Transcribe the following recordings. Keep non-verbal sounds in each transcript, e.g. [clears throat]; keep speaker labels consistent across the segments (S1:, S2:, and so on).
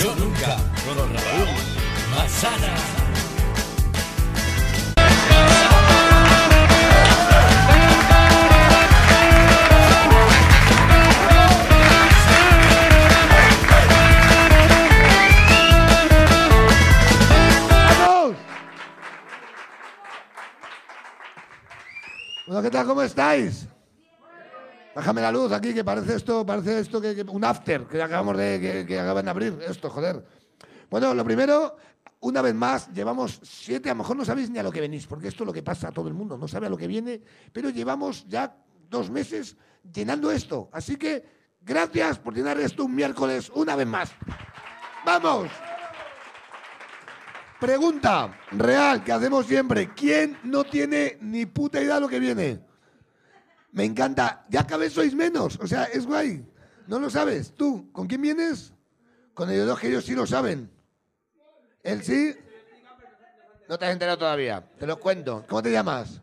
S1: Yo nunca con Raúl Manzana.
S2: Bueno, ¿qué tal? ¿Cómo estáis? Bájame la luz aquí, que parece esto, parece esto que, que- un after que acabamos de que, que acaban de abrir. Esto, joder. Bueno, lo primero, una vez más, llevamos siete, a lo mejor no sabéis ni a lo que venís, porque esto es lo que pasa a todo el mundo, no sabe a lo que viene, pero llevamos ya dos meses llenando esto. Así que gracias por llenar esto un miércoles una vez más. ¡Vamos! Pregunta real que hacemos siempre. ¿Quién no tiene ni puta idea de lo que viene? Me encanta. Ya cada vez sois menos. O sea, es guay. No lo sabes. ¿Tú con quién vienes? Con ellos dos que ellos sí lo saben. ¿Él sí? No te has enterado todavía. Te lo cuento. ¿Cómo te llamas?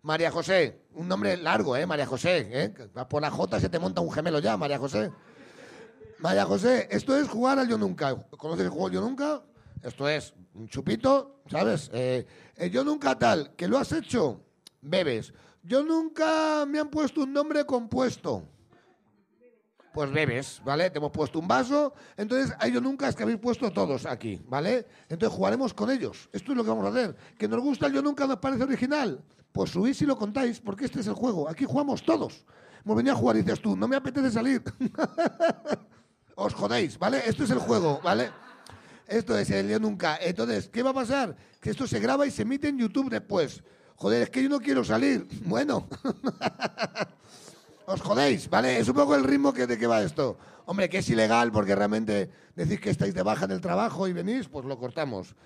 S2: María José. Un nombre largo, ¿eh? María José. ¿eh? Vas Por la J se te monta un gemelo ya, María José. María José, esto es jugar al Yo Nunca. ¿Conoces el juego Yo Nunca? Esto es un chupito, ¿sabes? Eh, el Yo Nunca tal, que lo has hecho, bebes. Yo nunca me han puesto un nombre compuesto. Pues bebes, ¿vale? Te hemos puesto un vaso. Entonces, a Yo Nunca es que habéis puesto todos aquí, ¿vale? Entonces jugaremos con ellos. Esto es lo que vamos a hacer. ¿Que nos gusta el Yo Nunca nos parece original? Pues subís y lo contáis, porque este es el juego. Aquí jugamos todos. Hemos venido a jugar y dices tú, no me apetece salir. os jodéis, ¿vale? Esto es el juego, ¿vale? Esto es el yo nunca. Entonces, ¿qué va a pasar? Que esto se graba y se emite en YouTube después. Joder, es que yo no quiero salir. Bueno. [laughs] Os jodéis, ¿vale? Es un poco el ritmo que, de que va esto. Hombre, que es ilegal porque realmente decís que estáis de baja en el trabajo y venís, pues lo cortamos.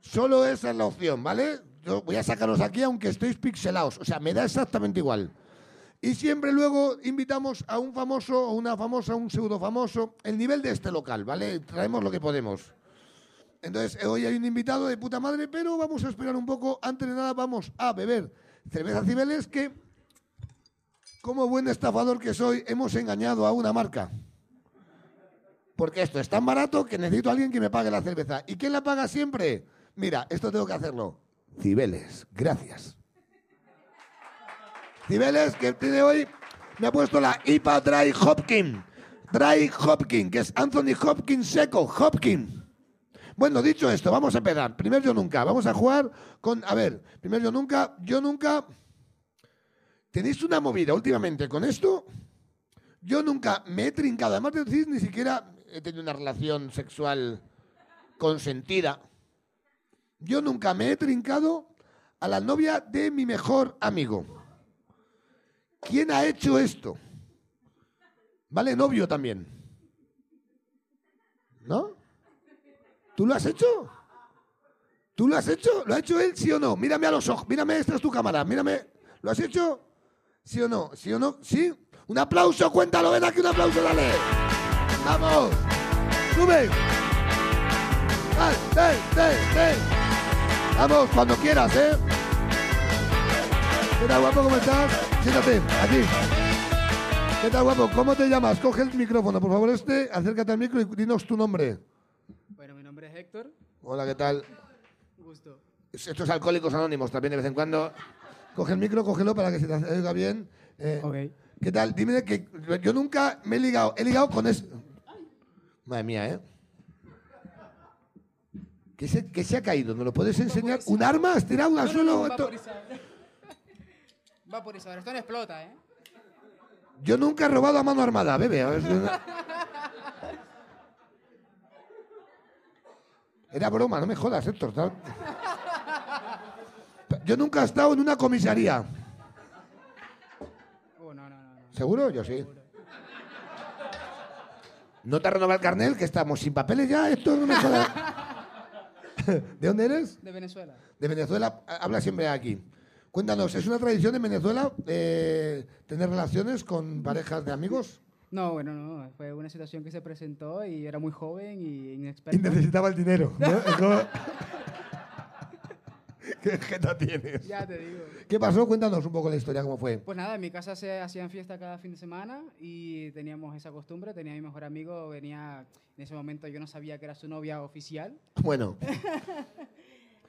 S2: Solo esa es la opción, ¿vale? Yo voy a sacaros aquí aunque estéis pixelados. O sea, me da exactamente igual. Y siempre luego invitamos a un famoso o una famosa, un pseudo famoso, el nivel de este local, ¿vale? Traemos lo que podemos. Entonces, eh, hoy hay un invitado de puta madre, pero vamos a esperar un poco. Antes de nada, vamos a beber cerveza Cibeles, que, como buen estafador que soy, hemos engañado a una marca. Porque esto es tan barato que necesito a alguien que me pague la cerveza. ¿Y quién la paga siempre? Mira, esto tengo que hacerlo. Cibeles, gracias. Cibeles, que tiene hoy, me ha puesto la IPA Dry Hopkins. Dry Hopkins, que es Anthony Hopkins seco, Hopkins. Bueno, dicho esto, vamos a empezar. Primero yo nunca. Vamos a jugar con. A ver, primero yo nunca. Yo nunca. ¿Tenéis una movida últimamente con esto? Yo nunca me he trincado. Además de decir, ni siquiera he tenido una relación sexual consentida. Yo nunca me he trincado a la novia de mi mejor amigo. ¿Quién ha hecho esto? Vale, novio también. ¿No? ¿Tú lo has hecho? ¿Tú lo has hecho? ¿Lo ha hecho él, sí o no? Mírame a los ojos, mírame, esta es tu cámara, mírame. ¿Lo has hecho? ¿Sí o no? ¿Sí o no? ¿Sí? Un aplauso, cuéntalo, ven aquí, un aplauso, dale. ¡Vamos! ¡Sube! ¡Dale, dale, dale, dale! Vamos, cuando quieras, ¿eh? ¿Qué tal, guapo? ¿Cómo estás? Siéntate, aquí. ¿Qué tal, guapo? ¿Cómo te llamas? Coge el micrófono, por favor, este. Acércate al micro y dinos tu nombre.
S3: Bueno, mi nombre es Héctor.
S2: Hola, ¿qué tal?
S3: Gusto.
S2: Estos alcohólicos anónimos también de vez en cuando. Coge el micro, cógelo para que se te oiga bien. Eh,
S3: Ok.
S2: ¿Qué tal? Dime que yo nunca me he ligado. He ligado con eso. Madre mía, ¿eh? ¿Qué se, qué se ha caído? ¿Me lo puedes enseñar? ¿Un arma? ¿Has tirado un al suelo? Esto-
S3: vaporizador. [laughs] vaporizador. Esto no explota, ¿eh?
S2: Yo nunca he robado a mano armada, bebé. A ver, Era broma, no me jodas, Héctor. ¿sabes? Yo nunca he estado en una comisaría.
S3: Uh, no, no, no. no.
S2: ¿Seguro? Yo sí. ¿No te ha renovado el carnet? Que estamos sin papeles ya, esto no me jodas. ¿De dónde eres?
S3: De Venezuela.
S2: De Venezuela, ha- habla siempre aquí. Cuéntanos, ¿es una tradición en Venezuela eh, tener relaciones con parejas de amigos?
S3: No, bueno, no. Fue una situación que se presentó y era muy joven y
S2: Y
S3: inexperto. [laughs]
S2: necesitaba el dinero. ¿no? Es como- ¿Qué jeta tienes?
S3: Ya te digo.
S2: ¿Qué pasó? Cuéntanos un poco la historia, cómo fue.
S3: Pues nada, en mi casa se hacían fiesta cada fin de semana y teníamos esa costumbre. Tenía mi mejor amigo, venía en ese momento, yo no sabía que era su novia oficial.
S2: Bueno,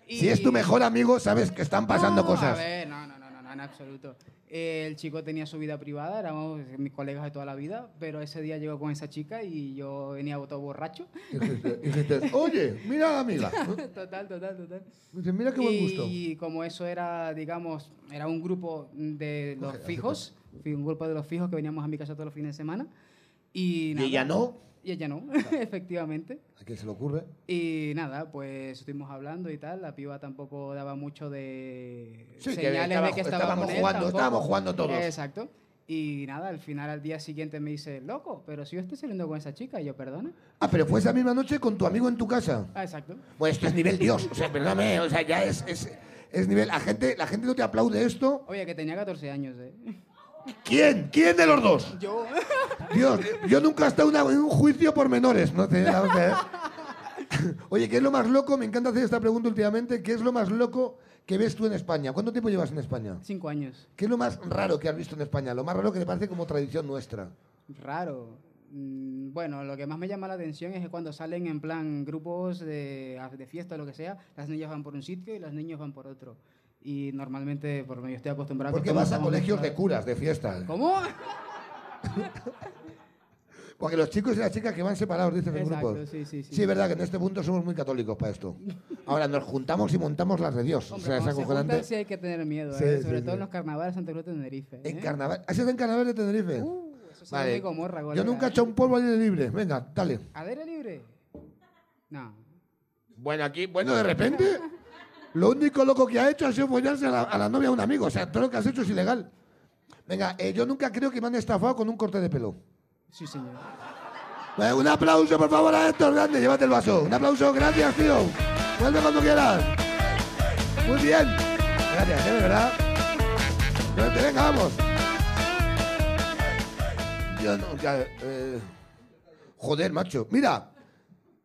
S3: Y-
S2: si es tu mejor amigo, sabes que están pasando
S3: No,
S2: cosas.
S3: A ver, no, no, no, no, no, en absoluto. Eh, el chico tenía su vida privada, éramos mis colegas de toda la vida, pero ese día llegó con esa chica y yo venía todo borracho. [laughs]
S2: Dijiste, dijiste, oye, mira a la amiga.
S3: total, total, total.
S2: Dice, mira Ah, qué buen gusto.
S3: Y como eso era, digamos, era un grupo de los
S2: Coge,
S3: fijos, fui un grupo de los fijos que veníamos a mi casa todos los fines de semana. Y,
S2: ¿Y
S3: nada,
S2: ella no?
S3: Y ella no, [laughs] efectivamente.
S2: ¿A qué se le ocurre?
S3: Y nada, pues estuvimos hablando y tal. La piba tampoco daba mucho de
S2: Sí, que
S3: señales
S2: estaba-
S3: de que estaba
S2: estábamos
S3: con él,
S2: jugando,
S3: tampoco.
S2: estábamos jugando todos.
S3: Exacto. Y nada, al final, al día siguiente me dice, loco, pero si yo estoy saliendo con esa chica, y yo, perdona.
S2: Ah, pero fue esa misma noche con tu amigo en tu casa.
S3: Ah, exacto.
S2: Bueno, esto es nivel Dios. O sea, perdóname, o sea, ya es, es, es nivel. La gente, la gente no te aplaude esto.
S3: Oye, que tenía 14 años, ¿eh? [laughs]
S2: ¿Quién? ¿Quién de los dos?
S3: Yo.
S2: Dios, yo nunca he estado en una- en un juicio por menores. No sé, o sea, Oye, ¿qué es lo más loco? Me encanta hacer esta pregunta últimamente. ¿Qué es lo más loco que ves tú en España? ¿Cuánto tiempo llevas en España?
S3: 5 años.
S2: ¿Qué es lo más raro que has visto en España? Lo más raro que te parece como tradición nuestra.
S3: Raro. Mm, Bueno, lo que más me llama la atención es que cuando salen en plan grupos de, de fiesta o lo que sea, las niñas van por un sitio y los niños van por otro. Y normalmente, por lo que yo estoy acostumbrado...
S2: Porque
S3: que
S2: vas a
S3: todos
S2: colegios de
S3: estamos-
S2: curas, de fiesta.
S3: ¿Cómo?
S2: Porque los chicos y las chicas que van separados, dices en
S3: Exacto,
S2: grupos.
S3: sí, sí, sí.
S2: es verdad que en este punto somos muy católicos para esto. Ahora nos juntamos y montamos las de Dios.
S3: Hombre,
S2: o sea, es
S3: cuando se
S2: acojonante.
S3: juntan sí hay que tener miedo,
S2: Sí,
S3: ¿eh?
S2: sí,
S3: sobre
S2: sí.
S3: todo en los carnavales de Santa Cruz de Tenerife. ¿eh?
S2: En carnaval. ¿Has estado en carnaval de Tenerife?
S3: Uh, eso sí
S2: Vale.
S3: es de Gomorra,
S2: Yo
S3: Golga.
S2: nunca he hecho un polvo al aire libre. Venga, dale.
S3: ¿Al aire libre? No.
S2: Bueno, aquí, bueno, de repente. Lo único loco que ha hecho ha sido follarse a la, a la novia de un amigo. O sea, todo lo que has hecho es ilegal. Venga, eh, yo nunca creo que me han estafado con un corte de pelo.
S3: Sí, señor.
S2: Eh, un aplauso, por favor, a Héctor Grande. Llévate el vaso. Un aplauso, gracias, tío. Vuelve cuando quieras. Muy bien. Gracias, ¿eh? de verdad. Vente, venga, vamos. Yo no, ya, eh, Joder, macho. Mira,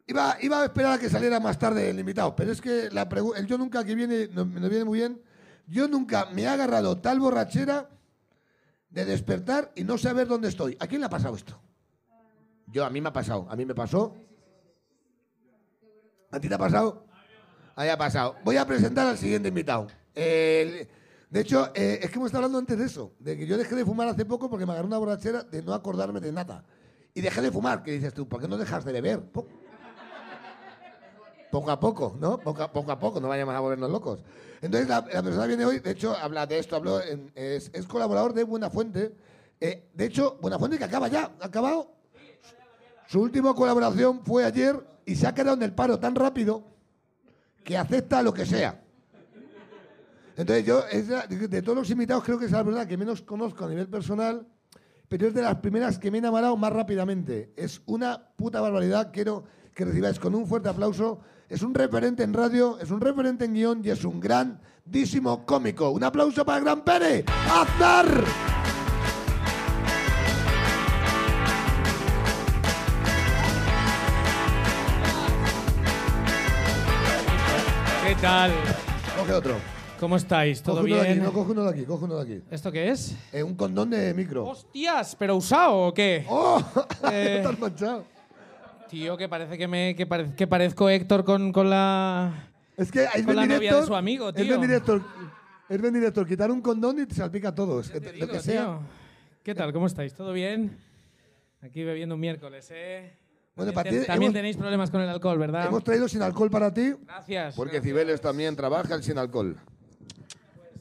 S2: iba, iba a esperar a que saliera más tarde el invitado, pero es que la pregu- el yo nunca que viene, no- me viene muy bien. Yo nunca me he agarrado tal borrachera de despertar y no saber dónde estoy. ¿A quién le ha pasado esto? Yo, a mí me ha pasado. A mí me pasó. ¿A ti te ha pasado? A mí me ha pasado. Voy a presentar al siguiente invitado. El- de hecho, eh, es que hemos estado hablando antes de eso. De que yo dejé de fumar hace poco porque me agarró una borrachera de no acordarme de nada. Y dejé de fumar, que dices tú, ¿por qué no dejas de beber? Po- Poco a poco, ¿no? Poco a poco, a poco no vayamos a volvernos locos. Entonces, la, la persona viene hoy, de hecho, habla de esto, habló en- es, es colaborador de Buenafuente. Eh, de hecho, Buenafuente que acaba ya, ha acabado su última colaboración fue ayer y se ha quedado en el paro tan rápido que acepta lo que sea. Entonces yo, es la- de de todos los invitados, creo que es la verdad que menos conozco a nivel personal, pero es de las primeras que me he enamorado más rápidamente. Es una puta barbaridad. Quiero que recibáis con un fuerte aplauso. Es un referente en radio, es un referente en guión y es un grandísimo cómico. Un aplauso para el Gran Pere, Aznar.
S4: ¿Qué tal?
S2: Coge otro.
S4: ¿Cómo estáis? ¿Todo
S2: coge uno de aquí,
S4: bien? eh.
S2: no, coge uno de aquí, coge uno de aquí.
S4: ¿Esto qué es?
S2: Eh, un condón de micro.
S4: ¡Hostias! ¿Pero usado o qué?
S2: ¡Oh! [laughs]
S4: Eh.
S2: Estás manchado.
S4: Tío, que parece que me que parez- que parezco Héctor con, con la...
S2: Es que es
S4: Con la
S2: Ben
S4: novia
S2: Director.
S4: de su amigo,
S2: Es
S4: tío.
S2: Ben Director. Es Ben Director. Quitar un condón y te salpica a todos. eh, lo que
S4: Digo,
S2: sea.
S4: tío. ¿Qué tal? ¿Cómo estáis? ¿Todo bien? Aquí bebiendo un miércoles, ¿eh?
S2: Bueno,
S4: también
S2: para
S4: ten-
S2: ti
S4: también
S2: hemos-
S4: tenéis problemas con el alcohol, ¿verdad?
S2: Hemos traído sin alcohol para ti.
S4: Gracias.
S2: Cibeles también trabaja el sin alcohol.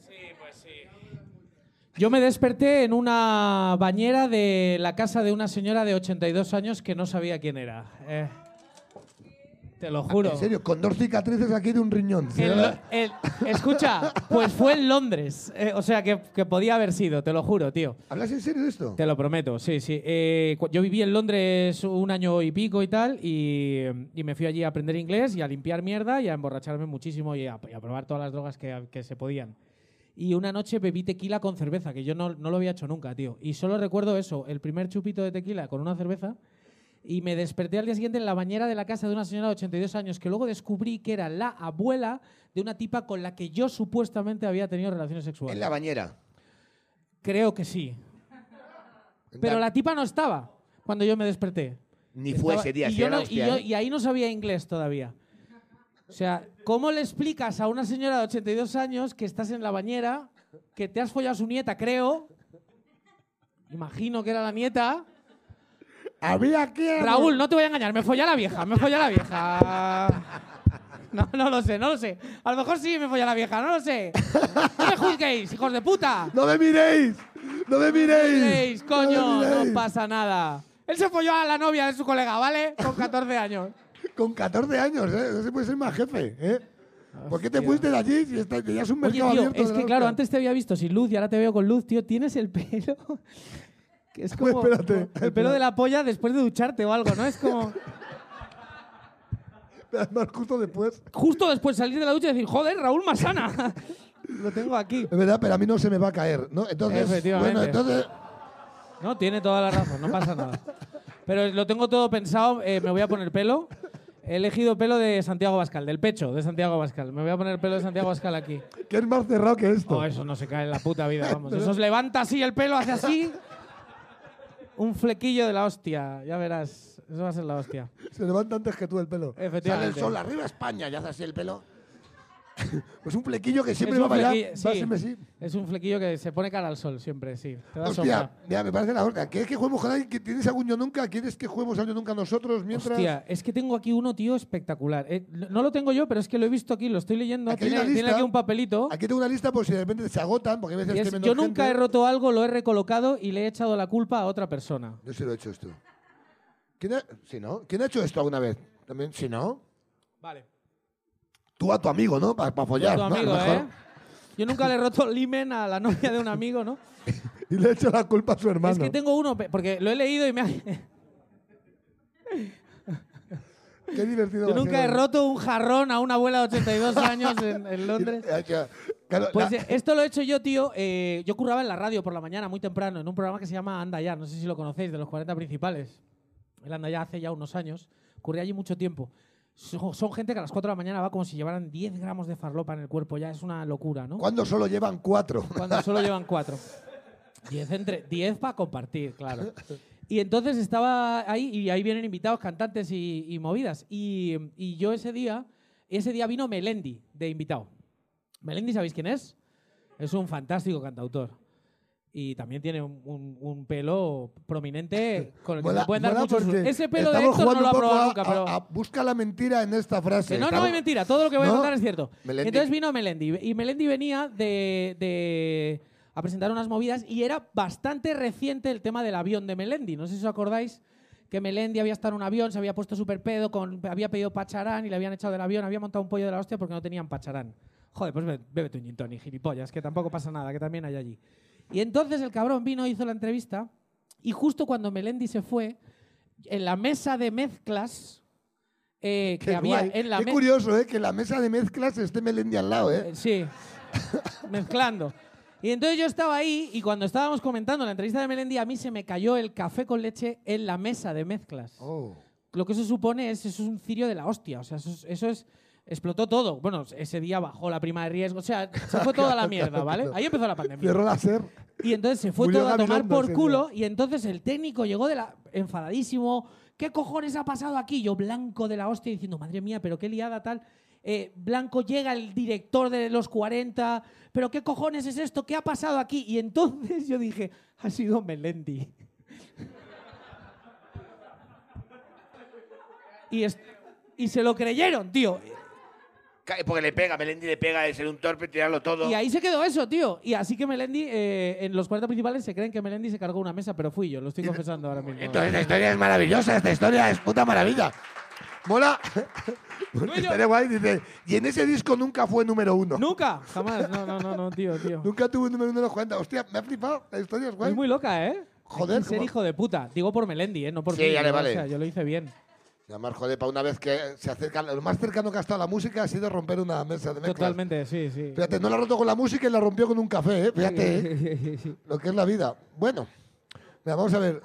S4: Sí, pues sí. Yo me desperté en una bañera de la casa de una señora de 82 años que no sabía quién era. eh. Te lo juro.
S2: En serio, con dos cicatrices aquí de un riñón.
S4: En Lo- en- escucha, pues fue en Londres. eh, o sea, que, que podía haber sido, te lo juro, tío.
S2: ¿Hablas en serio de esto?
S4: Te lo prometo, sí, sí. Eh, cu- yo viví en Londres un año y pico y tal, y, y me fui allí a aprender inglés y a limpiar mierda y a emborracharme muchísimo y a, y a probar todas las drogas que, que se podían. Y una noche bebí tequila con cerveza, que yo no, no lo había hecho nunca, tío. Y solo recuerdo eso, el primer chupito de tequila con una cerveza y me desperté al día siguiente en la bañera de la casa de una señora de 82 años que luego descubrí que era la abuela de una tipa con la que yo supuestamente había tenido relaciones sexuales.
S5: En la bañera.
S4: Creo que sí. Pero la tipa no estaba cuando yo me desperté.
S5: Ni fue
S4: Estaba-
S5: ese día,
S4: y,
S5: sí,
S4: yo
S5: era
S4: no- y
S5: hostia,
S4: yo-
S5: ¿eh?
S4: y ahí no sabía inglés todavía. O sea, ¿cómo le explicas a una señora de 82 años que estás en la bañera, que te has follado a su nieta, creo? Imagino que era la nieta.
S2: Había que.
S4: Raúl, no te voy a engañar, me follé a la vieja, me follé a la vieja. No, no lo sé, no lo sé. A lo mejor sí me follé a la vieja, no lo sé. No me juzguéis, hijos de puta.
S2: ¡No me miréis! ¡No me miréis!
S4: Juzguéis,
S2: ¡No
S4: coño,
S2: me miréis!
S4: no pasa nada. Él se folló a la novia de su colega, ¿vale? Con
S2: [laughs]
S4: 14 años.
S2: Con 14 años, ¿eh? No se puede ser más jefe, ¿eh? ¿Por qué te fuiste de allí si está- tenías un
S4: Oye,
S2: mercado
S4: tío,
S2: abierto?
S4: es
S2: de
S4: que
S2: la
S4: claro,
S2: hostia?
S4: antes te había visto sin luz y ahora te veo con luz, tío. Tienes el pelo. [laughs]
S2: [laughs]
S4: que es
S2: Pues
S4: como.
S2: espérate,
S4: El pelo de la polla después de ducharte o algo, ¿no? Es como.
S2: [laughs] Además, justo después.
S4: Justo después de salir de la ducha y decir, joder, Raúl Masana. [laughs] Lo tengo aquí.
S2: Es verdad, pero a mí no se me va a caer, ¿no? Entonces,
S4: Efectivamente.
S2: bueno, entonces...
S4: No, tiene toda la razón, no pasa nada. Pero lo tengo todo pensado, eh, me voy a poner pelo. He elegido pelo de Santiago Bascal, del pecho de Santiago Bascal. Me voy a poner pelo de Santiago Bascal aquí.
S2: ¿Qué es más cerrado que esto?
S4: Oh, eso no se cae en la puta vida,
S2: [laughs]
S4: vamos. Eso se levanta así el pelo, hace así. Un flequillo de la hostia, ya verás. Eso va a ser la hostia.
S2: Se levanta antes que tú el pelo.
S4: Efectivamente.
S2: Sale el sol arriba España y hace así el pelo. [laughs] pues un flequillo que siempre
S4: Es
S2: va
S4: un
S2: para allá.
S4: flequillo-
S2: Va
S4: sí.
S2: siempre así.
S4: Es un flequillo que se pone cara al sol siempre, sí. Te da
S2: Hostia,
S4: sombra.
S2: mira, me parece la hostia. ¿Quieres que juguemos con alguien que tienes algún yo nunca? ¿Quieres que juguemos a yo nunca nosotros mientras...?
S4: Hostia, es que tengo aquí uno, tío, espectacular. Eh, no no lo tengo yo, pero es que lo he visto aquí, lo estoy leyendo.
S2: Aquí hay
S4: tiene,
S2: una
S4: tiene
S2: lista.
S4: aquí un papelito.
S2: Aquí tengo una lista por si de repente se agotan, porque a veces
S4: Y
S2: que
S4: es,
S2: menos
S4: yo nunca
S2: gente-
S4: he roto algo, lo he recolocado y le he echado la culpa a otra persona.
S2: Yo sí lo he hecho esto. ¿Quién ha, si no? ¿Quién ha hecho esto alguna vez? También, si no,
S4: Vale.
S2: tú a tu amigo, ¿no? Para follar.
S4: tu
S2: ¿no? A lo
S4: amigo, ¿eh?
S2: mejor.
S4: Yo nunca le he roto el limen a la novia de un amigo, ¿no?
S2: Y le he hecho la culpa a su hermano.
S4: Es que tengo uno, pe- porque lo he leído y me ha... [laughs]
S2: Qué divertido.
S4: Yo
S2: va a
S4: nunca
S2: ser.
S4: he roto un jarrón a una abuela de 82 años
S2: [laughs]
S4: en, en
S2: Y-
S4: Londres.
S2: eh, ya, claro,
S4: Pues
S2: la-
S4: eh, esto lo he hecho yo, tío. eh, yo curraba en la radio por la mañana, muy temprano, en un programa que se llama Anda Ya. No sé si lo conocéis, de los 40 principales. El Anda Ya hace ya unos años. Currí allí mucho tiempo. Son, son gente que a las 4 de la mañana va como si llevaran 10 gramos de farlopa en el cuerpo. Ya es una locura, ¿no?
S2: ¿Cuándo solo llevan cuatro?
S4: cuando solo llevan cuatro. Diez, entre, diez para compartir, claro. Y entonces estaba ahí y ahí vienen invitados, cantantes y, y movidas. Y, y yo ese día, ese día vino Melendi de invitado. Melendi, ¿sabéis quién es? Es un fantástico cantautor. Y también tiene un, un- un pelo prominente con el que
S2: Mola-
S4: se pueden dar
S2: mola
S4: muchos usos.
S2: porque
S4: Ese pelo de
S2: estamos
S4: Héctor no
S2: jugando
S4: lo ha
S2: un poco
S4: probado
S2: a-
S4: nunca,
S2: a-
S4: pero...
S2: a busca la mentira en esta frase.
S4: Que no, no
S2: Estamos-
S4: hay mentira. Todo lo que voy a
S2: eh, ¿No?
S4: contar es cierto.
S2: Melendi.
S4: Entonces vino Melendi. Y Melendi venía de, de- a presentar unas movidas y era bastante reciente el tema del avión de Melendi. No sé si os acordáis que Melendi había estado en un avión, se había puesto súper pedo, con, había pedido pacharán y le habían echado del avión, había montado un pollo de la hostia porque no tenían pacharán. Joder, pues be- bébete un gin tonic, gilipollas, que tampoco pasa nada, que también hay allí. Y entonces el cabrón vino, hizo la entrevista y justo cuando Melendi se fue, en la mesa de mezclas eh, que
S2: Qué
S4: había
S2: guay.
S4: en la
S2: Qué
S4: mesa...
S2: curioso, ¿eh? Que en la mesa de mezclas esté Melendi al lado, ¿eh?
S4: Eh, Sí, [laughs] mezclando. Y entonces yo estaba ahí y cuando estábamos comentando la entrevista de Melendi, a mí se me cayó el café con leche en la mesa de mezclas.
S2: Oh.
S4: Lo que eso supone es, eso es un cirio de la hostia. O sea, eso es, eso es- explotó todo. Bueno, ese día bajó la prima de riesgo. O sea, se
S2: [laughs]
S4: fue toda la mierda, ¿vale? Ahí empezó la pandemia.
S2: Cerró la ser.
S4: Y entonces se fue
S2: Murió
S4: todo a tomar
S2: Gabilondo
S4: por
S2: ese
S4: culo y entonces el técnico llegó de la enfadadísimo. ¿Qué cojones ha pasado aquí? Yo blanco de la hostia diciendo, madre mía, pero qué liada tal. Eh, blanco llega el director de los 40, pero qué cojones es esto, qué ha pasado aquí. Y entonces yo dije, ha sido Melendi. y, es- y se lo creyeron, tío.
S5: Ca- Porque le pega, Melendi le pega, es ser un torpe, tirarlo todo.
S4: Y ahí se quedó eso, tío. Y así que Melendi, eh, en los 40 principales se creen que Melendi se cargó una mesa, pero fui yo, lo estoy confesando ahora mismo.
S2: Entonces, esta historia es maravillosa, esta historia es puta maravilla.
S4: [laughs]
S2: Mola. Porque estaría guay, dice. Y en ese disco nunca fue número uno.
S4: Nunca, jamás. No, no, no, no, tío,
S2: [laughs]
S4: tío.
S2: Nunca tuvo un número uno en los 40. Hostia, me ha flipado. La historia es guay.
S4: Es muy loca, ¿eh?
S2: Joder,
S4: Hay que ser
S2: ¿cómo?
S4: hijo de puta. Digo por Melendi, ¿eh? No por
S5: Sí,
S4: mí,
S5: ya le
S4: ¿no?
S5: vale.
S4: O sea, yo lo hice bien.
S2: Y además, joder, para una vez que se acerca, lo más cercano que ha estado a la música ha sido romper una mesa de mezclas.
S4: Totalmente, sí, sí.
S2: Fíjate, no la ha roto con la música y la rompió con un café, ¿eh? Fíjate, ¿eh? lo que es la vida. Bueno, mira, vamos a ver.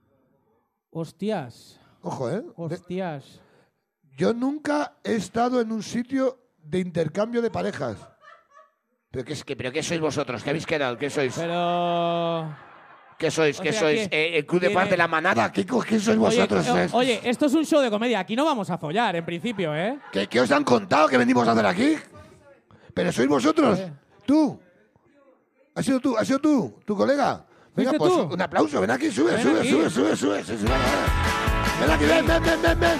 S4: [laughs] Hostias,
S2: Ojo, ¿eh? De-
S4: hostias.
S2: Yo nunca he estado en un sitio de intercambio de parejas.
S5: ¿Pero qué, es que, ¿Pero qué sois vosotros? ¿Qué habéis quedado? ¿Qué sois?
S4: Pero.
S5: ¿Qué sois?
S4: O
S5: ¿Qué
S4: sea,
S5: sois?
S4: que-
S5: Eh, ¿El club de
S4: que-
S5: parte de la manada?
S2: Nada, ¿qué, co- qué sois
S4: Oye,
S2: vosotros?
S4: o-
S2: eh?
S4: oye, esto es un show de comedia. Aquí no vamos a follar, en principio, ¿eh?
S2: ¿Qué, qué os han contado que venimos a hacer aquí? ¿Pero sois vosotros? ¿Tú? ¿Has sido tú? ¿Has sido tú? ¿Tu colega? Venga,
S4: ¿Fuiste
S2: pues
S4: tú?
S2: un aplauso. Ven aquí, sube,
S4: Ven
S2: sube,
S4: aquí.
S2: sube, sube, sube, sube, sube. Ven aquí, ven, ven, ven, ven, ven.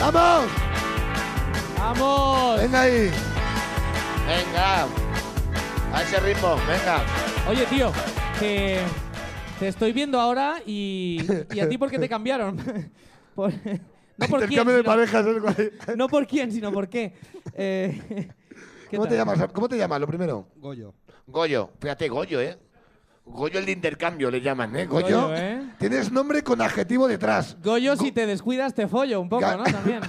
S2: ¡Vamos!
S4: ¡Vamos!
S2: Venga ahí.
S5: Venga. A ese ritmo, venga.
S4: Oye, tío, que te estoy viendo ahora y, y a ti por
S2: [laughs]
S4: qué te cambiaron. [laughs] Por- no por quién,
S2: Intercambio de
S4: sino-
S2: parejas. ¿eh?
S4: No por quién, sino por qué. Eh, [laughs] ¿qué
S2: ¿Cómo te
S4: tal?
S2: llamas? ¿Cómo te llamas? Lo primero.
S6: Goyo.
S5: Goyo. Fíjate, Goyo, ¿eh? Goyo el de intercambio le llaman, ¿eh? Goyo.
S2: Goyo,
S4: Goyo, ¿eh?
S2: tienes nombre con adjetivo detrás.
S4: Goyo, si te descuidas, te follo un poco,
S2: Ga- [laughs]
S4: ¿no? También.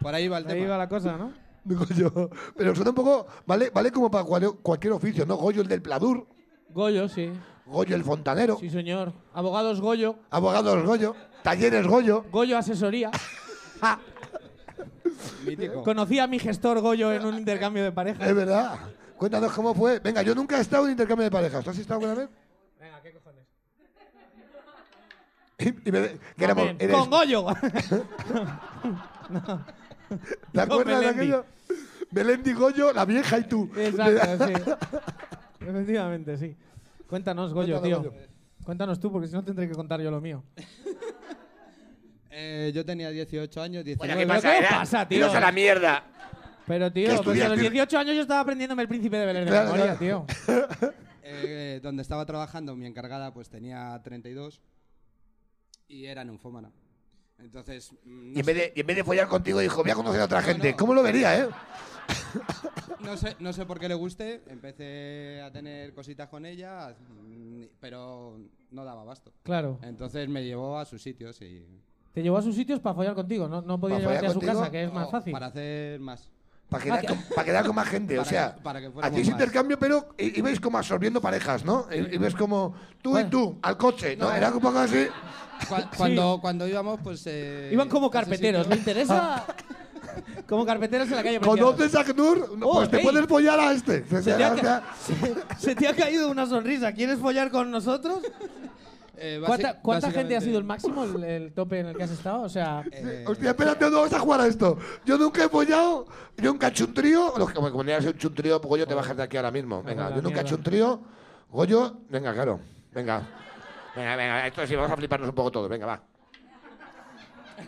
S6: Por ahí va el
S4: Ahí
S6: tema.
S4: va la cosa, ¿no?
S2: Goyo. Pero suena un poco. Vale, vale como para cual- cualquier oficio, ¿no? Goyo el del pladur,
S4: Goyo, sí.
S2: Goyo el fontanero,
S4: Sí, señor. Abogados Goyo.
S2: abogados Goyo, talleres Goyo.
S4: Goyo
S2: [laughs]
S4: Asesoría.
S6: Mítico.
S4: Conocí a mi gestor Goyo en un intercambio de pareja.
S2: Es verdad. Cuéntanos cómo fue. Venga, yo nunca he estado en intercambio de parejas. ¿Tú has estado alguna vez?
S4: Venga, ¿qué cojones?
S2: [laughs] Y, y me- que éramos-
S4: Amén.
S2: eres- [laughs]
S4: Con Goyo.
S2: ¿Te
S4: con
S2: acuerdas de
S4: Melendi.
S2: aquello? Melendi Goyo, la vieja y tú. [laughs]
S4: Exacto, sí. Efectivamente, sí. Cuéntanos, Goyo,
S2: Cuéntanos,
S4: tío.
S2: Goyo.
S4: Cuéntanos tú, porque si no tendré que contar yo lo mío.
S6: Eh, yo tenía 18 años,
S5: Bueno,
S6: 19.
S5: ¿qué
S4: Pero
S5: pasa?
S4: ¿qué
S5: Era-
S4: pasa, tío?
S5: Iros a la mierda.
S4: Pero,
S2: ¿Qué
S4: tío, pues a los
S2: estudiaste?
S4: 18 años yo estaba aprendiéndome el príncipe de Belén de
S2: Claro,
S4: memoria,
S2: claro.
S4: tío.
S6: eh, donde estaba trabajando, mi encargada pues tenía 32 y era neufómana. Entonces, mm,
S5: Y
S6: no
S5: en,
S6: sé,
S5: vez de, y en vez de follar contigo, dijo, voy a conocer a otra
S2: La
S5: gente.
S2: gente, ¿cómo lo vería, eh?
S6: no sé, no sé por qué le guste, empecé a tener cositas con ella, mm, pero no daba abasto.
S4: Claro.
S6: Entonces me llevó a sus sitios y...
S4: Te llevó a sus sitios para follar contigo, no, no podía
S2: Pa'
S4: llevarte a
S2: follar
S4: su
S2: contigo,
S4: casa, que es más
S6: o
S4: fácil.
S6: Oh, Para hacer más.
S2: Para quedar, con, pa' quedar con más gente, o
S6: Para
S2: sea,
S6: que- para que fuéramos
S2: hacéis
S6: más.
S2: intercambio, pero i- ibais como absorbiendo parejas, ¿no? I- Ibais como tú
S4: Bueno. eh.
S2: y tú, al coche, ¿no? Era un
S4: [laughs]
S2: poco así.
S6: Cua- Cuando, cuando íbamos, pues... eh,
S4: Iban como
S6: a ese
S4: carpeteros,
S6: sitio- [laughs]
S4: ¿me interesa? como carpeteros en la calle. Preciados.
S2: ¿Conoces a Knur? No,
S4: Oh,
S2: pues te
S4: ey.
S2: puedes follar a este.
S4: Se te, ha ca- se te ha caído una sonrisa. ¿Quieres follar con nosotros?
S6: Eh, basi-
S4: ¿Cuánta, cuánta gente ha
S6: básicamente-
S4: sido el máximo, el, el tope en el que has estado? O sea,
S6: Eh,
S2: Hostia, espérate, no vamos a jugar a esto. Yo nunca he follado, yo nunca he hecho un trío. Los que como como tenías un hecho un trío, pues, Goyo, te bajas de aquí ahora mismo. Venga,
S4: la
S2: yo nunca he
S4: mierda.
S2: hecho un trío. Goyo, venga, claro. Venga.
S5: Venga, venga, esto sí, vamos a fliparnos un poco todos. Venga, va.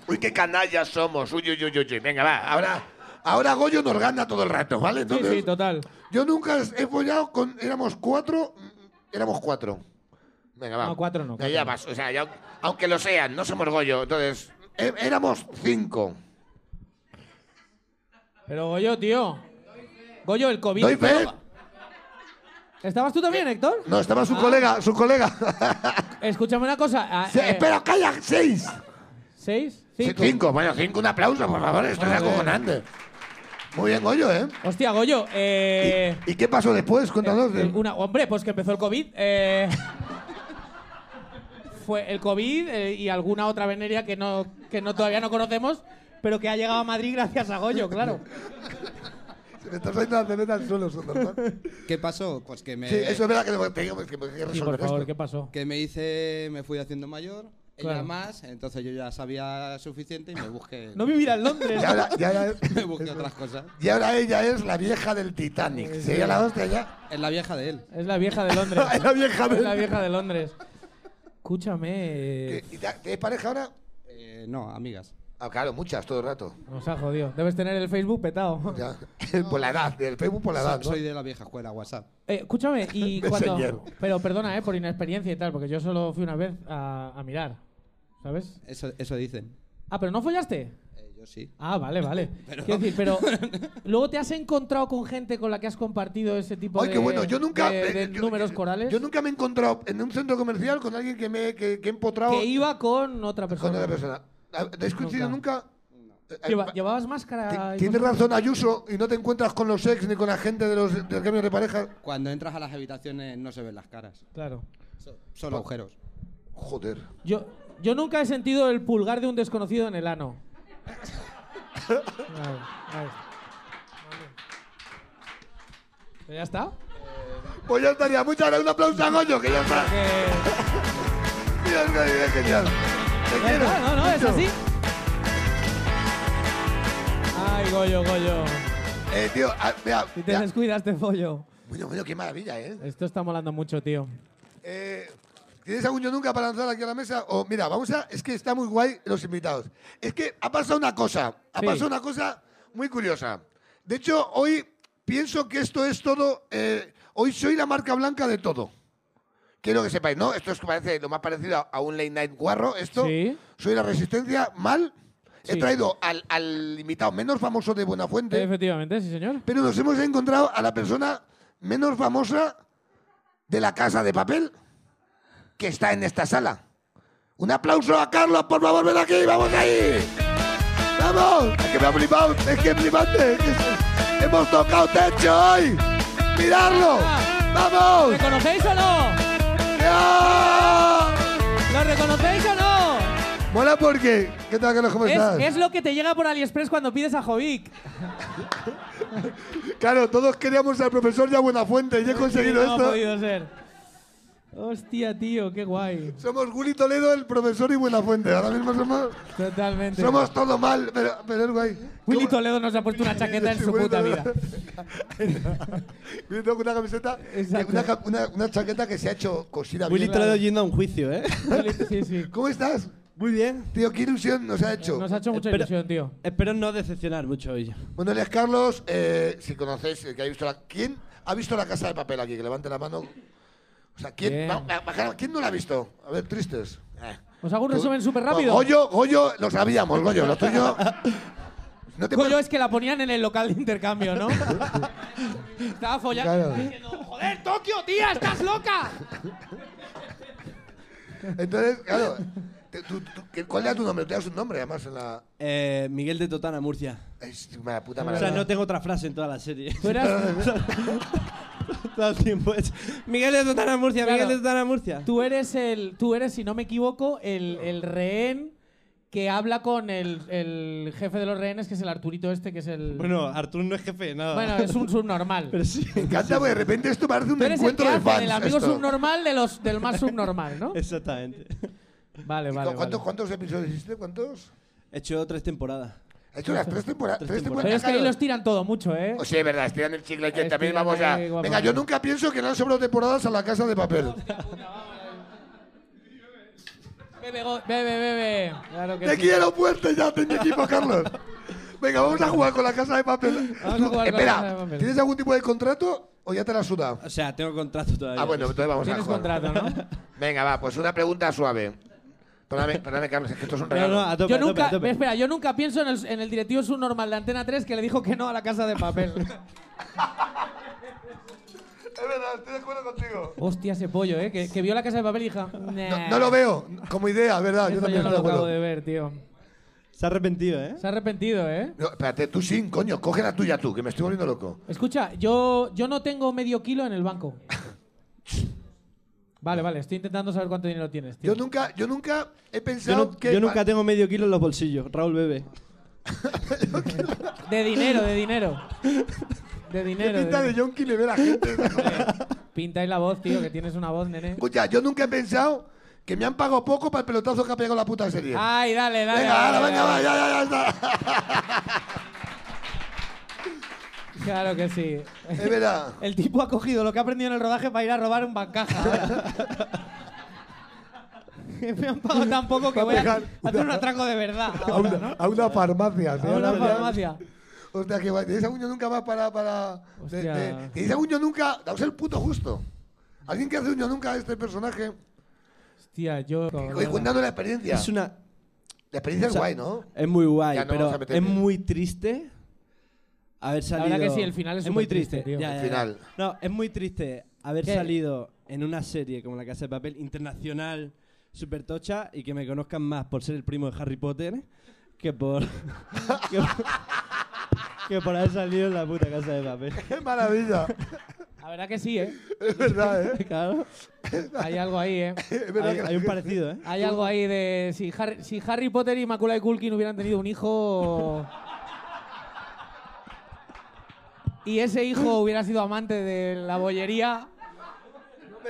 S5: Uy, qué canallas somos. Uy, uy, uy, uy, uy. Venga, va.
S2: Ahora, ahora Goyo nos gana todo el rato, ¿vale?
S4: sí,
S2: Entonces,
S4: sí, total.
S2: Yo nunca he follado con. Éramos cuatro. mm, Éramos cuatro.
S5: Venga,
S6: Ah.
S5: va.
S4: No, cuatro no,
S5: Ya, ya vas. O sea, ya- aunque lo sean, no somos Goyo. Entonces,
S2: É- éramos cinco.
S4: Pero Goyo, tío. Goyo, el COVID.
S2: ¿Doy fe? Eh,
S4: ¿Estabas tú también, Héctor?
S2: No, estaba su colega, su colega.
S4: [laughs] Escúchame una cosa. ah,
S2: Se-
S4: eh,
S2: [laughs] Pero calla, seis.
S4: ¿Seis?
S5: sí,
S4: ¿Cinco?
S5: cinco. Bueno, cinco, un aplauso, por favor. Esto es
S4: Joder.
S5: acojonante.
S2: Muy bien, Goyo, ¿eh?
S4: Hostia, Goyo. Eh,
S2: ¿Y qué pasó después? Cuéntanos.
S4: eh, una, hombre, pues que empezó el COVID. eh, fue el COVID eh, y alguna otra veneria que, no, que no, todavía no conocemos, pero que ha llegado a Madrid gracias a Goyo, claro.
S2: Se me está saliendo la cerveza al suelo,
S4: [laughs]
S2: Sotolman.
S6: ¿Qué pasó? Pues que me...
S2: Sí, eso es verdad que tengo- tengo que tengo que
S4: Sí,
S2: resolver
S4: por favor,
S2: esto.
S4: ¿qué pasó?
S6: que me hice, me fui haciendo mayor,
S4: Claro.
S6: ella más, entonces yo ya sabía suficiente y me
S7: [laughs]
S6: busqué,
S4: No vivirá en Londres.
S2: Y ahora, y ahora-
S6: [laughs] me busqué otras cosas.
S2: y ahora ella es la vieja del Titanic. Sería la hostia ya.
S6: Es la vieja de él.
S4: Es la vieja de Londres.
S2: [laughs] Es la vieja de-
S4: Es la vieja de Londres. Escúchame. eh,
S2: ¿Y ya- ¿Tienes pareja ahora?
S6: Eh, no, amigas.
S2: Ah, claro, muchas, todo el rato.
S4: Nos ha jodido. Debes tener el Facebook petado.
S2: Ya. [laughs] Por la edad, del Facebook por la edad. ¿no?
S6: Soy de la vieja escuela, WhatsApp.
S4: Eh, escúchame,
S2: [laughs]
S4: y
S2: Messenger.
S4: cuando. Pero perdona, eh, por inexperiencia y tal, porque yo solo fui una vez a, a mirar. ¿Sabes?
S6: Eso, eso dicen.
S4: Ah, pero no follaste.
S6: Eh, yo sí.
S4: Ah,
S2: [laughs]
S4: vale, vale. Quiero decir, pero luego te has encontrado con gente con la que has compartido ese tipo
S2: Ay,
S4: de,
S2: qué bueno. Yo nunca.
S4: de-
S2: eh,
S4: de
S2: yo-
S4: números
S2: yo-
S4: corales
S2: Yo nunca me he encontrado en un centro comercial con alguien que me que, que he empotrado
S4: que iba con otra
S2: con
S4: persona.
S2: otra persona. ¿Has coincidido nunca? Eh, eh,
S4: Lleva-
S2: va-
S4: llevabas máscara.
S2: ti-
S4: y
S2: Tienes
S4: cosas?
S2: razón, Ayuso, y no te encuentras con los ex ni con la gente de los del cambio de pareja.
S6: Cuando entras a las habitaciones no se ven las caras,
S7: Pues,
S4: Claro.
S6: solo agujeros.
S2: Joder.
S4: Yo, Yo nunca he sentido el pulgar de un desconocido en
S2: [laughs]
S4: el ano. Vale, ahí está. Pero ¿Ya está?
S2: Pues ya estaría. Muchas gracias. Un aplauso a Goyo, que ya está.
S4: Que-
S2: Mira, es una idea genial. Te quiero.
S4: No, no, no, es
S2: mucho.
S4: así. Ay, Goyo, Goyo.
S2: Eh, tío, ah, mira,
S4: Si te
S2: mira.
S4: descuidas, te follo.
S2: Bueno, bueno, qué maravilla, ¿eh?
S4: Esto está molando mucho, tío.
S2: Eh, ¿Tienes algún yo nunca para lanzar aquí a la mesa? O mira, vamos a. Es que está muy guay los invitados. Es que ha pasado una cosa. Ha
S4: Sí.
S2: pasado una cosa muy curiosa. De hecho, hoy pienso que esto es todo. eh, hoy soy la marca blanca de todo. Quiero que sepáis, ¿no? Esto es que parece lo más parecido a- a un late night guarro. Esto.
S4: Sí.
S2: Soy la resistencia mal. He
S4: Sí.
S2: traído al, al invitado menos famoso de Buenafuente.
S4: Efectivamente, sí, señor.
S2: Pero nos hemos encontrado a la persona menos famosa de la casa de papel que está en esta sala. Un aplauso a Carlos, por favor, ven aquí, vamos ahí. ¡Vamos! Es que me ha flipado, es que es flipante. es que es- hemos tocado techo hoy. ¡Miradlo! ¡Vamos!
S4: ¿Reconocéis o no?
S2: ¡Ya!
S4: ¿Lo reconocéis o no?
S2: Mola porque. ¿Qué tal, Carlos? ¿Cómo estás?
S4: Es, es lo que te llega por AliExpress cuando pides a Jovic.
S2: Claro, todos queríamos al profesor ya Buenafuente y he conseguido
S4: no pues
S2: esto.
S4: ha podido ser. Hostia, tío, qué guay.
S2: Somos Guli Toledo, el profesor y Buenafuente. Ahora mismo somos.
S4: Totalmente.
S2: Somos todo mal, pero, pero es guay.
S4: Willy
S2: ¿Cómo?
S4: Toledo nos ha puesto una chaqueta en
S2: Sí,
S4: su
S2: Willy
S4: puta vida.
S2: Toledo. Willy Toledo con una camiseta, eh,
S4: Exacto.
S2: una, ca- una- una chaqueta que se ha hecho cosida
S7: Willy
S2: bien.
S7: Toledo yendo a un juicio, ¿eh?
S4: Willy-
S2: [laughs]
S4: Sí, sí.
S2: ¿Cómo estás?
S7: [laughs] Muy bien.
S2: Tío, qué ilusión nos ha hecho.
S4: Nos ha hecho mucha
S7: Espera.
S4: ilusión, tío.
S7: Espero no decepcionar mucho hoy.
S2: Bueno, él es Carlos, eh, si conocéis, el que ha visto la... ¿Quién ha visto la casa de papel aquí? Que levante la mano. O sea, ¿quién,
S4: Bien.
S2: va- va- bajar- ¿quién no la ha visto? A ver, tristes. Eh.
S4: ¿Os hago un resumen súper rápido?
S2: Goyo, Goyo, lo sabíamos, Goyo, lo
S4: [laughs]
S2: tuyo... No te
S4: Goyo es que la ponían en el local de
S2: [laughs]
S4: intercambio, ¿no? Estaba follando
S2: Claro.
S4: diciendo, ¡Joder, Tokio, tía, estás loca!
S2: Entonces, claro, te- tú- tú- ¿qué- ¿cuál era tu nombre? Te das un nombre, además, en la...
S7: Eh, Miguel de Totana, Murcia.
S2: Es una puta
S7: O
S2: maravilla.
S7: sea, no tengo otra frase en toda la serie.
S4: Tú
S2: [laughs]
S4: eras-
S7: Todo el tiempo es Miguel de Totana, Murcia,
S4: Claro.
S7: Miguel de Totana,
S2: Ah.
S7: Murcia.
S4: Tú eres el, tú eres, si no me equivoco, el, el rehén que habla con el, el jefe de los rehenes, que es el Arturito este, que es el.
S7: Bueno, Artur no es jefe de nada. [laughs]
S4: Bueno, es un subnormal.
S7: Pero sí.
S2: Me encanta, porque de repente esto parece un
S4: Tú eres el que
S2: encuentro de
S4: hace
S2: fans.
S4: del amigo
S2: esto.
S4: subnormal de los, del más subnormal, ¿no?
S7: Exactamente.
S4: Vale,
S2: ¿Y
S4: vale.
S2: ¿Cuántos,
S4: vale.
S2: cuántos episodios hiciste? ¿Cuántos?
S7: He hecho tres temporadas.
S2: He hecho las tres temporadas.
S7: Tres
S2: Tres
S7: temporadas.
S4: Pero
S2: temporadas.
S4: es que ahí
S2: claro.
S4: los tiran todo mucho, ¿eh?
S5: O sea, es verdad, estiran el chicle que también
S4: Estiran
S5: vamos a...
S4: ahí, guapa.
S2: Venga, yo nunca pienso que le han sobrado temporadas a la casa de
S4: [laughs]
S2: papel.
S4: Bebe, go- bebe, bebe. Claro que
S2: Te
S4: sí.
S2: quiero fuerte ya, tengo equipo, Carlos. Venga, vamos a jugar con la casa de papel.
S4: Vamos a jugar con la Casa de
S2: Espera,
S4: Papel.
S2: ¿tienes algún tipo de contrato o ya te la suda?
S7: O sea, tengo contrato todavía.
S5: Ah, bueno, entonces vamos a
S4: Tienes
S5: jugar.
S4: contrato, ¿no?
S5: Venga, va, pues una pregunta suave. Perdóname, perdóname, Carlos, es que esto es un
S7: No,
S5: regalo.
S7: no, a tope,
S4: Yo
S7: a tope,
S4: nunca,
S7: a tope.
S4: espera, yo nunca pienso en el, en el directivo subnormal de Antena 3 que le dijo que no a la casa de
S7: [laughs]
S4: papel.
S2: Es verdad, estoy de acuerdo contigo.
S4: Hostia, ese pollo, ¿eh? Que, que vio la casa de papel, hija.
S2: No, no lo veo como idea, es ¿verdad? Yo también
S4: no
S2: estoy
S4: lo
S2: de
S4: acabo
S2: acuerdo.
S4: de ver, tío.
S7: Se ha arrepentido, ¿eh?
S4: Se ha arrepentido, ¿eh?
S2: No, espérate, tú sin, coño, coge la tuya tú, que me estoy volviendo loco.
S4: Escucha, yo, yo no tengo medio kilo en el
S2: [laughs]
S4: banco. Vale, vale, estoy intentando saber cuánto dinero tienes, tío.
S2: Yo nunca, yo nunca he
S7: Yo,
S2: pensado
S7: no-
S2: que.
S7: yo nunca tengo medio kilo en los bolsillos. Raúl Bebe.
S4: De dinero, de
S2: [laughs]
S4: dinero. De
S2: ¿Qué
S4: dinero.
S2: pinta de
S4: dinero.
S2: Yonki le ve la gente?
S4: Pintáis la voz, tío, que tienes una voz, nene.
S2: Escucha, yo nunca he pensado que me han pagado poco para el pelotazo que ha pegado la puta serie.
S4: Ay, dale, dale.
S2: venga,
S4: dale,
S2: ahora, venga, va,
S4: dale.
S2: ya, ya, ya
S4: Claro que sí.
S2: está. Es verdad.
S4: El tipo ha cogido lo que ha aprendido en el rodaje para ir a robar un bancaja.
S2: [laughs]
S4: ahora. Me han pagado tan poco que voy a
S2: pegar
S4: a hacer un atraco de verdad. ahora, ¿no?
S2: a una farmacia.
S4: A una farmacia.
S2: Hostia, que guay. ¿Tenéis algún yo nunca más para. para de,
S4: Hostia.
S2: de- ¿Tenéis algún yo nunca? Daos el puto justo. Alguien que hace un yo nunca a este personaje.
S4: Hostia, yo.
S2: Oye, cuéntanos la experiencia.
S7: Es una.
S2: La experiencia
S7: o sea,
S2: es guay, ¿no?
S7: Es muy guay,
S5: Ya no
S7: pero
S5: vamos a meter
S7: es
S5: miedo.
S7: muy triste haber
S4: verdad
S7: salido.
S4: que sí, el final es
S7: muy
S4: supertriste,
S7: triste,
S4: tío.
S7: ya,
S2: El
S7: ya, ya.
S2: final.
S7: No, es muy triste haber
S4: ¿Qué?
S7: salido en una serie como La Casa de Papel internacional super tocha y que me conozcan más por ser el primo de Harry Potter que
S2: [laughs]
S7: por
S2: [laughs]
S7: que, por- que por haber salido en la puta Casa de Papel. [laughs]
S2: ¡Qué maravilla!
S4: La verdad que
S2: [laughs]
S4: sí, ¿eh?
S2: Es verdad, ¿eh?
S7: Claro.
S4: Hay algo ahí, ¿eh?
S2: Es verdad
S7: Hay,
S2: que la
S7: hay un
S2: gente-
S7: parecido, ¿eh?
S4: Hay algo ahí de. Si Harry, si Harry Potter y Macula y Culkin hubieran tenido un hijo. y ese hijo hubiera sido amante de la bollería.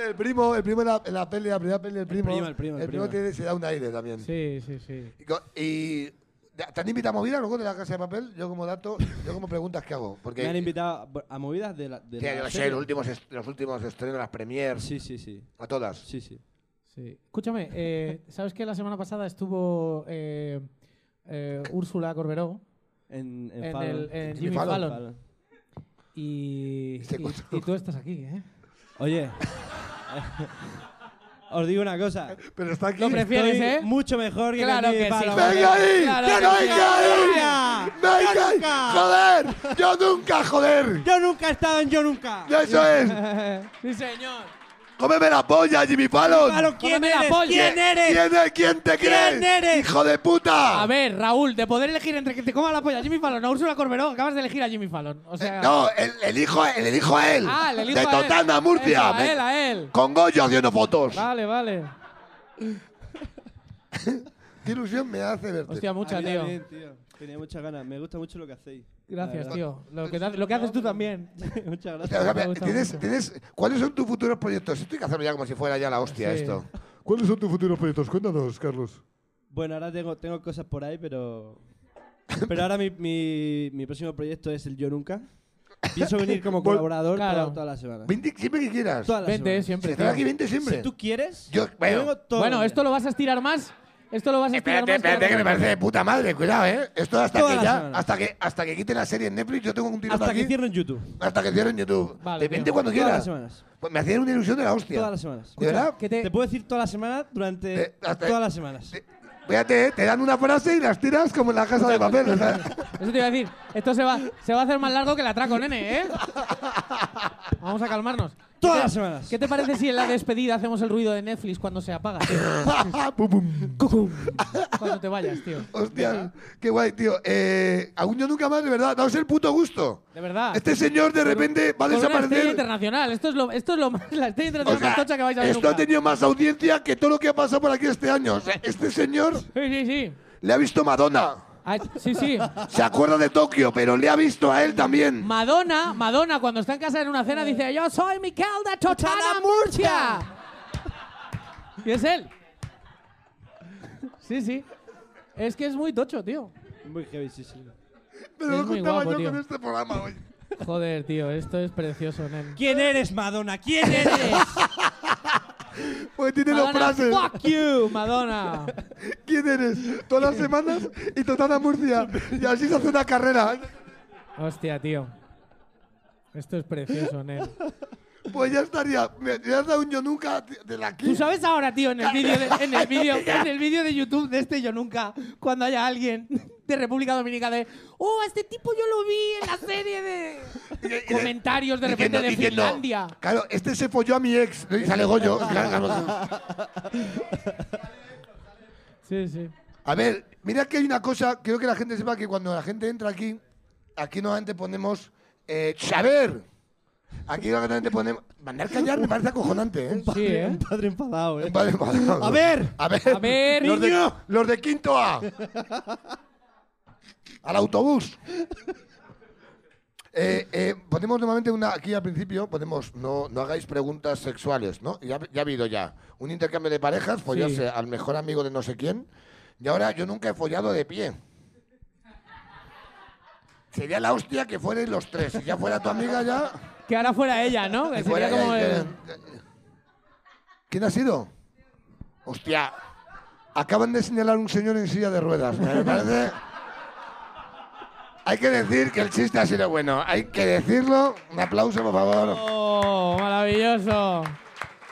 S2: El primo, el primo en la, en la peli, la primera peli del primo.
S7: primo, el primo, el primo.
S2: tiene- se da un aire también.
S4: Sí, sí, sí.
S2: Y, co- y ¿te han invitado a movida luego de la casa de papel? Yo como dato, yo como preguntas que hago. Porque
S7: Me han invitado a movidas de la. De
S5: Tía,
S7: la
S5: yo sé,
S7: serie.
S5: los últimos, est- los últimos estrenos, las premiers,
S7: Sí, sí, sí.
S5: a todas.
S7: Sí, sí.
S4: sí. Escúchame, eh, ¿sabes que la semana pasada estuvo eh, eh, Úrsula Corberó
S7: En, en,
S4: en,
S7: Fallon.
S4: el, en
S2: Jimmy
S4: Jimmy
S2: Fallon.
S4: Fallon? Y,
S2: Se
S4: y-
S2: encontró-
S4: y tú estás aquí, ¿eh?
S7: Oye. os digo una cosa.
S2: Pero está aquí.
S4: Lo prefieres,
S7: Estoy
S4: ¿eh?
S7: [laughs] Mucho mejor que
S4: Claro
S7: en el
S4: que sí.
S7: Jimmy Fallon.
S2: ¡Venga ahí!
S4: Claro
S2: ¡Que
S4: que
S2: no
S4: sí.
S2: venga ahí!
S7: ¡Nunca!
S2: ¡Venga ahí!
S7: ¡Nunca!
S2: ¡Joder! ¡Yo nunca, joder!
S7: Yo nunca he estado en Yo Nunca.
S2: ¡Eso es!
S4: sí, señor.
S2: ¡Cómeme la polla, Jimmy Fallon!
S7: Fallon, ¿quién
S4: Cómeme la
S7: eres?
S4: polla.
S7: ¿Quién eres?
S2: ¿Quién, es- quién te
S7: ¿Quién
S2: crees?
S7: eres?
S2: ¡Hijo de puta!
S4: A ver, Raúl, de poder elegir entre que te coma la polla Jimmy Fallon o Úrsula Corberó, acabas de elegir a Jimmy Fallon. O sea,
S2: Eh, No, el, el hijo, el, el hijo a él.
S4: ah, le elijo
S2: de
S4: a él.
S2: Totana, Murcia.
S4: Eso, a
S2: Me-
S4: él, a él.
S2: Con Goyo haciendo fotos.
S4: Vale, vale.
S2: Qué ilusión me hace verte.
S4: Hostia,
S7: A
S4: mucha,
S7: mí
S4: tío.
S7: también, tío. Tenía muchas ganas. Me gusta mucho lo que hacéis. [laughs]
S4: Gracias,
S7: La
S4: tío. Lo que, da- lo que haces tú también.
S7: verdad. muchas
S2: O sea,
S7: gracias.
S2: o sea,
S4: me gusta
S2: ¿tienes-
S4: mucho.
S2: tienes- ¿Cuáles son tus futuros proyectos? Esto hay que hacerlo ya como si fuera ya la hostia
S4: Sí.
S2: esto. ¿Cuáles son tus futuros proyectos? Cuéntanos, Carlos.
S7: Bueno, ahora tengo, tengo cosas por ahí, pero. Pero ahora mi, mi, mi próximo proyecto es el Yo Nunca. Pienso venir
S4: [laughs]
S7: como
S2: Vol-
S7: colaborador
S4: Claro.
S7: toda- toda la semana.
S2: Vente siempre que quieras.
S7: Toda la
S4: Vente
S7: semana.
S4: siempre,
S2: Estará aquí,
S4: tío.
S2: vente siempre.
S7: Si tú quieres,
S2: Yo- bueno.
S7: vengo todos
S4: Bueno,
S7: los
S4: esto
S7: días.
S4: lo vas a estirar más. Esto lo vas a estirar
S5: Espérate,
S4: más.
S5: espérate,
S2: que me parece de puta madre, cuidado, ¿eh? Esto hasta
S7: Toda
S2: que
S7: la
S2: ya,
S7: semana.
S2: hasta que, hasta que quite la serie en Netflix, yo tengo un tirón
S7: Hasta
S2: aquí.
S7: que cierren YouTube.
S2: hasta que cierren YouTube.
S4: Vale,
S2: Te-
S4: tío.
S2: vente cuando
S7: Todas las
S2: quieras.
S7: semanas.
S2: Pues me hacía una ilusión de la hostia.
S7: Todas las semanas.
S2: ¿De verdad?
S4: que
S7: Te puedo decir toda la semana durante
S2: Eh, hasta-
S7: todas las semanas.
S2: Te- Fíjate, ¿eh? te dan una frase y las tiras como en la casa de papel. o sea.
S4: [laughs] Eso te iba a decir. Esto se va, se va a hacer más largo que el atraco, nene, ¿eh? Vamos a calmarnos.
S7: Todas
S4: ¿Qué te-
S7: las semanas.
S4: ¿Qué te parece si en la despedida hacemos el ruido de Netflix cuando se apaga? tío?
S2: [laughs] Pum, pum.
S4: Cuando te vayas, tío.
S2: Hostia, qué guay, tío. Eh, aún yo nunca más, de verdad, daos el puto gusto.
S4: De verdad.
S2: Este señor de repente va a
S4: Con una estrella
S2: desaparecer.
S4: internacional. Esto es lo, esto es lo más, la estrella
S2: O
S4: internacional
S2: sea,
S4: más tocha que vais a ver
S2: esto
S4: nunca.
S2: ha tenido más audiencia que todo lo que ha pasado por aquí este año. O sea, este señor
S4: Sí, sí, sí.
S2: le ha visto Madonna.
S4: Ah, sí, sí.
S2: Se acuerda de Tokio, pero le ha visto a él también.
S4: Madonna, Madonna, cuando está en casa en una cena, dice: Yo soy Miquel de Totana Murcia. Y es él. Sí, sí. Es que es muy tocho, tío.
S7: Muy heavy, sí, sí.
S2: Pero
S4: es
S2: lo
S4: muy
S2: contaba
S4: guapo,
S2: yo
S4: tío.
S2: con este programa hoy.
S4: Joder, tío, esto es precioso,
S7: [laughs]
S4: nen.
S7: ¿Quién eres, Madonna? ¿Quién eres?
S2: Pues tiene dos
S4: Madonna,
S2: frases.
S4: fuck you, Madonna.
S2: ¿Quién eres? Todas las semanas y total a Murcia. Y así se hace una carrera.
S4: Hostia, tío. Esto es precioso, nen.
S2: Pues ya estaría. Me me has dado un yo nunca de- de la
S4: ¿Tú
S2: quinta.
S4: sabes ahora, tío, en el vídeo de, en el vídeo, [laughs] en el vídeo de YouTube de este Yo Nunca, cuando haya alguien de República Dominicana de, oh, a este tipo yo lo vi en la serie de comentarios de repente de Finlandia.
S2: Claro, este se folló a mi ex. Y sale
S4: [laughs]
S2: Goyo. Claro, claro.
S4: Sí, sí.
S2: A ver, mira que hay una cosa, quiero que la gente sepa que cuando la gente entra aquí, aquí normalmente ponemos eh, saber. Aquí normalmente ponemos. Mandar callar me parece acojonante, ¿eh?
S4: Sí, ¿eh?
S7: Un padre enfadado, eh.
S2: Vale, vale, vale.
S7: A ver.
S2: a ver,
S4: A ver,
S2: los, de,
S4: niño.
S2: los de quinto A. Al autobús. Eh, eh, ponemos normalmente una aquí al principio, ponemos no, no hagáis preguntas sexuales, ¿no? Ya, ya ha habido ya un intercambio de parejas, follarse al mejor amigo de no sé quién, y ahora yo nunca he follado de pie. Sería la hostia que fuerais los tres, si ya fuera tu amiga ya.
S4: Que ahora fuera ella, ¿no? Que
S2: que
S4: sería
S2: fuera ya
S4: como
S2: y
S4: el-
S2: que- ¿Quién ha sido? Hostia, acaban de señalar un señor en silla de ruedas. Me parece. Hay que decir que el chiste ha sido bueno. Hay que decirlo. Un aplauso, por favor.
S4: Oh, maravilloso.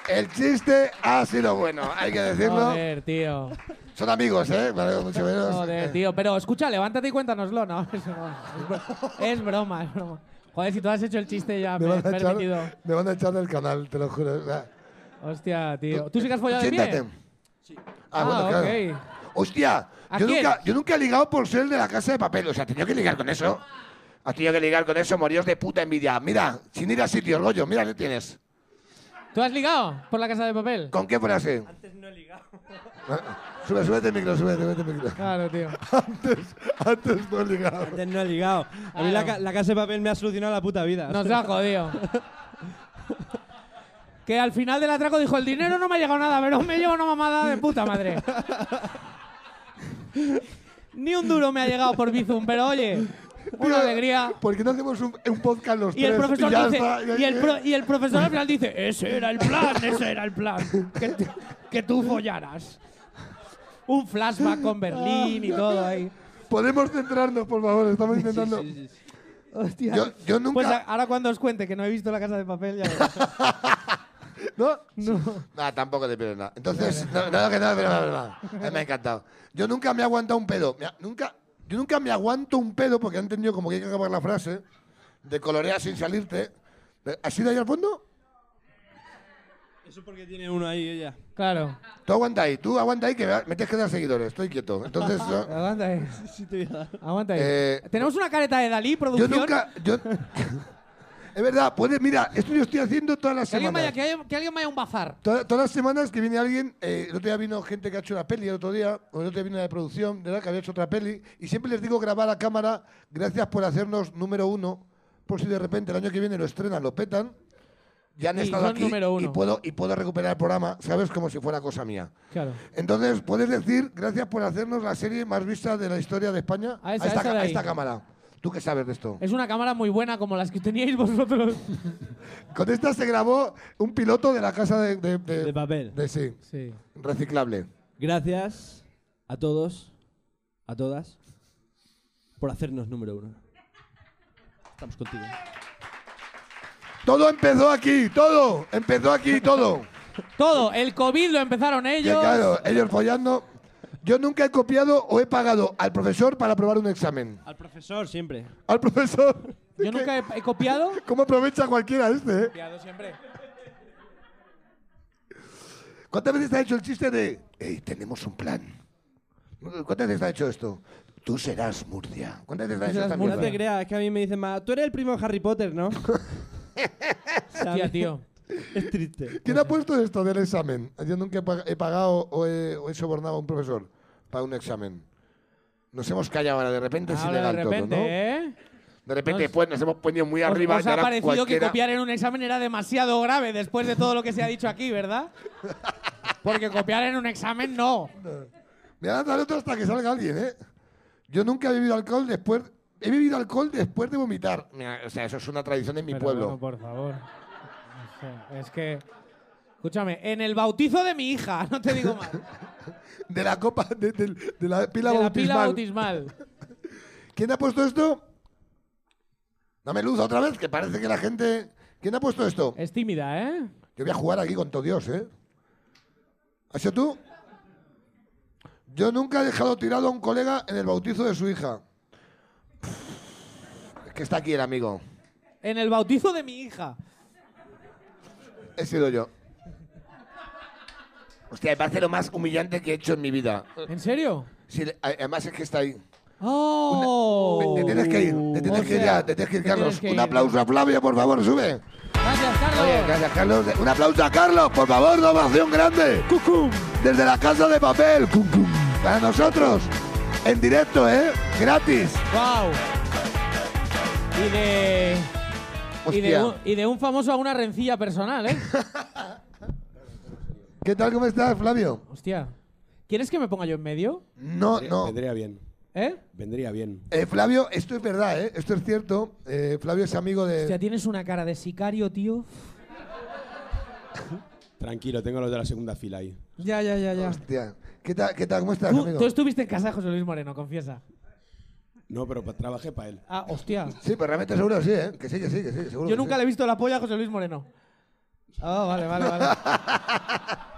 S2: El chiste ha sido bueno. Hay que decirlo.
S4: Joder, tío.
S2: Son amigos, ¿eh? Vale, mucho menos.
S4: Joder, tío. Pero escucha, levántate y cuéntanoslo. No, [laughs] eso no. Es broma, es broma. es broma. Joder, si tú has hecho el chiste ya
S2: Me
S4: me, has
S2: van, a echar,
S4: permitido.
S2: me van a echar del canal, te lo juro. o sea.
S4: Hostia, tío. ¿Tú sí que has follado de pie?
S2: Siéntate. Ah,
S4: Ah,
S2: bueno, claro.
S4: ok.
S2: Hostia,
S4: ¿A
S2: yo
S4: quién?
S2: nunca, yo nunca he ligado por ser el de la casa de papel. O sea, tenía que ligar con eso.
S5: Has tenido que ligar con eso, moríos de puta envidia. Mira, sin ir a sitios, Goyo, mira qué tienes.
S4: ¿Tú has ligado por la casa de papel?
S5: ¿Con qué frase?
S7: Antes no he ligado.
S2: [laughs] Sube, súbete el micro, súbete, súbete el micro.
S4: Claro, tío.
S2: Antes, antes no ligaba.
S7: Antes no he ligado. A mí
S4: Claro.
S7: la, ca- la casa de papel me ha solucionado la puta vida. [laughs]
S4: Nos ha jodido. Que al final del atraco dijo, el dinero no me ha llegado nada, pero me llevo una mamada de puta madre. Ni un duro me ha llegado por Bizum, pero oye,
S2: Tío,
S4: una alegría.
S2: ¿Por qué no hacemos un, un podcast los
S4: Y el
S2: tres?
S4: profesor
S2: ya
S4: dice,
S2: está, ya-
S4: y el, pro- y el profesor al final dice, ese era el plan, ese era el plan, que, t- que tú follaras. Un flashback con Berlín y todo ahí.
S2: Podemos centrarnos, por favor, estamos intentando.
S4: Hostia.
S2: Yo, yo nunca.
S4: Pues a- ahora cuando os cuente que no he visto la casa de papel, ya verás.
S2: ¿No?
S5: Nada, tampoco te pierdes nada. [laughs]
S2: Entonces, no, no, que no, pero no, no, no. Me ha encantado. Yo nunca me he aguantado un pedo. Me ha- nunca, yo nunca me aguanto un pedo porque he entendido como que hay que acabar la frase de colorear sin salirte. ¿Has ido ahí al fondo?
S7: Eso porque tiene uno ahí ella.
S4: [laughs] Claro.
S2: Tú aguanta ahí, tú aguanta ahí que me me tienes que dar seguidores, estoy quieto. Entonces, yo,
S4: Aguanta ahí.
S7: Sí, te voy a dar.
S4: Aguanta ahí.
S2: Eh,
S4: Tenemos una careta de Dalí,
S2: yo
S4: producción.
S2: nunca. Yo, [laughs] es verdad, puedes, mira, esto yo estoy haciendo todas las
S4: Que alguien,
S2: semanas.
S4: vaya, que, haya- que alguien vaya a un bazar.
S2: Toda- todas las semanas que viene alguien, eh, el otro día vino gente que ha hecho una peli, el otro día, o el otro día vino una de producción, de la que había hecho otra peli, y siempre les digo grabar a cámara, gracias por hacernos número uno, por si de repente el año que viene lo estrenan, lo petan, ya han
S4: Y
S2: estado
S4: son
S2: aquí
S4: número uno.
S2: y puedo y puedo recuperar el programa, sabes, como si fuera cosa mía.
S4: Claro.
S2: Entonces, puedes decir gracias por hacernos la serie más vista de la historia de España
S4: A esa-
S2: esta,
S4: esa de
S2: ca- a
S4: ahí.
S2: esta cámara. ¿Tú qué sabes de esto?
S4: Es una cámara muy buena como las que teníais vosotros.
S2: Con esta se grabó un piloto de la casa de... de- de-
S7: De papel.
S2: de- sí,
S4: Sí.
S2: reciclable.
S7: Gracias a todos, a todas, por hacernos número uno. Estamos contigo.
S2: Todo empezó aquí, todo. Empezó aquí,
S4: [laughs]
S2: todo.
S4: Todo. El COVID lo empezaron
S2: Que
S4: ellos.
S2: claro, ellos follando. Yo nunca he copiado o he pagado al profesor para aprobar un examen.
S7: Al profesor siempre.
S2: Al profesor. [laughs]
S4: Yo nunca he, he copiado.
S2: ¿Cómo aprovecha cualquiera este? eh?
S4: Copiado siempre.
S2: ¿Cuántas veces te ha hecho el chiste de, hey, tenemos un plan? ¿Cuántas veces te ha hecho esto? Tú serás Murcia. ¿Cuántas veces te ha hecho
S4: serás
S2: esta
S4: Murcia.
S7: No
S2: mierda?
S7: te creas, es que a mí me dicen más, tú eres el primo de Harry Potter, [laughs] ¿no?
S4: Hostia, tío.
S7: Es triste.
S2: ¿Quién ha puesto esto del examen? Yo nunca he pa- he pagado o he, o he sobornado a un profesor para un examen. Nos hemos callado ahora, de repente es
S4: Ahora de
S2: ilegal
S4: repente,
S2: todo, ¿no?
S4: ¿eh?
S5: De repente,
S4: Nos-
S5: pues nos hemos puesto muy
S4: Os-
S5: arriba.
S4: os
S5: y
S4: ha
S5: ahora
S4: parecido que
S5: cualquiera-
S4: copiar en un examen era demasiado grave después de todo lo que se ha dicho aquí,
S2: [laughs]
S4: ¿verdad? Porque copiar en un examen no.
S2: Me van a dar otro hasta que salga alguien, ¿eh? Yo nunca he bebido alcohol después. He bebido alcohol después de vomitar.
S5: Mira, o sea, eso es una tradición de mi
S4: Pero
S5: pueblo.
S4: bueno, por favor. No sé, Es que. Escúchame, en el bautizo de mi hija, [laughs] no te digo más.
S2: De la copa, de, de- de la pila
S4: de la pila
S2: bautismal.
S4: bautismal.
S2: ¿Quién ha puesto esto? Dame luz otra vez, que parece que la gente. ¿Quién ha puesto esto?
S4: Es tímida, ¿eh?
S2: Yo voy a jugar aquí con todo Dios, ¿eh? ¿Has sido tú? Yo nunca he dejado tirado a un colega en el bautizo de su hija.
S5: Es que está aquí el amigo.
S4: En el bautizo de mi hija.
S2: He sido yo.
S5: Hostia, me parece lo más humillante que he hecho en mi vida.
S4: ¿En serio?
S5: Sí, le- a- además es que está ahí.
S4: ¡Oh!
S2: Te tienes que ir, te tienes
S4: O
S2: que ir
S4: sea,
S2: ya, te tienes que ir,
S4: te
S2: Carlos. Un
S4: tienes que ir.
S2: aplauso a Flavio, por favor, sube.
S4: Gracias, Carlos.
S2: Oye, gracias, Carlos. Un aplauso a Carlos, por favor, una ovación grande. Desde la casa de papel. Cum, cum. Para nosotros. En directo, ¿eh? Gratis.
S4: ¡Wow! Y de, y, de
S2: Hostia.
S4: un, y de un famoso a una rencilla personal,
S2: [laughs]
S4: ¿eh?
S2: ¿Qué tal, cómo estás, Flavio?
S4: Hostia. ¿Quieres que me ponga yo en medio?
S2: No, no.
S8: Vendría bien.
S4: ¿Eh?
S8: Vendría bien.
S2: Eh, Flavio, esto es verdad, ¿eh? Esto es cierto. Eh, Flavio es amigo
S4: Hostia,
S2: de...
S4: tienes una cara de sicario, tío.
S8: Tranquilo, tengo los de la segunda fila ahí.
S4: Ya, ya, ya, ya.
S2: Hostia. ¿Qué tal, qué tal cómo estás,
S4: Tú,
S2: amigo?
S4: tú estuviste en casa de José Luis Moreno, confiesa.
S8: No, pero pa- trabajé para él.
S4: Ah, hostia.
S2: Sí, pues realmente seguro sí, ¿eh? Que sí, que sí, que sí, seguro.
S4: Yo
S2: que
S4: nunca
S2: sí.
S4: le he visto la polla a José Luis Moreno. Ah, vale, vale, vale.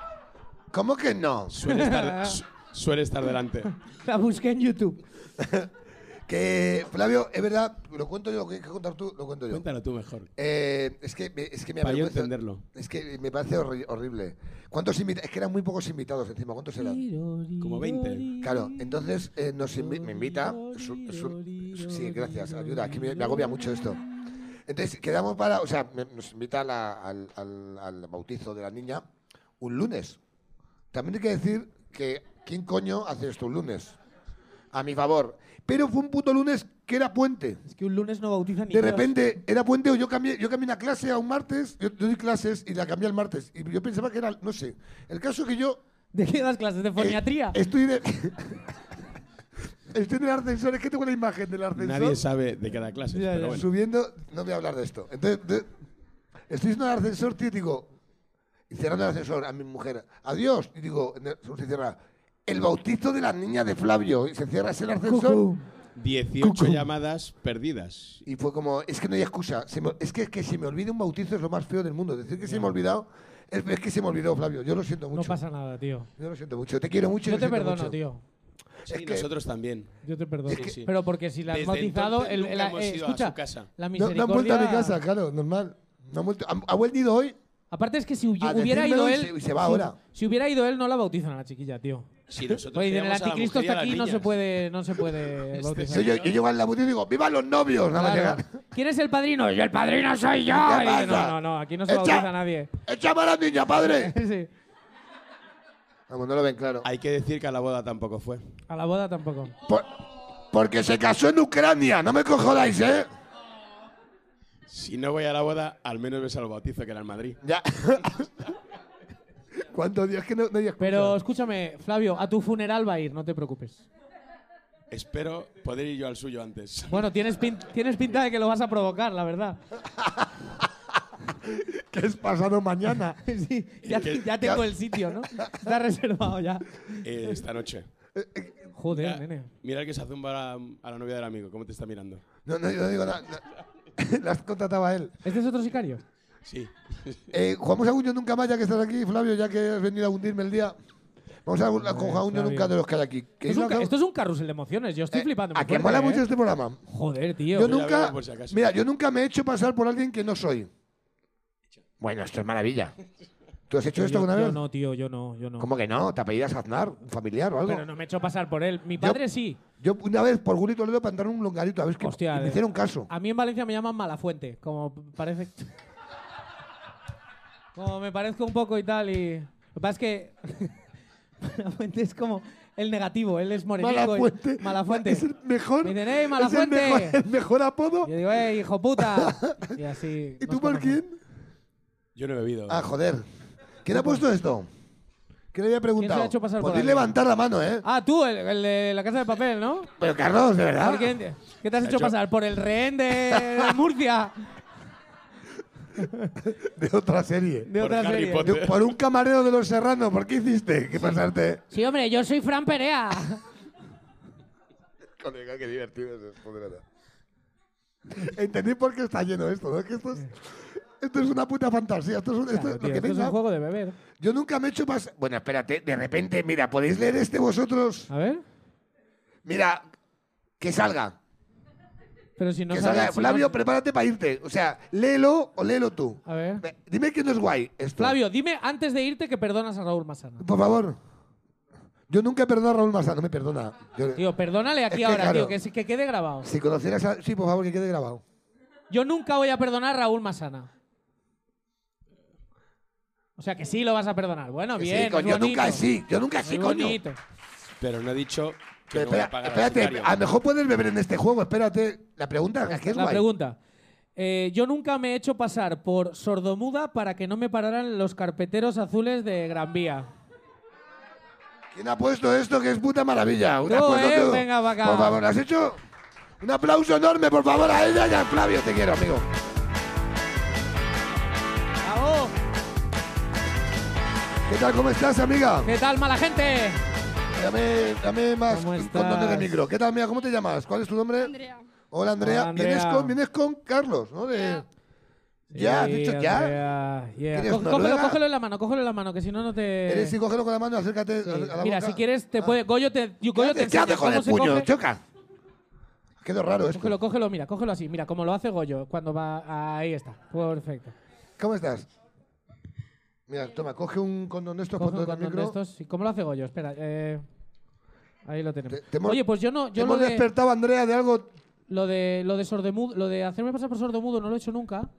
S2: [laughs] ¿Cómo que no?
S4: [laughs]
S8: Suele estar, su- suele estar delante.
S4: La busqué en YouTube.
S2: Que, Flavio, es verdad, lo cuento yo, lo que hay que contar tú, lo cuento yo.
S8: Cuéntalo tú mejor.
S2: Eh, es que me, es que me
S8: Para yo
S2: avergüenza-
S8: entenderlo.
S2: Es que me parece horri- horrible. ¿Cuántos invitados? Es que eran muy pocos invitados encima. ¿Cuántos eran?
S8: Como 20.
S2: Claro, entonces eh, nos invi- me invita. su- su- sí, gracias, ayuda. Es que me, me agobia mucho esto. Entonces quedamos para. O sea, me- nos invita a la- al, al- al bautizo de la niña un lunes. También hay que decir que ¿quién coño hace esto un lunes? A mi favor. Pero fue un puto lunes que era puente.
S4: Es que un lunes no bautizan ni
S2: De
S4: Dios.
S2: repente era puente o yo cambié, yo cambié una clase a un martes, yo, yo doy clases y la cambié al martes. Y yo pensaba que era, no sé. El caso es que yo
S4: ¿De qué das clases? ¿De foniatría?
S2: eh, estoy, en el, [laughs] estoy en el ascensor, es que tengo la imagen del ascensor.
S8: Nadie sabe de cada clase.
S4: Ya, ya.
S8: Pero bueno.
S2: Subiendo, no voy a hablar de esto. Entonces, de- estoy en el ascensor, tío, y digo, y cerrando el ascensor a mi mujer, adiós. Y digo, en el- se cierra, el bautizo de la niña de Flavio. Y se cierra así el ascensor.
S8: 18
S2: Cucú.
S8: llamadas perdidas.
S2: Y fue como, es que no hay excusa. se me- es que, que se me olvide un bautizo es lo más feo del mundo. Decir que se me ha olvidado, es, es que se me olvidó, Flavio. Yo lo siento mucho.
S4: No pasa nada, tío.
S2: Yo lo siento mucho. Te quiero mucho. y
S4: Yo
S2: lo
S4: te
S2: siento
S4: perdono,
S2: mucho.
S4: tío.
S8: Sí,
S2: Es que-
S8: nosotros también.
S4: Yo te perdono.
S8: Sí, sí.
S4: Pero porque si la has
S8: Desde
S4: bautizado,
S8: entonces
S4: el-
S8: nunca
S4: la-
S8: hemos
S4: eh,
S8: ido a
S4: escucha,
S8: su casa.
S4: la
S2: No,
S4: misericordia...
S2: no han vuelto a mi casa, claro, normal. No han, vuelto- han- ha vuelto hoy.
S4: Aparte es que si hubi-
S2: A
S4: hubiera
S2: decírmelo
S4: ido
S2: y
S4: él...
S2: se- y se va
S4: si-
S2: ahora.
S4: Si hubiera ido él, no la bautizan a la chiquilla, tío.
S8: Si nosotros
S4: Oye, dicen, el
S8: queremos a la
S4: anticristo
S8: mujer y a
S4: está
S8: las
S4: aquí, no se
S8: niñas. Este,
S4: puede, no se
S8: [laughs]
S4: puede bautizar.
S2: Yo, yo, yo llego al labutito y digo, ¡viva los novios! Nada más
S4: Claro.
S2: llegar.
S4: ¿Quién es el padrino? Yo el padrino soy yo.
S2: ¿Qué
S4: Y dice,
S2: pasa?
S4: no, no, no, aquí no se
S2: Echa-
S4: bautiza a nadie. [laughs]
S2: ¡Echame a la niña, padre!
S4: Sí.
S2: Vamos, no lo ven claro.
S8: Hay que decir que a la boda tampoco fue.
S4: A la boda tampoco.
S2: Por- porque se casó en Ucrania, no me cojodáis, ¿eh?
S8: Si no voy a la boda, al menos ves al bautizo que era en Madrid.
S2: Ya. ¿Cuántos días que no, no hay excusa?
S4: Pero escúchame, Flavio, a tu funeral va a ir, no te preocupes.
S8: Espero poder ir yo al suyo antes.
S4: Bueno, tienes, pin- tienes pinta de que lo vas a provocar, la verdad.
S2: ¿Qué es pasado mañana?
S4: [laughs] Sí, ya,
S8: que-
S4: ya tengo el sitio, ¿no? Está reservado ya.
S8: Eh, esta noche.
S4: Joder,
S8: Ah,
S4: nene.
S8: Mira el que se zumba a la, a la novia del amigo, cómo te está mirando.
S2: No, no, yo no digo nada. no. [laughs] Las contrataba él.
S4: ¿Este es otro sicario?
S8: Sí.
S2: Eh, jugamos a Unio Nunca Más, ya que estás aquí, Flavio, ya que has venido a hundirme el día. Vamos a jugar con
S4: Flavio.
S2: Unio Nunca de los que hay aquí. Que
S4: Esto es, un,
S2: una-
S4: ca- esto es un carrusel de emociones, yo estoy flipando.
S2: a
S4: muy
S2: que
S4: fuerte,
S2: mola
S4: ¿eh?
S2: mucho este programa.
S4: Joder, tío.
S2: Yo
S8: Voy a
S2: nunca,
S8: verlo por si acaso.
S2: mira, yo nunca me he hecho pasar por alguien que no soy.
S5: Bueno, esto es maravilla.
S2: ¿Tú has hecho
S4: Yo-
S2: esto alguna
S4: yo
S2: vez?
S4: no, tío, yo no, yo no.
S5: ¿Cómo que no?
S2: ¿Te apellidas Aznar, un familiar o algo?
S4: Pero no me he hecho pasar por él. Mi padre sí.
S2: Yo una vez por Gulito Toledo para entrar un longarito, a ver qué
S4: Hostia,
S2: y me
S4: de-
S2: hicieron caso.
S4: A mí en Valencia me llaman Malafuente, como parece. [laughs] como me parezco un poco y tal. Y... Lo que pasa es que. [laughs] Malafuente es como el negativo, él es morenico. y-
S2: Malafuente.
S4: Malafuente.
S2: Es el mejor.
S4: Me dicen, "Ey,
S2: es el
S4: Malafuente".
S2: mejor- el mejor apodo.
S4: Yo digo, ¡eh,
S2: [laughs]
S4: hijo puta! Y así.
S2: ¿Y
S4: nos
S2: tú por
S4: conocemos.
S2: quién?
S8: Yo no he bebido.
S2: Ah, joder. ¿Quién ha puesto esto? ¿Quién le había preguntado?
S4: hecho pasar por
S2: Podéis
S4: alguien?
S2: levantar la mano, ¿eh?
S4: Ah, tú, el, el de la casa de papel, ¿no?
S2: Pero Carlos, de verdad.
S4: ¿Alguien- ¿Qué te has
S8: Se ha
S4: hecho
S8: hecho-
S4: pasar? ¿Por el rehén de,
S2: [laughs]
S4: de Murcia?
S2: De otra serie.
S4: De
S8: Por
S4: otra
S8: Harry
S4: serie.
S8: Potter.
S2: De- por un camarero de los serranos, ¿por qué hiciste? ¿Qué pasarte?
S4: Sí, hombre, yo soy Fran Perea.
S2: Colega, qué divertido es esto, de verdad. Entendí por qué está lleno esto, ¿no? Es que esto es, esto es una puta fantasía. Esto es, un- esto es
S4: Claro,
S2: lo
S4: tío,
S2: que
S4: esto es
S2: venga.
S4: un juego de beber.
S2: Yo nunca me he hecho pasar. Bueno, espérate, de repente, mira, podéis leer este vosotros.
S4: A ver.
S2: Mira, que salga.
S4: Pero si no
S2: que
S4: sabes.
S2: salga.
S4: si no-
S2: Flavio, prepárate para irte. O sea, léelo o léelo tú.
S4: A ver.
S2: Ve, Dime que no es guay. Esto.
S4: Flavio, dime antes de irte que perdonas a Raúl Masana.
S2: Por favor. Yo nunca he perdonado a Raúl Marzano, no me perdona. Yo-
S4: Tío, perdónale aquí
S2: Es que,
S4: ahora,
S2: claro.
S4: tío, que, se- que quede grabado.
S2: si conocieras a... Sí, por favor, que quede grabado.
S4: Yo nunca voy a perdonar a Raúl Masana. O sea que sí lo vas a perdonar. Bueno,
S2: Que sí,
S4: bien.
S2: coño, yo
S4: es
S2: nunca
S4: bonito.
S2: sí, yo nunca sí,
S4: Muy
S2: coño.
S4: bonito.
S8: Pero no he dicho que
S2: Pero
S8: no voy
S2: espera,
S8: a pagar al
S2: espérate,
S8: sicario.
S2: a lo mejor puedes beber en este juego, espérate. La pregunta es que es
S4: La
S2: guay.
S4: pregunta. Eh, yo nunca me he hecho pasar por sordomuda para que no me pararan los carpeteros azules de Gran Vía.
S2: ¿Quién ha puesto esto que es puta maravilla? Un
S4: Tú,
S2: acuerdo,
S4: eh,
S2: tú.
S4: venga pa' acá.
S2: Por favor, ¿has hecho? Un aplauso enorme, por favor, a ella y a Flavio. Te quiero, amigo.
S4: ¡Bravo!
S2: ¿Qué tal? ¿Cómo estás, amiga? Eh,
S4: ¿Qué tal, mala gente?
S2: Dame, dame más
S4: ¿Cómo
S2: con
S4: estás?
S2: dónde de micro. ¿Qué tal, amiga? ¿Cómo te llamas? ¿Cuál es tu nombre?
S9: Andrea.
S2: Hola, Andrea.
S4: Hola, Andrea.
S2: Vienes, con, vienes con Carlos, ¿no? De... Ya, has
S4: Sí,
S2: dicho ya.
S4: Andrea, yeah.
S2: ¿Eres
S4: Coge- Cógelo,
S2: noruega?
S4: cógelo en la mano, cógelo en la mano, que si no, no te.
S2: Eres y cógelo con la mano, acércate
S4: eh. Sí.
S2: a la
S4: Mira,
S2: boca.
S4: si quieres, te
S2: Ah.
S4: puede. Goyo te, Goyo te
S2: ¿Qué haces
S4: enseña
S2: con
S4: cómo
S2: el
S4: se
S2: puño?
S4: coge.
S2: Choca. ¿Qué quedó raro esto.
S4: Cógelo, cógelo, mira, cógelo así. Mira, como lo hace Goyo cuando va. Ahí está. Perfecto.
S2: ¿Cómo estás? Mira, toma, coge un condón de estos,
S4: Coge
S2: ponlo
S4: un
S2: en el
S4: condón de
S2: micro.
S4: estos. Sí, ¿Cómo lo hace Goyo? Espera. eh, ahí lo tenemos.
S2: Te- te hemos-
S4: Oye, pues yo no.
S2: Te
S4: Yo lo
S2: hemos
S4: de,
S2: despertado, Andrea, de algo.
S4: lo de lo de sordomudo, lo de hacerme pasar por sordomudo no lo he hecho nunca,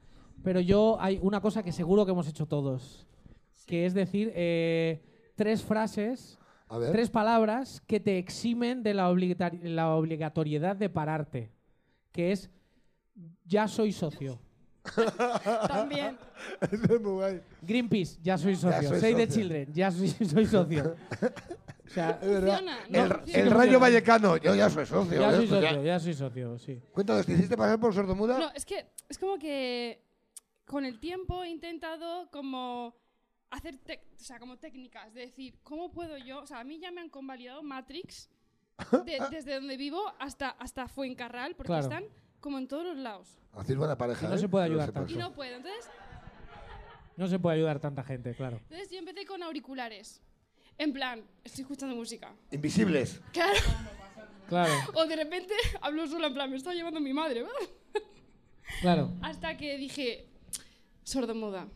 S4: pero yo hay una cosa que seguro que hemos hecho todos, que es decir eh, tres frases,
S2: A ver.
S4: tres palabras que te eximen de la, obligatar- la obligatoriedad de pararte, que es ya soy socio.
S9: [laughs] También.
S2: Eso es muy guay.
S4: Greenpeace, ya soy socio.
S2: soy
S4: Save the
S2: socio.
S4: Children, ya soy, [laughs] soy socio. O [laughs] sea,
S2: Es verdad.
S9: Funciona,
S2: El,
S9: no,
S2: el
S9: sí que
S2: Rayo
S4: funciona.
S2: Vallecano, yo ya soy socio.
S4: ya
S2: ¿eh?
S4: soy
S2: Pues ya.
S4: socio, ya soy socio, sí.
S2: Cuéntanos, ¿te hiciste pasar por sordomuda?
S9: No, es que es como que con el tiempo he intentado como hacer tec- o sea, como técnicas, de decir, ¿cómo puedo yo? O sea, a mí ya me han convalidado Matrix de-
S2: [laughs]
S9: desde donde vivo hasta, hasta Fuencarral, porque
S4: Claro.
S9: están como en todos los lados.
S2: Hacéis buena pareja.
S4: Que no
S2: ¿eh?
S4: se puede
S2: Que lo
S4: ayudar
S2: sepas.
S9: Y no puedo. Entonces,
S4: No se puede ayudar tanta gente, claro.
S9: entonces yo empecé con auriculares. En plan, estoy escuchando música.
S2: Invisibles.
S9: Claro.
S4: Claro,
S9: O de repente [laughs] hablo sola, en plan, me está llevando mi madre.
S4: claro.
S9: Hasta que dije, sordomuda.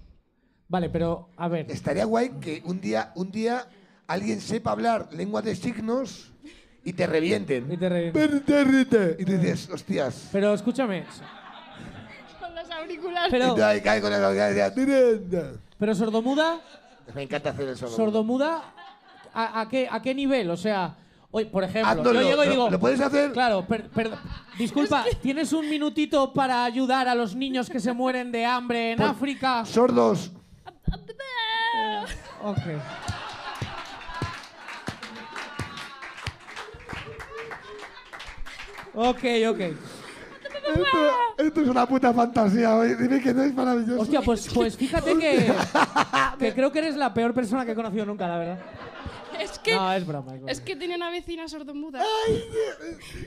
S4: Vale, pero a ver.
S2: Estaría guay que un día, un día alguien sepa hablar lengua de signos y te revienten.
S4: y te re-
S2: Rite, rite. Y tú dices, hostias.
S4: Pero escúchame,
S9: Con los auriculares.
S2: Y
S4: [laughs] pero,
S2: tú ahí caes con la cabeza y dices, "Tiranda".
S4: pero sordomuda,
S2: Me encanta hacer el sordo.
S4: sordomuda, ¿a, a qué, ¿a qué nivel? O sea, hoy, por ejemplo,
S2: Hazlo,
S4: yo llego y
S2: lo-
S4: digo,
S2: lo puedes hacer.
S4: claro, per- per- disculpa, ¿tienes un minutito para ayudar a los niños que se mueren de hambre en África?
S2: Sordos.
S4: Ok. Ok, ok.
S2: Esto, esto es una puta fantasía, oye. Dime que no es maravilloso.
S4: Hostia, pues, pues fíjate que, que creo que eres la peor persona que he conocido nunca, la verdad.
S9: [laughs] Es que,
S4: No, es broma. Es broma.
S9: es que tenía una vecina sordomuda.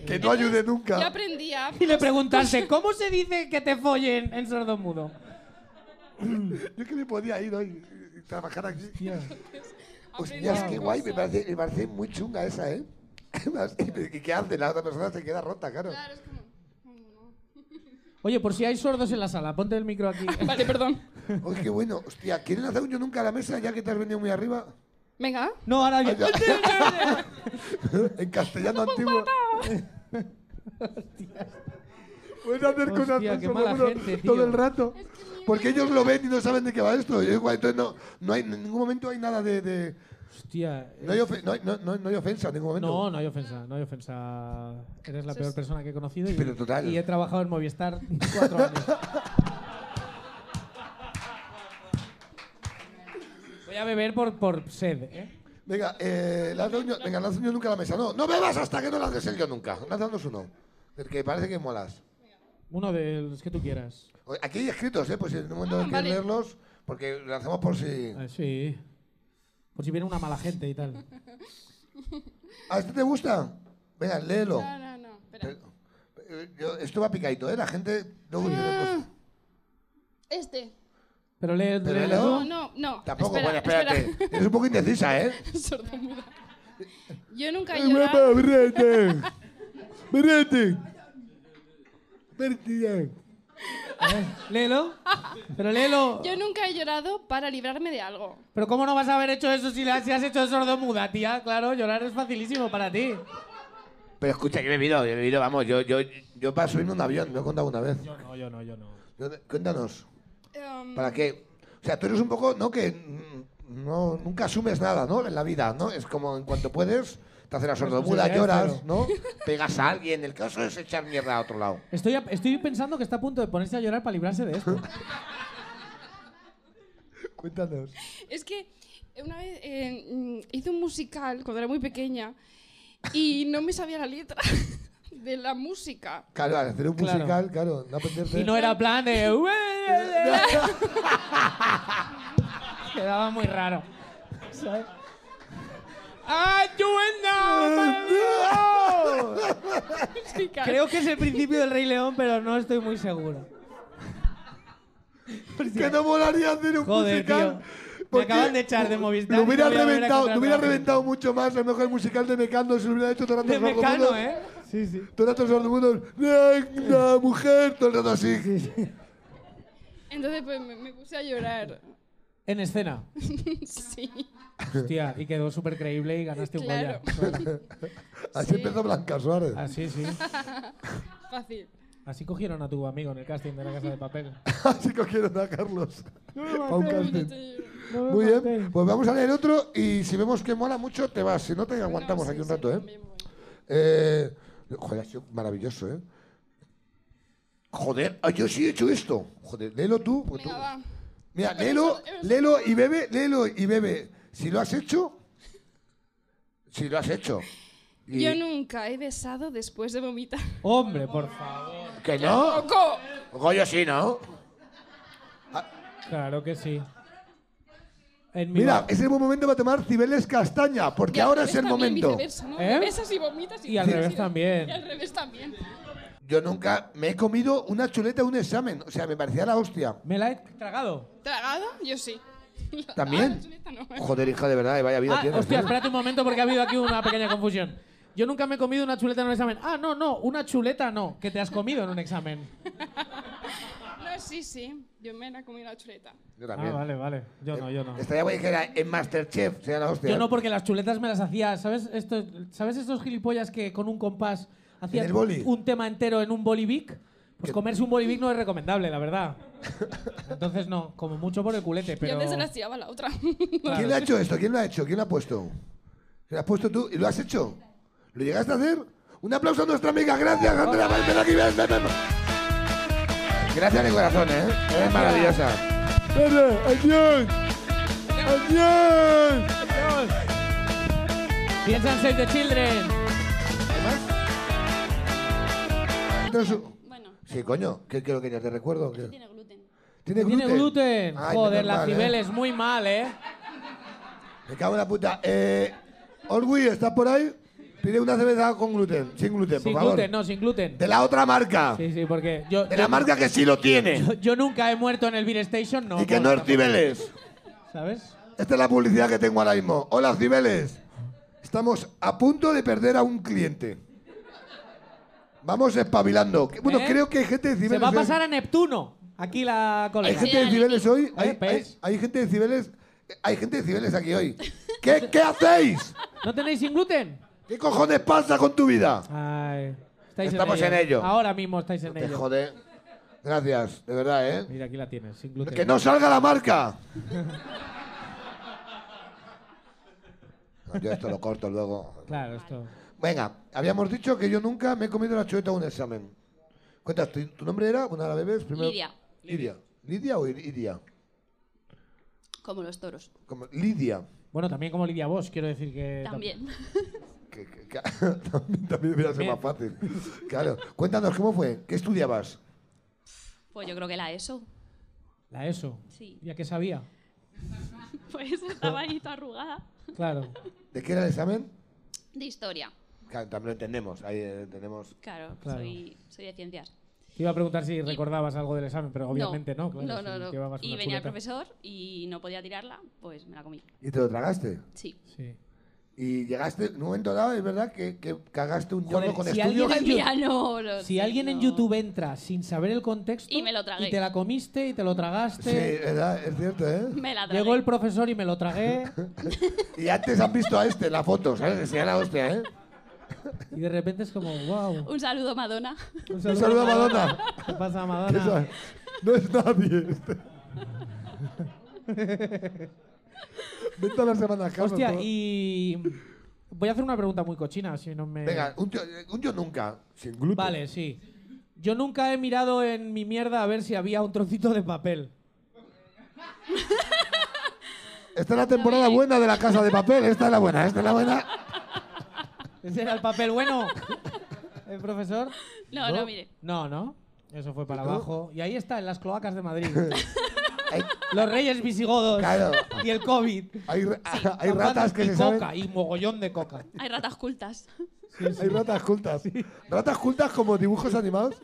S2: que no ayude
S9: Yo
S2: nunca.
S9: aprendía.
S4: Y le preguntaste, ¿cómo se dice que te follen en sordo mudo?
S2: Yo que me podía ir hoy y trabajar aquí. Hostias,
S9: aprendía
S2: qué guay, me
S9: cosas.
S2: parece, me parece muy chunga esa, ¿eh? [laughs] ¿Y qué hace? La otra persona se queda rota, claro.
S9: Claro, es como, "Oh,
S4: Oye, por si hay sordos en la sala, ponte el micro aquí.
S9: no". Vale, perdón.
S2: Uy, qué bueno. Hostia, ¿quieren hacer un yo nunca a la mesa ya que te has venido muy arriba? [laughs]
S9: Venga.
S4: No, ahora bien.
S2: en castellano antiguo. [laughs] Puedes hacer cosas
S4: Hostia,
S2: con
S4: qué mala
S2: sordomudo
S4: gente, tío.
S2: todo el rato. Porque ellos lo ven y no saben de qué va esto. Yo igual, entonces no, no hay, en ningún momento hay nada de... de-
S4: [laughs] Hostia. eh,
S2: no, hay ofe- no, hay- no- no- no hay ofensa en ningún momento.
S4: No, no hay ofensa, no hay ofensa. Eres la peor persona que he conocido y,
S2: Pero total.
S4: y he trabajado en Movistar cuatro años. Voy a beber por, por sed, ¿eh?
S2: Venga, eh, lanza un yo- venga, lanza un yo nunca a la mesa. No, no bebas hasta que no lances el yo nunca. Lánzanos uno. Porque parece que molas.
S4: Uno de los que tú quieras.
S2: O- Aquí hay escritos, ¿eh? Pues en un momento
S9: Ah,
S2: en que
S9: vale.
S2: leerlos, porque lanzamos por si...
S4: Eh, sí. Por si viene una mala gente y tal.
S2: ¿A este te gusta? Venga, léelo.
S9: No, no, no. Espera.
S2: Pero- eh, yo- esto va picadito, ¿eh? La gente... luego tiene-
S9: Ah. Este.
S4: Pero lee,
S2: Pero
S4: lee
S2: léelo.
S4: tú.
S9: No, no, no.
S2: Tampoco,
S9: espera,
S2: bueno, espérate.
S9: espera. [laughs]
S2: Es un poco indecisa, ¿eh?
S9: sordomuda. Yo nunca he llorado.
S2: ¡Brete! ¡Brete!
S4: Léelo. Pero léelo.
S9: Yo nunca he llorado para librarme de algo.
S4: Pero ¿cómo no vas a haber hecho eso si, la- si has hecho sordo muda, tía? Claro, llorar es facilísimo para ti.
S5: Pero escucha, yo he bebido, yo he bebido, vamos, yo, yo,
S2: Yo para subirme a un avión, lo he contado una vez.
S4: No, yo no, yo no.
S2: Yo- Cuéntanos,
S9: Em,
S2: ¿para qué? O sea, tú eres un poco, ¿no? Que mm, no, nunca asumes nada, ¿no? En la vida, ¿no? Es como en cuanto puedes, te haces la
S4: Pues,
S2: sordomuda, lloras,
S4: Responsabilidades, [laughs]
S2: ¿no?
S5: pegas a alguien, el caso es echar mierda a otro lado.
S4: Estoy, a- estoy pensando que está a punto de ponerse a llorar para librarse de
S2: [laughs]
S4: esto.
S2: Cuéntanos.
S9: Es que una vez eh, mm, hice un musical cuando era muy pequeña y no me sabía la letra [laughs] de la música.
S2: Claro, al hacer un
S4: Claro.
S2: musical, claro, no aprenderte.
S4: Y no era plan de... [laughs] Quedaba muy raro. ¿Sabes? ¡Ayuda!
S9: Música.
S4: Creo que es el principio del Rey León, pero no estoy muy seguro.
S2: Que no molaría hacer un
S4: Joder,
S2: musical.
S4: tío. Me
S2: porque
S4: acaban de echar de Movistar
S2: Lo
S4: y
S2: hubiera
S4: no voy a volver a
S2: reventado,
S4: encontrar
S2: lo hubiera
S4: trabajo.
S2: reventado mucho más. A lo mejor el musical de Mecano se lo hubiera hecho tocando
S4: De
S2: el rock
S4: Mecano,
S2: como-
S4: ¿eh? Sí, sí.
S2: Todo el rato sordomudos, la mujer, todo el rato así.
S9: Entonces, pues me, me puse a llorar. [laughs]
S4: En escena.
S9: sí.
S4: Hostia, y quedó súper creíble y ganaste un
S9: Claro.
S4: Goya.
S2: Así empezó Blanca Suárez.
S4: Así, sí.
S9: Fácil.
S4: Así cogieron a tu amigo en el casting de la casa de papel.
S2: [laughs] Así cogieron a Carlos. Pa' un casting.
S4: No me
S2: Muy bien,
S4: matéis.
S2: pues vamos a leer otro y si vemos que mola mucho te vas, si no te aguantamos aquí un rato, ¿eh? Eh, Joder, ha sido maravilloso, ¿eh? Joder, ah, yo sí he hecho esto. Joder, léelo tú. porque tú-
S9: Venga, va.
S2: Mira, léelo, léelo y bebe, léelo y bebe. Si lo has hecho, si lo has hecho. Y-
S9: Yo nunca he besado después de vomitar.
S4: Hombre, por favor.
S5: Que no.
S9: ¡Poco!
S5: Goyo sí, ¿no?
S4: Claro que sí. En mi
S2: Mira,
S4: ba-
S2: es el buen momento para tomar Cibeles Castaña, porque
S9: Y al
S2: ahora
S9: revés
S2: es el
S9: también,
S2: momento.
S9: viceversa, ¿no?
S4: ¿Eh?
S9: Besas y vomitas y,
S4: Y al
S9: besas
S4: revés también.
S9: [laughs] Y al revés también.
S2: Yo nunca me he comido una chuleta de un examen, o sea, me parecía la hostia.
S4: Me la he tragado.
S9: ¿Tragado? Yo sí.
S2: ¿También?
S9: Ah, [laughs] la chuleta no.
S2: Joder, hija, de verdad, vaya vida
S4: Ah,
S2: tienes.
S4: hostia,
S2: ¿eh?
S4: espérate un momento porque ha habido aquí una pequeña confusión. Yo nunca me he comido una chuleta en un examen. Ah, no, no, una chuleta no, que te has comido en un examen.
S9: No, sí, sí. Yo me la comí la chuleta.
S2: Yo
S4: Ah,
S2: también.
S4: vale, vale. Yo no, yo no.
S2: Estaría guay que era en Masterchef, sería la hostia.
S4: Yo no, porque las chuletas me las hacía, ¿sabes? Esto, ¿Sabes estos gilipollas que con un compás hacían
S2: el boli?
S4: un tema entero en un bolivic? Pues comerse un bolivic no es recomendable, la verdad. Entonces no, como mucho por el culete,
S9: Yo
S4: pero...
S9: antes se la tiraba a la otra. [laughs]
S2: ¿Quién le ha hecho esto? ¿Quién lo ha hecho? ¿Quién lo ha puesto? ¿Lo has puesto tú? ¿Y lo has hecho? ¿Lo llegaste a hacer? Un aplauso a nuestra amiga, gracias, Andrea. Ven, ven aquí, ven, ven, ven. Gracias de corazón, ¿eh? Eres maravillosa. ¡Vete! ¡Adiós! ¡Adiós!
S4: Piensa en Save the Children.
S2: Entonces,
S9: bueno,
S2: sí, coño, ¿qué quiero que ya te recuerdo? ¿Qué?
S9: tiene gluten.
S2: ¿Tiene gluten?
S4: Tiene gluten.
S2: Ay,
S4: Joder,
S2: menos
S4: la
S2: mal, ¿eh?
S4: Cibeles, muy mal, ¿eh?
S2: Me cago en la puta. Eh, Orgui, ¿estás por ahí? Pide una cerveza con gluten, sin gluten,
S4: Sin
S2: por favor.
S4: gluten, no, sin gluten.
S2: De la otra marca.
S4: Sí, sí, porque yo,
S2: De la marca que sí lo tiene.
S4: yo, yo nunca he muerto en el Beer Station, no.
S2: y que
S4: por-
S2: no es Cibeles.
S4: ¿Sabes?
S2: Esta es la publicidad que tengo ahora mismo. Hola, Cibeles. Estamos a punto de perder a un cliente. Vamos espabilando. Bueno,
S4: ¿Eh?
S2: creo que hay gente de
S4: Se
S2: Cibeles.
S4: va a
S2: hoy-
S4: pasar a Neptuno. Aquí la
S2: Hay
S4: colega.
S2: gente de Cibeles hoy. Hay, hay,
S4: ¿ves?
S2: hay gente de Cibeles. Hay gente de Cibeles aquí hoy. ¿Qué, qué hacéis?
S4: ¿No tenéis sin gluten?
S2: ¿Qué cojones pasa con tu vida?
S4: Ay, estáis
S5: Estamos en ello.
S4: Ahora mismo estáis en
S2: Te
S4: ello.
S2: jode. Gracias, de verdad, ¿eh?
S4: Mira, aquí la tienes, sin gluten.
S2: ¡Que no salga la
S4: [laughs]
S2: marca! No, Yo esto lo corto luego.
S4: Claro, esto.
S2: Venga, habíamos dicho que yo nunca me he comido la chuleta en un examen. Cuentas, ¿tu, tu nombre era? Una de las bebés. Primero.
S10: Lidia.
S2: Lidia. ¿Lidia o Iria?
S10: Como los toros.
S2: Como, Lidia.
S4: Bueno, también como Lidia Bosch, quiero decir que.
S10: También.
S2: Que- que- que- [laughs] también, también hubiera sido más fácil. Claro. Cuéntanos, ¿cómo fue? ¿Qué estudiabas?
S10: Pues yo creo que la ESO.
S4: La ESO.
S10: Sí.
S4: Ya que sabía.
S10: Pues estaba ahí toda arrugada.
S4: Claro.
S2: ¿De qué era el examen?
S10: De historia.
S2: Claro, también lo entendemos. Ahí eh, entendemos.
S10: Claro,
S4: Claro.
S10: Soy, soy de ciencias.
S4: Te iba a preguntar si recordabas algo del examen, pero obviamente no. claro,
S10: no,
S4: si
S10: no, no.
S4: llevabas
S10: Y
S4: una
S10: venía el
S4: chuleta.
S10: profesor y no podía tirarla, pues me la comí.
S2: ¿Y te lo tragaste?
S4: [laughs]
S10: Sí.
S4: Sí.
S2: Y llegaste en un momento dado, es verdad, que, que cagaste un
S4: Joder,
S2: chorro con
S4: si
S2: estudio.
S4: alguien-
S10: Ya no, no,
S4: Si
S10: sí,
S4: alguien en
S10: no.
S4: YouTube entra sin saber el contexto.
S10: Y me lo tragué.
S4: y te la comiste y te lo
S2: Sí,
S4: tragaste.
S2: ¿verdad? es cierto, ¿eh?
S10: [laughs] Me la tragué.
S4: Llegó el profesor y me lo tragué.
S2: Y antes han visto a este en la foto, ¿sabes? Que sea la hostia, ¿eh?
S4: y de repente es como,
S10: [laughs]
S4: wow.
S10: Un saludo, Madonna. [laughs]
S2: Un saludo a Madonna.
S4: ¿Qué pasa,
S2: Que
S4: Madonna?
S2: esa- No es nadie. este. Vete a la semana a casa,
S4: Hostia,
S2: todo.
S4: y. Voy a hacer una pregunta muy cochina, si no me.
S2: Venga, un yo, un yo nunca, sin gluten.
S4: Vale, sí. Yo nunca he mirado en mi mierda a ver si había un trocito de papel.
S2: Esta es la temporada buena de la casa de papel. Esta es la buena, esta es la buena.
S4: ¿Ese era el
S2: [laughs]
S4: papel bueno? ¿El profesor?
S10: No, no, mire.
S4: No, no. Eso fue para
S2: ¿No?
S4: abajo. Y ahí está, en las cloacas
S2: [laughs]
S4: de Madrid.
S2: Hay,
S4: Los reyes visigodos.
S2: Claro.
S4: Y el COVID.
S2: hay, ra- [laughs] hay
S4: Campanas
S2: ratas que
S4: y
S2: se
S4: coca,
S2: saben.
S4: Y mogollón de coca.
S10: Hay ratas cultas.
S2: Hay ratas cultas. Ratas cultas como dibujos animados.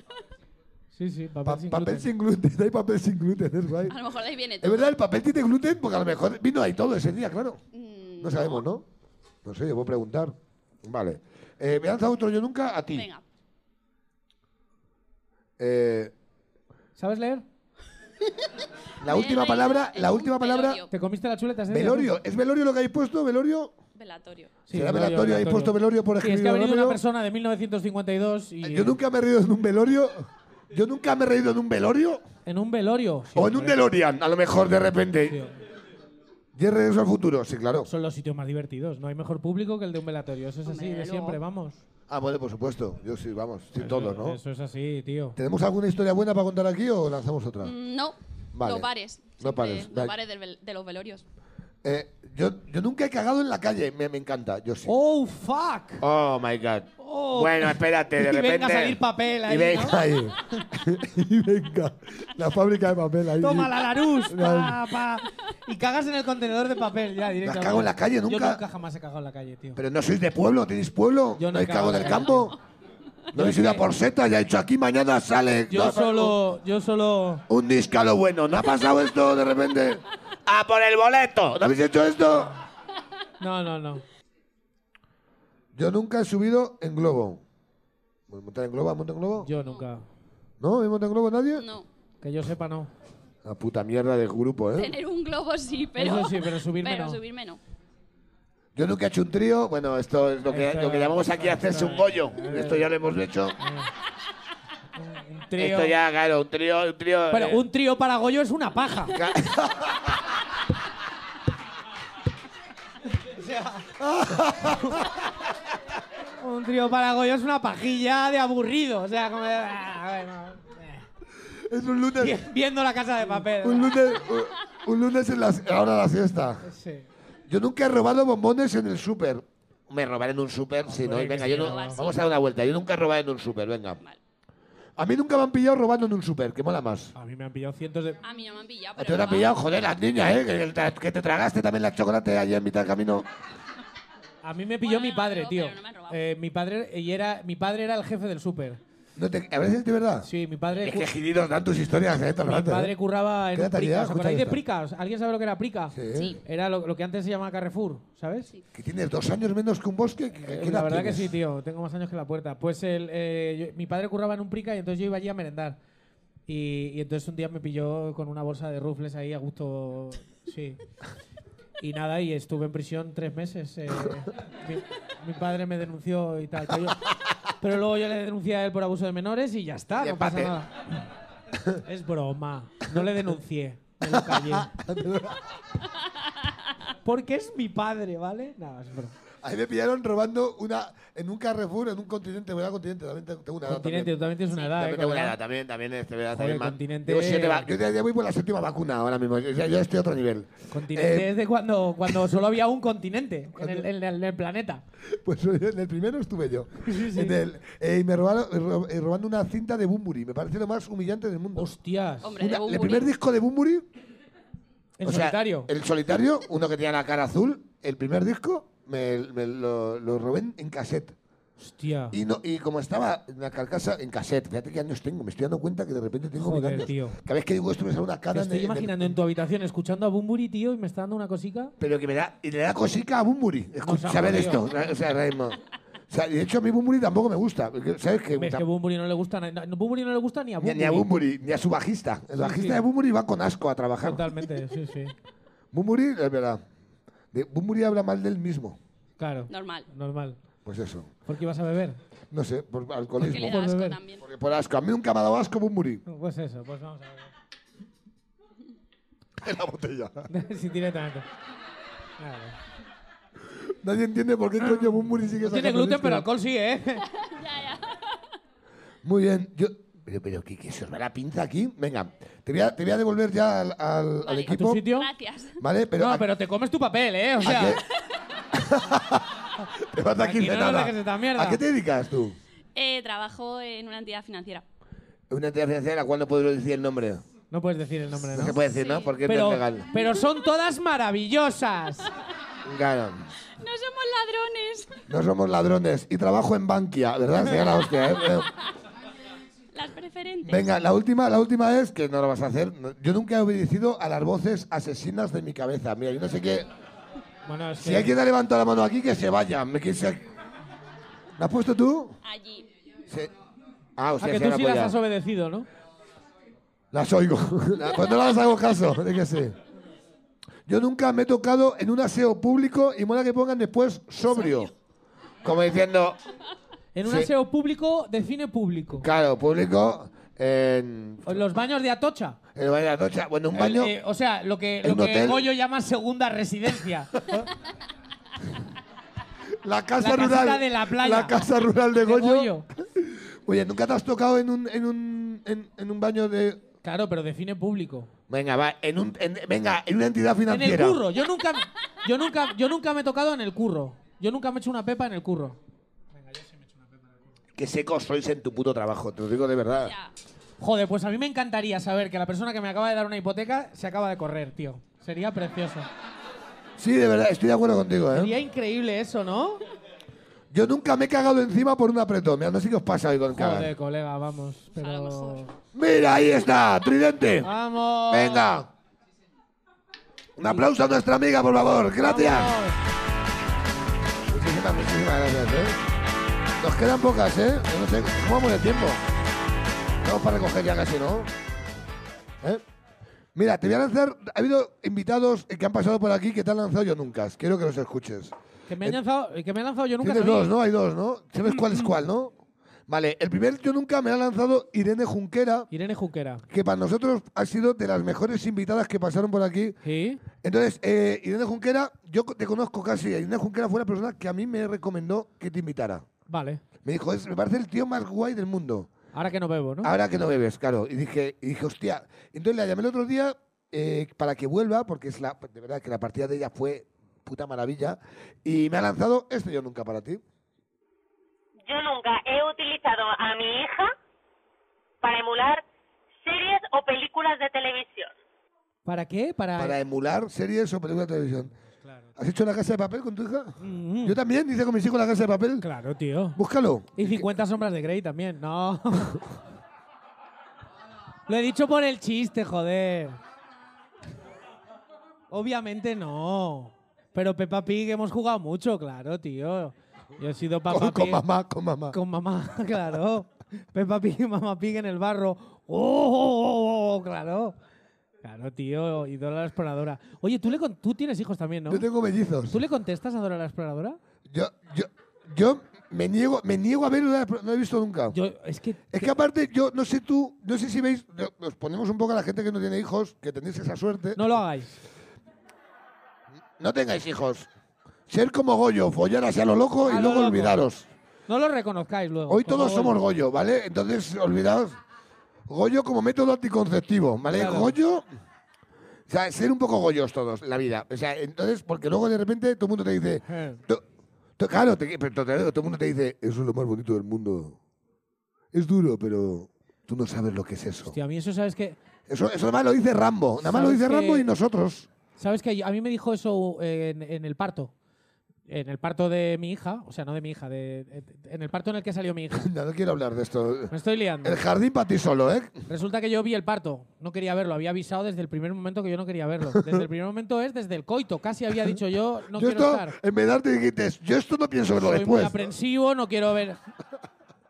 S4: Sí, sí, papel
S2: Pa-
S4: sin
S2: papel
S4: gluten.
S2: sin gluten. Hay papel sin gluten, es
S9: Ah,
S2: guay.
S10: A lo mejor de ahí viene
S2: Es
S10: todo.
S2: verdad, el papel tiene gluten porque a lo mejor vino ahí todo ese día, claro.
S10: Mm,
S2: No sabemos, ¿no? No sé, yo voy a preguntar. Vale. Eh, ¿Me lanza otro yo nunca? A ti.
S10: Venga.
S2: Eh,
S4: ¿Sabes leer?
S2: la última palabra, la última palabra.
S4: ¿Te comiste la chuleta? Sergio?
S2: Velorio. ¿Es velorio lo que habéis puesto? ¿Velorio?
S10: Velatorio.
S4: Sí,
S2: ¿Será velatorio? ¿Habéis puesto velorio por
S4: Sí, es que
S2: escribirlo
S4: ha venido una
S2: rápido?
S4: persona de 1952 y...
S2: Yo nunca me he reído en un velorio. Yo nunca me he reído en un velorio.
S4: En un velorio. sí,
S2: O en un
S4: hombre.
S2: DeLorean, a lo mejor de
S4: Sí.
S2: repente. Y regreso al futuro, sí, claro.
S4: Son los sitios más divertidos. No hay mejor público que el de un velatorio. Eso es así
S10: Hombre,
S4: de
S10: luego.
S4: siempre, vamos.
S2: Ah, bueno, por supuesto. Yo sí, vamos, sí, todos, ¿no?
S4: Eso es así, tío.
S2: ¿Tenemos alguna historia buena para contar aquí o lanzamos otra?
S10: Mm, No,
S2: Vale.
S10: no pares.
S2: No pares,
S10: Siempre
S2: vale.
S10: No pares del vel- de los velorios.
S2: Eh, yo, yo nunca he cagado en la calle, me, me encanta, yo sí.
S4: ¡Oh, fuck!
S5: Oh my god.
S4: Oh.
S5: Bueno, espérate,
S4: [laughs]
S5: de
S4: Y
S5: repente.
S4: venga a salir papel ahí,
S5: Y venga
S4: ¿no?
S2: Ahí. [laughs] y venga, la fábrica de papel ahí.
S4: Toma la
S2: [laughs]
S4: Larus,
S2: La-
S4: pa, pa. Y cagas en el contenedor de papel ya directamente.
S2: cago en la calle,
S4: Yo
S2: nunca.
S4: nunca jamás he cagado en la calle, tío.
S2: Pero no sois de pueblo, ¿tenéis pueblo?
S4: Yo no
S2: ¿No
S4: he
S2: hay cago
S4: cagado
S2: en el
S4: en la calle.
S2: campo? ¿No habéis ido a
S4: que-
S2: Porseta? Ya he dicho, aquí mañana sale...
S4: Yo
S2: no,
S4: solo, yo solo.
S2: Un disco a lo bueno. ¿No ha pasado esto de repente?
S5: ¡A por el boleto!
S2: ¿No habéis hecho esto?
S4: No, no, no.
S2: Yo nunca he subido en globo. ¿Montar en globo? ¿Has montado en globo?
S4: Yo nunca.
S2: ¿No? ¿Has montado en globo nadie?
S10: No.
S4: Que yo sepa, no.
S2: La puta mierda de grupo, ¿eh?
S10: Tener un globo sí, pero.
S4: Eso sí, pero subirme
S10: pero
S4: no.
S10: subirme no.
S2: Yo nunca he hecho un trío. Bueno, esto es lo que,
S4: Esto-
S2: lo que llamamos aquí hacerse un bollo.
S4: eh.
S2: Esto ya lo hemos hecho.
S4: Un trío.
S5: Esto ya, claro, un trío, un trío. eh,
S4: Pero un trío para Goyo es una
S2: [laughs]
S4: paja. O sea, un trío para Goyo es una pajilla de aburrido. O sea, como. de- ah, bueno, eh.
S2: Es un lunes.
S4: Vi- Viendo la casa de papel.
S2: Un lunes, un- un lunes en la, ahora la siesta.
S4: Sí.
S2: Yo nunca he robado bombones en el súper.
S5: Me robaron en un súper, sí, no, y venga, yo no-
S10: robar, sí.
S5: vamos a dar una vuelta. Yo nunca he robado en un súper, venga.
S2: A mí nunca me han pillado robando en un súper, que mola más.
S4: A mí me han pillado cientos de.
S10: A mí no me han pillado.
S2: A
S10: Pero
S2: ti te han
S10: va.
S2: pillado, joder, las niñas, ¿eh? Que, el tra- que te tragaste también la chocolate allí en mitad del camino.
S4: A mí me
S10: Bueno,
S4: pilló
S10: no
S4: mi
S10: me
S4: padre,
S10: robó,
S4: tío.
S10: pero no me han robado.
S4: Eh, mi padre y era mi padre era el jefe del súper.
S2: No te, a veces de verdad.
S4: Sí, mi padre.
S2: Es que giridos dan tus historias, ¿eh? Todo el
S4: Mi
S2: rato,
S4: padre
S2: ¿eh?
S4: curraba en
S2: Quédate
S4: un prica.
S2: ya,
S4: ¿Os acordáis de
S2: escucha
S4: pricas? ¿Alguien sabe lo que era prica?
S2: Sí. Sí.
S4: Era lo, lo que antes se llamaba Carrefour, ¿sabes?
S2: eh. Que tienes dos años menos que un bosque. que- que-
S4: Eh,
S2: ¿qué
S4: la
S2: edad
S4: verdad que
S2: tienes?
S4: sí, tío. Tengo más años que la puerta. Pues el, eh, yo- mi padre curraba en un prica y entonces yo iba allí a merendar. Y, y entonces un día me pilló con una bolsa de rufles ahí a gusto. Sí. Y nada, y estuve en prisión tres meses. eh, mi, mi padre me denunció y tal. Pero, yo- pero luego yo le denuncié a él por abuso de menores y ya está,
S2: Y
S4: no pasa
S2: empate.
S4: nada. Es broma. No le denuncié. Me lo
S2: [laughs]
S4: callé. Porque es mi padre, ¿vale? No, es broma.
S2: A mí me pillaron robando una en un Carrefour, en un continente, en un continente, también tengo una edad
S4: Continente, tú
S2: también.
S4: también tienes una edad,
S5: También
S4: ¿eh?
S5: tengo una
S4: colega?
S5: edad, también, también, este, ¿verdad?
S4: Joder,
S5: También más.
S4: continente-
S5: Llevo siete va-
S2: Yo ya ya voy por la séptima vacuna ahora mismo, ya, ya estoy a otro nivel.
S4: Continente
S2: Eh,
S4: es de cuando, cuando solo había un continente en el, en el- en el planeta.
S2: Pues [laughs] en el primero estuve yo. En el- eh, y me robaron ro- eh, robando una cinta de Bumburi, me parece lo más humillante del mundo.
S4: Hostias.
S10: Hombre,
S2: Una-
S10: de
S2: el
S10: Bunbury.
S2: primer disco de Bumburi,
S4: en
S2: o sea,
S4: solitario.
S2: el solitario, uno que tenía la cara azul, el primer disco me, me lo, lo robé en- en cassette.
S4: Hostia.
S2: Y, no, y como estaba en la carcasa en cassette, fíjate qué años tengo, me estoy dando cuenta que de repente tengo mil
S4: Joder,
S2: años.
S4: tío.
S2: Cada vez que digo esto me sale una cara
S4: Te
S2: en-
S4: estoy
S2: en-
S4: imaginando en tu habitación escuchando a Bumburi, tío, y me está dando una cosica.
S2: Pero que me da, y le da cosica a Bumburi.
S4: Nos
S2: Escucha,
S4: ha
S2: a ver esto.
S4: jodido.
S2: O sea, ahora mismo. O sea, y de hecho, a mí Bumburi tampoco me gusta. porque, ¿Sabes qué?
S4: Ves que Bumburi no le gusta, na- no, Bunbury no le gusta ni a
S2: Ni,
S4: Bumburi.
S2: ni a Bumburi, ni a su bajista. El bajista
S4: sí.
S2: de Bumburi va con asco a trabajar.
S4: Totalmente, sí, sí.
S2: Bumburi, es verdad. De- Bumburi habla mal del mismo.
S4: Claro,
S10: Normal.
S4: normal.
S2: Pues eso.
S4: ¿Por qué ibas a beber?
S2: No sé, por
S10: Que le
S2: alcoholismo.
S10: da asco
S4: beber.
S10: también.
S2: Porque por asco. A mí nunca me ha dado asco Bumburi.
S4: Pues eso, pues vamos a
S2: En la botella.
S4: beber. [laughs] sí, directamente. Vale.
S2: Nadie entiende por qué coño Bumburi sigue
S4: No tiene
S2: sacando
S4: gluten,
S2: discos.
S4: pero alcohol sí, ¿eh?
S2: Muy bien. Yo... Pero, pero, ¿qué, qué? ¿Se os va la pinza aquí? Venga, te voy a, te voy a devolver ya al, al- al
S10: Vale.
S4: ¿A
S2: equipo.
S4: tu sitio?
S10: Gracias.
S2: ¿Vale? Pero
S4: no,
S2: a-
S4: pero te comes tu papel, ¿eh? O
S2: ¿A
S4: sea,
S2: qué? [laughs] te vas de
S4: Aquí
S2: aquí de
S4: no nos
S2: nada.
S4: dejes esta mierda.
S2: ¿A qué te dedicas tú?
S10: Eh, trabajo en una entidad financiera.
S5: Una entidad financiera, ¿cuál no puedo decir el nombre?
S4: no puedes decir el nombre,
S5: No
S4: ¿no?
S5: se puede decir, ¿no? Porque no
S4: Pero,
S5: es legal.
S4: pero son todas maravillosas.
S5: Claro.
S10: No somos ladrones. [laughs]
S2: No somos ladrones. Y trabajo en Bankia, ¿verdad? Señora hostia, ¿eh? Eh,
S10: Las preferentes.
S2: Venga, la última, la última es que no lo vas a hacer. No, Yo nunca he obedecido a las voces asesinas de mi cabeza. Mira, yo no sé qué.
S4: Bueno, es
S2: Si
S4: que-
S2: alguien ha levantado la mano aquí, que se vaya. Me quise- ¿La has puesto tú?
S10: Allí.
S2: Sí.
S5: Ah, o
S4: A
S5: sea,
S4: que
S5: se
S4: tú
S5: han
S4: sí las
S5: apoyado.
S4: has obedecido, ¿no?
S2: Las oigo. [laughs] Pues no las hago caso, de que sí. Yo nunca me he tocado en un aseo público y mola que pongan después sobrio.
S5: Como diciendo.
S4: En un
S2: Sí.
S4: aseo público, define público.
S5: Claro, público. En,
S4: O en los baños de Atocha.
S5: en el baño de la tocha. Bueno, un baño.
S4: El, eh, o sea, lo que,
S5: ¿En
S4: lo
S5: un
S4: que
S5: hotel?
S4: Goyo llama segunda [laughs] residencia.
S2: La casa
S4: La casita
S2: rural.
S4: de la playa.
S2: la casa rural de Goyo.
S4: Goyo.
S2: Oye, ¿nunca te has tocado en un, en un, en, en un baño de.
S4: Claro, pero define público.
S5: Venga, va. En un, en- venga,
S2: en una entidad
S4: En el
S2: financiera?
S4: curro. Yo nunca, yo, nunca, yo nunca me he tocado en el curro. Yo nunca me he hecho una pepa en el curro.
S5: que seco sois en tu puto trabajo, te lo digo de verdad.
S4: Joder, pues a mí me encantaría saber que la persona que me acaba de dar una hipoteca se acaba de correr, tío. Sería precioso.
S2: Sí, de verdad, estoy de acuerdo contigo, ¿eh?
S4: Sería increíble eso, ¿no?
S2: Yo nunca me he cagado encima por un apretón. Mira, no sé qué os pasa hoy con cagar.
S4: Joder, colega, vamos. Pero...
S2: Mira, ahí está, tridente.
S4: Ah. ¡Vamos!
S2: Venga. Un aplauso a nuestra amiga, por favor. Gracias. Muchísimas, muchísimas gracias, ¿eh? Nos quedan pocas, ¿eh? Yo no sé, ¿cómo vamos de tiempo? Vamos para recoger ya casi, ¿no? ¿Eh? Mira, te voy a lanzar... Ha habido invitados que han pasado por aquí que te han lanzado yo nunca. Quiero que los escuches.
S4: Que me, han lanzado, eh, que me han lanzado yo nunca.
S2: Eh, Tienes
S4: también.
S2: dos, ¿no? Hay dos, ¿no? ¿Sabes cuál es cuál, no? Vale, el primer yo nunca me ha lanzado Irene Junquera,
S4: Irene Junquera.
S2: que para nosotros ha sido de las mejores invitadas que pasaron por aquí.
S4: Sí.
S2: Entonces, eh, Irene Junquera, yo co- te conozco casi. Irene Junquera fue la persona que a mí me recomendó que te invitara.
S4: Vale.
S2: Me dijo, "Es- me parece el tío más guay del mundo.
S4: Ahora que no bebo, ¿no?
S2: Ahora que no bebes, claro. Y dije, y dije hostia. Entonces la llamé el otro día eh, para que vuelva, porque es la, de verdad que la partida de ella fue puta maravilla. Y me ha lanzado este yo nunca para ti.
S11: Yo nunca he utilizado a mi hija para emular series o películas de televisión.
S4: ¿Para qué? Para,
S2: Para emular series o películas de televisión. ¿Has hecho la casa de papel con tu hija?
S4: Mm,
S2: Yo también, dice con mis hijos la casa de papel.
S4: Claro, tío.
S2: Búscalo.
S4: Y 50 sombras de Grey también. No. [laughs] Lo he dicho por el chiste, joder. Obviamente no. Pero Peppa Pig hemos jugado mucho, claro, tío. Yo he sido Peppa
S2: Con, con
S4: Pig.
S2: mamá, con mamá.
S4: Con mamá, [laughs] claro. Peppa Pig y Mamá Pig en el barro. ¡Oh, oh, oh, oh! claro. Claro, tío. Y Dora la Exploradora. Oye, ¿tú, le con- tú tienes hijos también, ¿no?
S2: Yo tengo mellizos.
S4: ¿Tú le contestas a Dora la Exploradora?
S2: Yo, yo, yo me niego, me niego a verlo, no lo he visto nunca.
S4: Yo, es que...
S2: es que aparte, yo no sé tú, no sé si veis, no- nos ponemos un poco a la gente que no tiene hijos, que tenéis esa suerte.
S4: No lo hagáis.
S2: No tengáis hijos. Ser como Goyo, follar hacia lo loco
S4: A
S2: y
S4: lo
S2: luego
S4: loco.
S2: olvidaros.
S4: No lo reconozcáis luego.
S2: Hoy
S4: Como
S2: todos
S4: hoy.
S2: somos Goyo, ¿vale? Entonces, olvidaos. Goyo como método anticonceptivo, ¿vale?
S4: Claro.
S2: Goyo. O sea, ser un poco goyos todos en la vida. O sea, entonces, porque luego de repente todo el mundo te dice.
S4: [laughs] Eh.
S2: "Tú- tú- claro, te- pero te- todo el mundo te dice, eso es lo más bonito del mundo. Es duro, pero tú no sabes lo que es eso.
S4: Hostia, a mí eso, ¿sabes que
S2: Eso, eso nada más lo dice Rambo. Nada más lo
S4: ¿Sabes
S2: dice
S4: que-
S2: Rambo y nosotros.
S4: ¿Sabes que A mí me dijo eso eh, en, en el parto. En el parto de mi hija, o sea, no de mi hija, de, en el parto en el que salió mi hija.
S2: No, no quiero hablar de esto.
S4: Me
S2: [laughs]
S4: estoy liando.
S2: El jardín para ti solo, ¿eh?
S4: Resulta que yo vi el parto, no quería verlo, había avisado desde el primer momento que yo no quería verlo. Desde el primer momento es desde el coito, casi había dicho yo
S2: [laughs]
S4: no
S2: yo
S4: quiero
S2: esto,
S4: estar.
S2: en vez de darte, dijiste, yo esto no pienso verlo
S4: Soy muy
S2: después.
S4: aprensivo, no quiero ver. [laughs]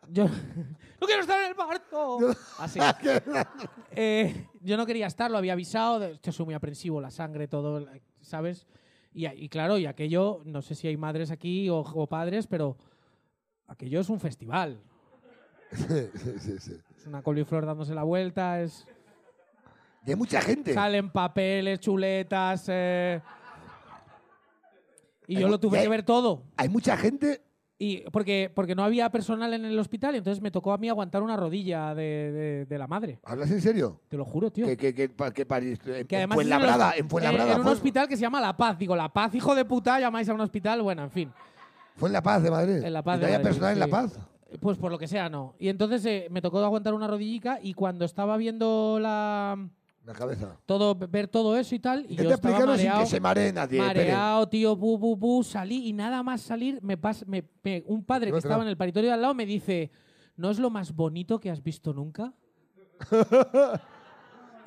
S4: Yo no quiero estar en el parto.
S2: [laughs]
S4: Así. Eh, yo no quería estar, lo había avisado. de- Yo soy muy aprensivo, la sangre, todo, la- ¿sabes? Y, a- y claro, y aquello, no sé si hay madres aquí o, o padres, pero aquello es un festival.
S2: Sí, [laughs] sí, sí, sí.
S4: Es una coliflor dándose la vuelta, es,
S2: Y hay mucha gente.
S4: salen papeles, chuletas. eh, y
S2: Hay
S4: yo
S2: mu-
S4: lo tuve
S2: y
S4: que
S2: hay-
S4: ver todo.
S2: Hay mucha gente.
S4: Y porque, porque no había personal en el hospital, entonces me tocó a mí aguantar una rodilla de, de- de la madre.
S2: ¿Hablas en serio?
S4: Te lo juro, tío.
S2: Que, que, que, pa- que París. En,
S4: Que
S2: en
S4: además es en
S2: Fuenlabrada,
S4: los- eh,
S2: en Fuenlabrada.
S4: en- en un
S2: fue-
S4: hospital que se llama La Paz. Digo, La Paz, hijo de puta, llamáis a un hospital. Bueno, en fin.
S2: fue en La Paz de Madrid.
S4: En La Paz
S2: ¿Y
S4: de
S2: no había
S4: Madrid,
S2: personal en La
S4: sí.
S2: Paz?
S4: Pues por lo que sea, no. Y entonces eh, me tocó aguantar una rodillica y cuando estaba viendo la
S2: La cabeza.
S4: todo ver todo eso y tal y
S2: Intenta
S4: yo estaba
S2: explicarlo sin
S4: mareado.
S2: que se maree nadie, Pérez.
S4: Mareado, tío, bu bu bu, salí y nada más salir me pas- me- me- un padre que
S2: Otra.
S4: estaba en el paritorio de al lado me dice, "¿No es lo más bonito que has visto
S2: [laughs]
S4: nunca?"
S2: ¿Y
S4: Y le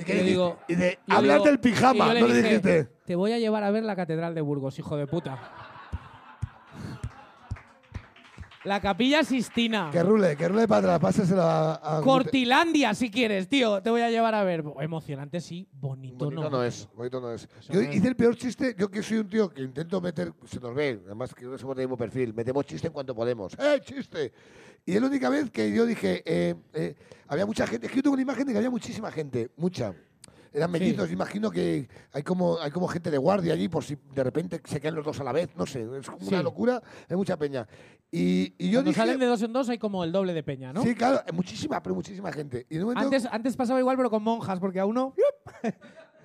S2: dijiste?
S4: digo-
S2: Y de
S4: y yo
S2: hablar
S4: digo-
S2: del
S4: y
S2: pijama,
S4: yo
S2: ¿no le
S4: dije,
S2: dijiste?
S4: Te voy a llevar a ver la catedral de Burgos, hijo de puta. La capilla Sistina.
S2: Que rule, que rule para atrás, pásaselo a... a-
S4: Cortilandia, si quieres, tío. Te voy a llevar a ver. Emocionante, sí. Bonito,
S2: Bonito
S4: no.
S2: no es, bonito no es. Yo hice el peor chiste, yo que soy un tío que intento meter, se nos ve, además que no somos del mismo perfil, metemos chiste en cuanto podemos. ¡Eh, chiste! Y es la única vez que yo dije, eh, eh, había mucha gente, es que yo tengo una imagen de que había muchísima gente, mucha. Eran
S4: Sí.
S2: mellizos, imagino que hay como, hay como gente de guardia allí por si de repente se caen los dos a la vez, no sé, es como una
S4: Sí.
S2: locura, hay mucha peña. Y, y yo
S4: Cuando
S2: dije,
S4: salen de dos en dos hay como el doble de peña, ¿no?
S2: sí, claro, muchísima, pero muchísima gente. Y en un momento-
S4: Antes, antes pasaba igual, pero con monjas, porque a uno...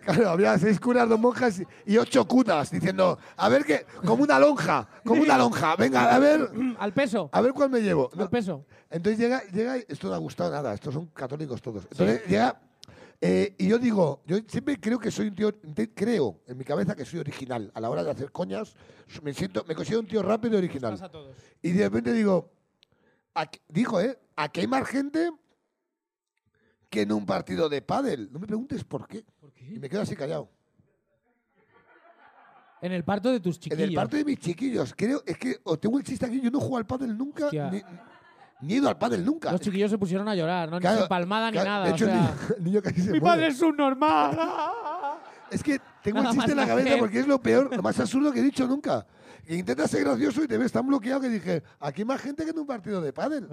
S2: Claro, había seis curas, dos monjas y- y ocho cutas diciendo, a ver qué, como una lonja, como una lonja, venga, a ver.
S4: Al peso.
S2: A ver cuál me llevo.
S4: Al peso.
S2: Entonces llega, llega, y- esto no ha gustado nada, estos son católicos todos. Entonces llega, eh, y yo digo, yo siempre creo que soy un tío, te- creo en mi cabeza que soy original. A la hora de hacer coñas, me siento, me considero un tío rápido y original. Y de repente digo, aquí- dijo, ¿eh? Aquí hay más gente que en un partido de pádel. No me preguntes por qué. Y me quedo así callado.
S4: En el parto de tus chiquillos.
S2: En el parto de mis chiquillos. Creo, es que o tengo el chiste aquí, yo no juego al pádel nunca,
S4: Hostia.
S2: ni, ni he ido al pádel nunca.
S4: Los chiquillos se pusieron a llorar, no
S2: Claro,
S4: ni empalmada ni
S2: claro,
S4: nada.
S2: De hecho,
S4: o sea,
S2: el, niño, el niño casi se
S4: ¡Mi
S2: muere.
S4: padre es un normal! [laughs]
S2: Es que tengo
S4: Nada
S2: el chiste en
S4: más
S2: la cabeza
S4: nacer.
S2: porque es lo peor, lo más absurdo que he dicho nunca. Que intentas ser gracioso y te ves tan bloqueado que dije, aquí hay más gente que en un partido de
S4: [laughs]
S2: pádel.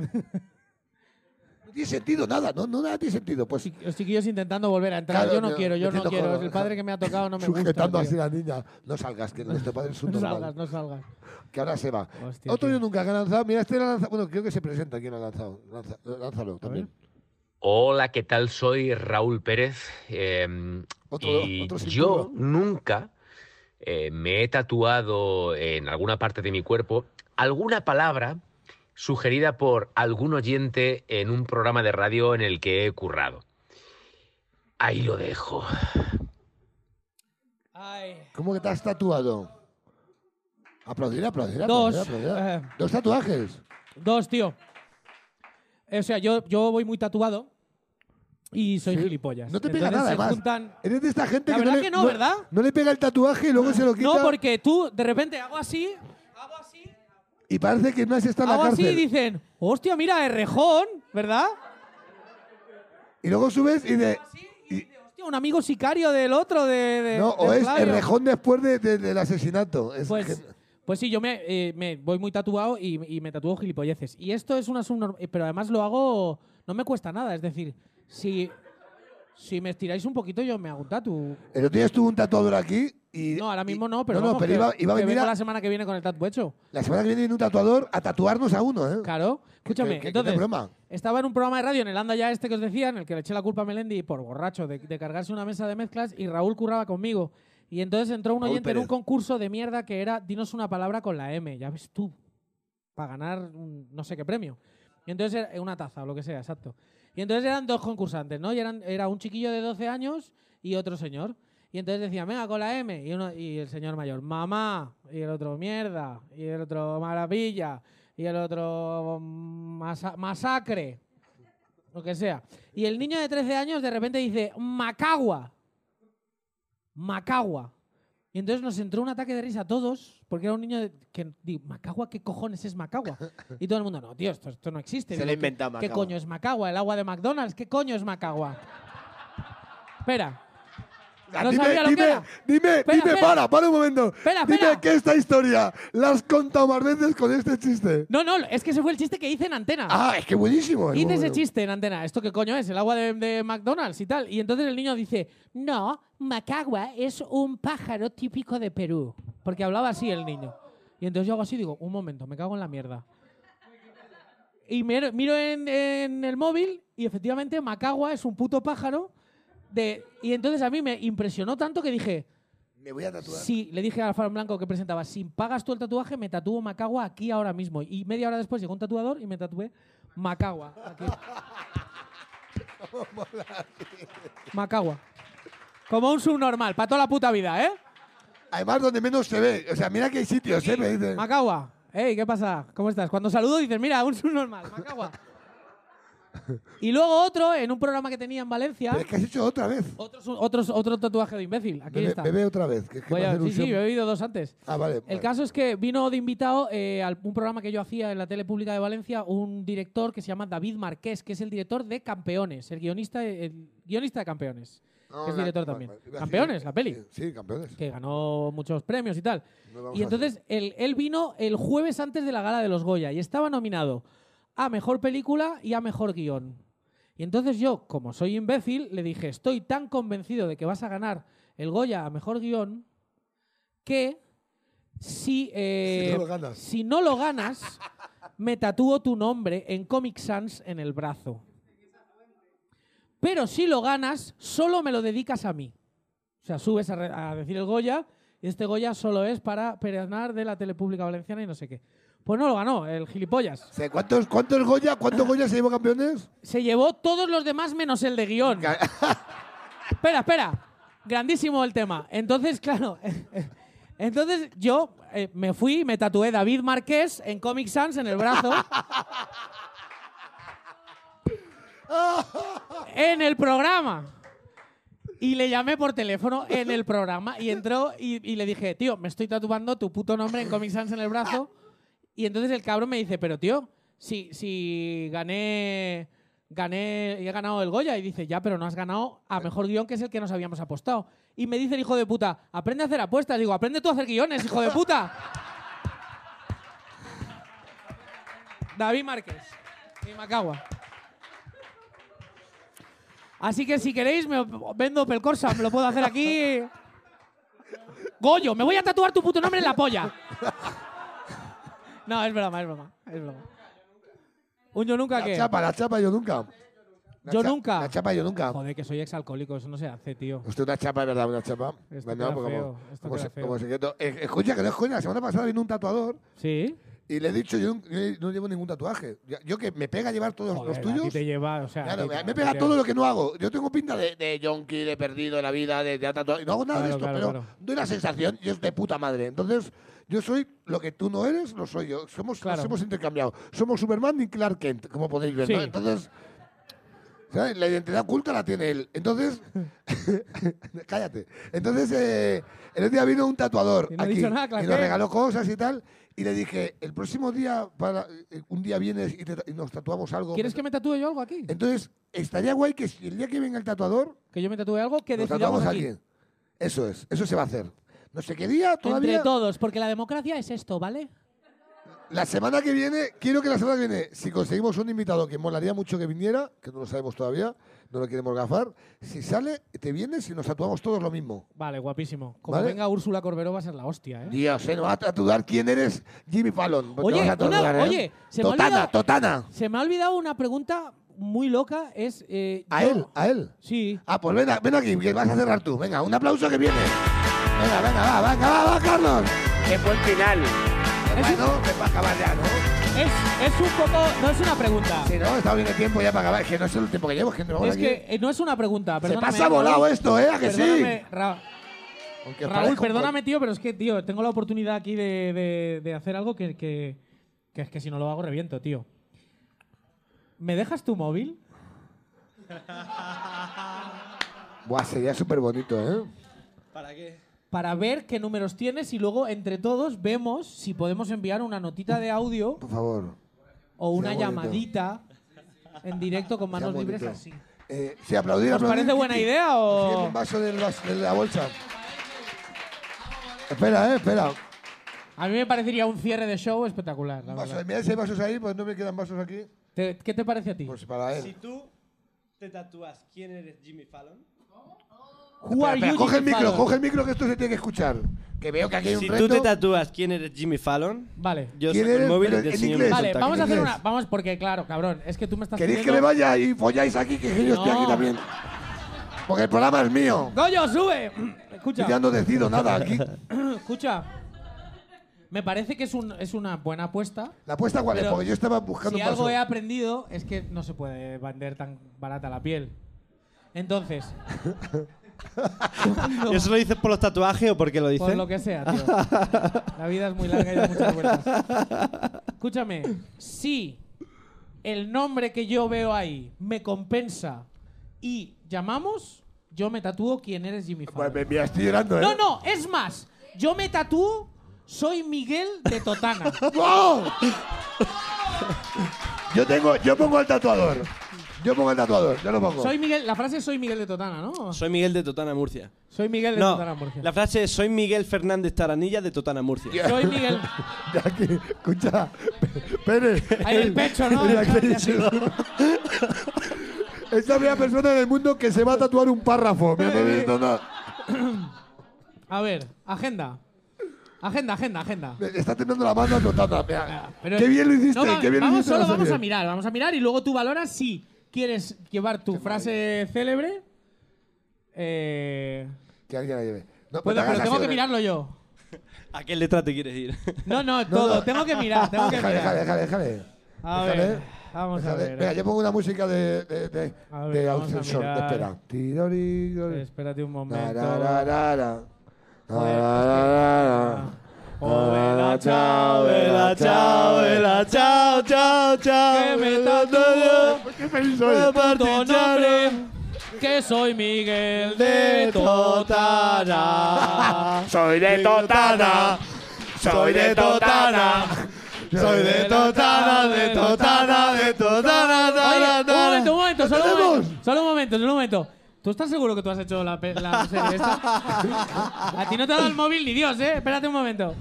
S2: No tiene sentido nada, no, no nada tiene sentido. Pues
S4: Los chiquillos intentando volver a entrar.
S2: Claro,
S4: yo no
S2: yo-
S4: quiero,
S2: yo
S4: yo no
S2: intento
S4: quiero.
S2: joder,
S4: el padre que me ha tocado no me gusta.
S2: sujetando
S4: tío.
S2: así la niña, no salgas, que nuestro padre es un
S4: No
S2: normal.
S4: salgas, no salgas.
S2: Que ahora se va.
S4: Hostia,
S2: Otro yo nunca que ha lanzado. Mira, este lo ha lanzado. Bueno, creo que se presenta quién lo ha lanzado. Lanza- eh, lánzalo también.
S12: Hola, ¿qué tal? Soy Raúl Pérez. eh,
S2: Otro-
S12: y
S2: otro sin
S12: yo nunca eh, me he tatuado en alguna parte de mi cuerpo alguna palabra sugerida por algún oyente en un programa de radio en el que he currado. Ahí lo dejo.
S2: ¿Cómo que te has tatuado? Aplaudir, aplaudir,
S4: Dos,
S2: aplaudir, aplaudir.
S4: eh.
S2: Dos tatuajes.
S4: Dos, tío. O sea, yo, yo voy muy tatuado y soy gilipollas.
S2: No te pega
S4: Entonces
S2: nada,
S4: se
S2: además.
S4: juntan-
S2: Eres de esta gente
S4: La
S2: que, no le,
S4: verdad que no, ¿verdad?
S2: no le pega el tatuaje y luego se lo quita.
S4: No, porque tú de repente hago así,
S2: Y parece que no has estado en
S4: hago
S2: la
S4: así
S2: cárcel.
S4: y dicen, hostia, mira, Errejón, ¿verdad?
S2: Y luego subes y de.
S4: Hostia, un amigo sicario del otro, de. de-
S2: No, o
S4: de
S2: es
S4: Flavio.
S2: el rejón después de- de- del asesinato. Es
S4: Pues,
S2: que-
S4: pues sí, yo me, eh, me voy muy tatuado y, y me tatúo gilipolleces. Y esto es una subnorm... eh, Pero además lo hago... No me cuesta nada. Es decir, si, si me estiráis un poquito, yo me hago un tatu.
S2: El otro día estuvo un tatuador aquí y.
S4: No, ahora mismo no, pero,
S2: no, no,
S4: vamos,
S2: pero
S4: que-
S2: iba- iba a
S4: que
S2: venir
S4: vengo
S2: a-
S4: la semana que viene con el tatu hecho.
S2: La semana que viene viene un tatuador a tatuarnos a uno, ¿eh?
S4: Claro. Escúchame,
S2: que- que no
S4: entonces,
S2: es broma.
S4: estaba en un programa de radio en el Anda Ya Este que os decía, en el que le eché la culpa a Melendi por borracho de, de cargarse una mesa de mezclas y Raúl curraba conmigo. Y entonces entró un
S2: Raúl
S4: oyente en un
S2: Pérez.
S4: concurso de mierda que era dinos una palabra con la M, ya ves tú, para ganar un no sé qué premio. Y entonces era eh, una taza o lo que sea, exacto. Y entonces eran dos concursantes, ¿no? Y eran, era un chiquillo de 12 años y otro señor. Y entonces decía, venga, con la M. Y, uno, y el señor mayor, mamá. Y el otro, mierda. Y el otro, maravilla. Y el otro, mm, masa- masacre. Lo que sea. Y el niño de 13 años de repente dice, Macagua. Macagua. Y entonces nos entró un ataque de risa a todos, porque era un niño de- que digo, Macagua, ¿qué cojones es Macagua? Y todo el mundo, no, tío, esto, esto no existe.
S13: Se lo
S4: Digo,
S13: ha inventado
S4: "¿Qué- ¿Qué
S13: Macagua".
S4: coño es Macagua? ¿El agua de McDonald's? ¿Qué coño es Macagua? Espera.
S2: Ah,
S4: No
S2: dime,
S4: sabía lo que
S2: dime,
S4: era.
S2: dime,
S4: Espera,
S2: dime,
S4: espera.
S2: para, para un momento. dime
S4: espera.
S2: que esta historia la has contado más veces con este chiste.
S4: No, no, es que ese fue el chiste que hice en antena.
S2: Ah, es que buenísimo, es
S4: Hice
S2: muy
S4: ese
S2: bueno.
S4: chiste en antena. ¿Esto qué coño es? El agua de, de McDonald's y tal. Y entonces el niño dice, no, Macagua es un pájaro típico de Perú. Porque hablaba así el niño. Y entonces yo hago así y digo, un momento, me cago en la mierda. Y miro, miro en, en el móvil y efectivamente Macagua es un puto pájaro. De, y entonces a mí me impresionó tanto que dije,
S2: Me voy a tatuar.
S4: Sí, le dije al Faro Blanco que presentaba, si pagas tú el tatuaje, me tatúo Macagua aquí ahora mismo. Y media hora después llegó un tatuador y me tatué Macagua. aquí. Macagua. Como un subnormal, para toda la puta vida, ¿eh?
S2: Además, donde menos se ve. O sea, mira que hay sitios, ¿eh? Me dicen.
S4: Macagua. Ey, ¿qué pasa? ¿Cómo estás? Cuando saludo dices, mira, un subnormal, Macagua. Y luego otro en un programa que tenía en Valencia.
S2: Pero es que has hecho otra vez.
S4: Otro, su- otro, otro tatuaje de imbécil. Aquí
S2: Bebe,
S4: está.
S2: bebe otra vez. Que es que
S4: Voy
S2: va a
S4: a-
S2: hacer
S4: sí,
S2: un
S4: sí,
S2: siempre.
S4: he bebido dos antes.
S2: Ah, vale,
S4: El
S2: vale.
S4: caso es que vino de invitado eh, a un programa que yo hacía en la tele pública de Valencia un director que se llama David Marqués, que es el director de Campeones, el guionista, el guionista de Campeones.
S2: No,
S4: que es
S2: la-
S4: director
S2: va-
S4: también.
S2: va- iba a
S4: Campeones,
S2: decir-
S4: la peli.
S2: Sí, campeones.
S4: Que ganó muchos premios y tal.
S2: No Pues vamos
S4: y
S2: a
S4: entonces él, él vino el jueves antes de la gala de los Goya y estaba nominado a mejor película y a mejor guión. Y entonces yo, como soy imbécil, le dije: Estoy tan convencido de que vas a ganar el Goya a mejor guión que si, eh,
S2: [laughs] Si no lo ganas.
S4: si no lo ganas, me tatúo tu nombre en Comic Sans en el brazo. Pero si lo ganas, solo me lo dedicas a mí. O sea, subes a, re- a decir el Goya y este Goya solo es para peregrinar de la Telepública Valenciana y no sé qué. Pues no lo ganó, el gilipollas.
S2: ¿Cuántos, cuántos Goya, cuántos Goya se llevó campeones?
S4: Se llevó todos los demás menos el de guión. [laughs] espera, espera. Grandísimo el tema. Entonces, claro. [laughs] Entonces yo eh, me fui y me tatué David Marqués en Comic Sans en el brazo. en el programa. Y le llamé por teléfono en el programa y entró y, y le dije, tío, me estoy tatuando tu puto nombre en Comic Sans en el brazo. Y entonces el cabrón me dice, pero tío, si, si gané, gané, y he ganado el Goya. Y dice, ya, pero no has ganado a mejor guión que es el que nos habíamos apostado. Y me dice el hijo de puta, aprende a hacer apuestas. Digo, aprende tú a hacer guiones, hijo de puta. David Márquez, de Macagua. Así que si queréis, me op- vendo Pelcorsa, me lo puedo hacer aquí. Goyo, me voy a tatuar tu puto nombre en la polla. No, es broma, es broma, es broma. Un yo nunca
S2: La
S4: que.
S2: chapa, la chapa yo nunca. La
S4: yo
S2: cha-
S4: nunca.
S2: La chapa yo nunca.
S4: Joder, que soy exalcohólico, eso no se hace, tío.
S2: Usted una chapa, de verdad, una chapa. Bueno,
S4: Esto queda
S2: pues como-
S4: feo, esto
S2: como
S4: queda
S2: se-
S4: feo.
S2: como se quedó- Eh, escucha, que no es coña. La semana pasada vino un tatuador.
S4: Sí.
S2: Y le he dicho, yo, no- yo no llevo ningún tatuaje. Yo, yo que me pega llevar todos
S4: Joder,
S2: los
S4: a ti
S2: tuyos.
S4: te lleva, o sea, a
S2: Claro,
S4: ti-
S2: me,
S4: a
S2: me
S4: ti
S2: pega
S4: te-
S2: todo lo que no hago. Yo tengo pinta de.
S5: De, de yonki, de perdido la vida, de, de tatuaje.
S2: y No hago nada de
S5: Claro,
S2: esto,
S5: claro,
S2: pero
S5: claro.
S2: doy la sensación, yo es de puta madre. Entonces, yo soy lo que tú no eres, lo soy yo. Somos,
S4: Claro.
S2: Nos hemos intercambiado. Somos Superman y Clark Kent, como podéis ver. ¿no?
S4: Sí.
S2: Entonces, ¿sabes? la identidad oculta la tiene él. Entonces, [laughs] cállate. Entonces, eh, el otro día vino un tatuador
S4: Y no ha
S2: aquí,
S4: dicho nada, Clark
S2: y nos
S4: Kent.
S2: regaló cosas y tal. Y le dije, el próximo día, para, eh, un día vienes y, te- y nos tatuamos algo.
S4: ¿Quieres que me tatúe yo algo aquí?
S2: Entonces, estaría guay que si el día que venga el tatuador,
S4: Que yo me tatúe algo que
S2: nos
S4: decidamos
S2: tatuamos a
S4: aquí.
S2: alguien. Eso es, eso se va a hacer. No sé qué día, todavía.
S4: Entre todos, porque la democracia es esto, ¿vale?
S2: La semana que viene, quiero que la semana que viene, si conseguimos un invitado que molaría mucho que viniera, que no lo sabemos todavía, no lo queremos gafar, si sale, te vienes y nos tatuamos todos lo mismo.
S4: Vale, guapísimo. Como
S2: ¿Vale?
S4: venga Úrsula Corberó va a ser la hostia, ¿eh?
S2: Dios, se nos va a tatuar quién eres Jimmy Fallon. Te
S4: Oye,
S2: vas a tatuar,
S4: una-
S2: ¿eh?
S4: oye, se me ha
S2: Totana,
S4: olvidado-
S2: Totana.
S4: Se me ha olvidado una pregunta muy loca, es... eh,
S2: A
S4: yo-
S2: él, a él.
S4: Sí.
S2: Ah, pues ven, a- ven aquí, que vas a cerrar tú. Venga, un aplauso que viene. Venga, venga, va, va, va, va, Carlos.
S5: Qué buen final.
S2: Bueno, que va a acabar ya, ¿no?
S4: Es, es un poco... No es una pregunta.
S2: Si no, está bien el tiempo ya para acabar. Es que no es el tiempo que llevo, es que nos vamos
S4: es
S2: aquí.
S4: que eh, no es una pregunta, perdóname.
S2: pasa volado
S4: Raúl.
S2: esto, ¿eh? ¿A que sí?
S4: Perdóname, Ra-
S2: Aunque
S4: Raúl,
S2: parezca un
S4: perdóname, tío, pero es que, tío, tengo la oportunidad aquí de, de- de hacer algo que, que, que es que si no lo hago reviento, tío. ¿Me dejas tu móvil?
S2: co- pues, Buah, sería súper bonito, ¿eh?
S7: ¿Para qué?
S4: Para ver qué números tienes y luego entre todos vemos si podemos enviar una notita de audio
S2: Por favor.
S4: o una
S2: bonito.
S4: llamadita en directo con manos
S2: bonito.
S4: libres así.
S2: Eh, sí, aplaudir,
S4: ¿Os
S2: aplaudir.
S4: parece buena
S2: Kiki.
S4: idea o-
S2: Siguiente un vaso del vas- de la bolsa. Espera, eh, espera.
S4: A mí me parecería un cierre de show espectacular. la
S2: Vaso,
S4: verdad.
S2: mira si hay vasos ahí, pues no me quedan vasos aquí.
S4: ¿Te- ¿Qué te parece a ti?
S2: Pues para
S7: Si
S2: él.
S7: tú te tatúas quién eres Jimmy Fallon,
S4: Who
S2: Espera,
S4: are
S2: espera,
S4: you,
S2: coge el
S4: Jimmy
S2: micro,
S4: Fallon?
S2: coge el micro que esto se tiene que escuchar. Que veo que aquí hay un
S7: si
S2: reto.
S7: tú te tatúas quién eres Jimmy Fallon,
S4: Vale.
S7: yo soy
S2: ¿Quién
S7: el
S2: eres?
S7: móvil
S2: Pero
S7: del
S2: en
S7: señor
S2: inglés.
S4: Vale,
S7: Santa
S4: vamos a hacer
S2: inglés.
S4: una. Vamos, porque claro, cabrón, es que tú me estás.
S2: ¿Queréis que me
S4: pidiendo-
S2: vaya y folláis aquí? Que yo estoy aquí
S4: No.
S2: también. Porque el programa es mío.
S4: ¡Goyo, sube!
S2: Y
S4: Escucha,
S2: ya no decido nada aquí.
S4: [clears throat] escucha. Me parece que es, un, es una buena apuesta.
S2: ¿La apuesta cuál es?
S4: Pero
S2: Porque yo estaba buscando
S4: Si
S2: un vaso.
S4: algo he aprendido es que no se puede vender tan barata la piel. Entonces,
S2: [laughs]
S7: ¿Y ¿Eso lo dices por los tatuajes o por qué lo dices?
S4: por lo que
S7: [laughs]
S4: sea, tío. La vida es muy larga y da muchas vueltas. Escúchame, si el nombre que yo veo ahí me compensa y llamamos, yo me tatúo quién eres Jimmy Fallon.
S2: Me, me estoy llorando, ¿eh?
S4: No, no, es más, yo me tatúo soy Miguel de
S2: [laughs]
S4: Totana.
S2: ¡Wow! ¡Oh! Yo tengo, yo pongo al tatuador. Yo pongo al tatuador, yo lo pongo.
S4: Soy Miguel, la frase es soy Miguel de Totana, ¿no?
S7: Soy Miguel de Totana, Murcia.
S4: Soy Miguel de
S7: No,
S4: Totana Murcia.
S7: la frase es soy Miguel Fernández Taranilla de Totana, Murcia. [laughs]
S4: Soy Miguel.
S2: Ya que, escucha, P- Pérez.
S4: Ahí el pecho, ¿no?
S2: Mira, qué dicho. Es la primera persona en el mundo que se va a tatuar un párrafo. Me hace bien, no, no.
S4: A ver, agenda. Agenda, agenda, agenda.
S2: Me Está teniendo la mano a Totana. mira.
S4: Pero-
S2: qué bien lo hiciste,
S4: No, va-
S2: qué bien lo
S4: vamos,
S2: hiciste.
S4: solo
S2: lo hace
S4: vamos a
S2: bien.
S4: mirar, vamos a mirar y luego tú valoras si quieres llevar tu frase célebre. Eh,
S2: Que alguien la lleve. No,
S4: bueno,
S2: te hagas
S4: pero tengo
S2: así,
S4: que
S2: hombre.
S4: mirarlo yo.
S7: ¿A qué letra te quieres
S4: [laughs]
S7: ir?
S4: No,
S2: [laughs]
S4: no, todo. Tengo que mirar, tengo que
S2: déjale,
S4: mirar.
S2: Déjale, déjale,
S4: A
S2: déjale.
S4: ver, vamos a
S2: déjale.
S4: ver. eh.
S2: Venga, yo pongo una música de, de, de,
S4: A ver,
S2: de
S4: vamos a
S2: Auction Short.
S4: mirar.
S2: Espera.
S4: Espérate un
S2: Na,
S4: momento.
S2: ra, ra, ra, ra. Na,
S4: Joder,
S2: ra, ra, ra, ra.
S4: Oh, vela,
S2: chao,
S7: vela, chao, vela, Ah, chao, chao, chao.
S4: Que me
S7: vela,
S4: tatúo.
S7: chao.
S2: ¿Qué feliz
S7: Voy a
S2: soy?
S7: partir
S4: Puto
S7: chano.
S4: nombre, que soy Miguel de Totana.
S5: Soy de Totana, soy de Totana,
S7: Soy de Totana, de Totana, de Totana,
S4: Oye,
S7: Totana,
S4: un momento,
S7: Totana.
S4: un momento, solo un momento, solo un momento, solo un momento. ¿Tú estás seguro que tú has hecho la, pe- la serie esta? A ti no te ha dado el móvil ni Dios, ¿eh? Espérate un momento.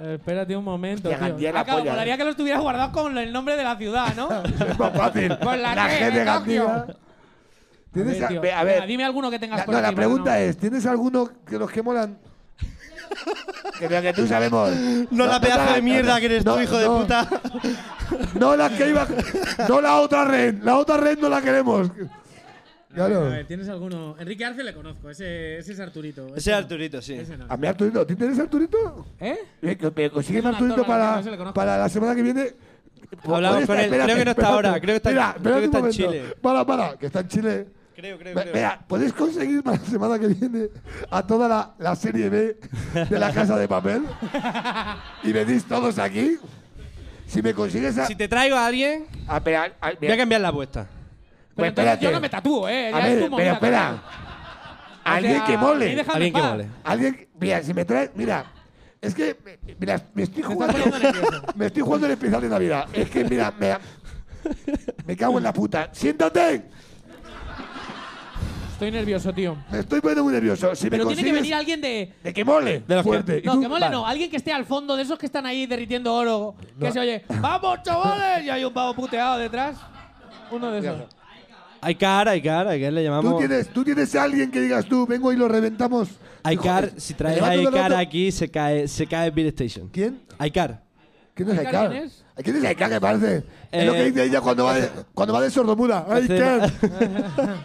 S4: Eh, Espérate un momento,
S5: Hostia,
S4: tío.
S5: Gandía la
S4: Ah, claro,
S5: polla,
S4: molaría
S5: eh.
S4: que lo estuvieras guardado con el nombre de la ciudad,
S2: [laughs]
S4: ¿no?
S2: Es más fácil.
S7: Pues
S4: Con la,
S2: La
S4: T,
S2: G de
S4: de Tokio.
S2: Gandía. ¿Tienes
S4: Tío,
S2: a-
S4: venga,
S2: a ver.
S4: dime alguno que tengas
S2: La-
S4: por
S2: no,
S4: aquí,
S2: la
S4: para
S2: pregunta
S4: no-
S2: es, ¿tienes alguno que los que molan? que, que tú sabemos.
S7: No la pedazo de mierda que eres
S2: no,
S7: tú, hijo de
S2: no.
S7: puta.
S2: No la que iba, no la otra red, la otra red no la queremos.
S4: A
S2: Claro.
S4: ver, ¿tienes alguno? Enrique Arce le conozco, ese, ese es Arturito.
S7: Ese es Arturito, sí.
S4: Ese no.
S2: A mí Arturito, ¿te interesa Arturito?
S4: ¿Eh?
S2: Eh, que- que Consígueme
S4: un actor
S2: Arturito para,
S4: maravilloso, le conozco.
S2: para la semana que viene.
S7: Hablamos
S2: Oye,
S7: con él.
S2: espérate,
S7: Creo que no está
S2: espérate.
S7: ahora. Creo que está,
S2: Mira,
S7: creo que
S2: espérate
S7: está
S2: un
S7: en
S2: momento.
S7: Chile.
S2: Para, para, que está en Chile.
S7: Creo, creo,
S2: Ve-
S7: creo.
S2: Mira, podéis conseguir para la semana que viene a toda la, la serie B de la Casa de
S7: [laughs]
S2: Papel y venís todos aquí. Si me consigues a.
S7: Si te traigo a alguien,
S5: Ah, espera, ah,
S7: voy a
S5: mira.
S7: cambiar la apuesta.
S4: Pero
S2: Pues
S4: entonces
S2: espérate.
S4: yo no me tatúo, ¿eh?
S2: a
S4: Ya es
S2: ver,
S4: tu
S2: espera,
S4: movida,
S2: espera.
S4: coño.
S2: Alguien
S4: sea,
S2: que
S4: ahí
S2: mole.
S4: deja- Déjame
S7: Alguien que
S4: en paz.
S7: mole.
S2: Alguien. Mira, si me traes. Mira, es que. eh, Mira, me estoy
S4: Me
S2: jugando.
S4: estás poniendo nervioso.
S2: [laughs] Me estoy jugando el especial de Navidad. Es que, mira, me, me cago en la puta. ¡Siéntate!
S4: Estoy nervioso, tío.
S2: Me estoy poniendo muy nervioso. Si
S4: Pero
S2: me
S4: tiene
S2: consigues.
S4: que venir alguien de.
S2: De que mole.
S7: los que-
S2: fuerte. ¿Y
S4: No,
S2: tú?
S4: que mole
S2: Vale.
S4: no, alguien que esté al fondo de esos que están ahí derritiendo oro. Que se oye, ¡vamos, chavales! Y hay un pavo puteado detrás. Uno de esos.
S7: Aikar, Aikar, Aikar le
S2: ¿Tú
S7: llamamos.
S2: tienes, tú tienes a alguien que digas tú, vengo y lo reventamos.
S7: Aikar,
S2: Hijo, eh,
S7: si traes
S2: me
S7: a
S2: levanto del
S7: Aikar
S2: rato-
S7: aquí, se cae, se cae Beer Station.
S2: ¿Quién?
S7: Aikar.
S2: ¿Quién es
S4: ¿Aikar
S2: Aikar?
S4: quién es?
S2: ¿Quién es Aikar que parece? es lo que
S7: Eh, este,
S2: dice ella cuando va de, cuando va de sordomuda.
S7: Hace-
S2: Aikar.
S7: [laughs]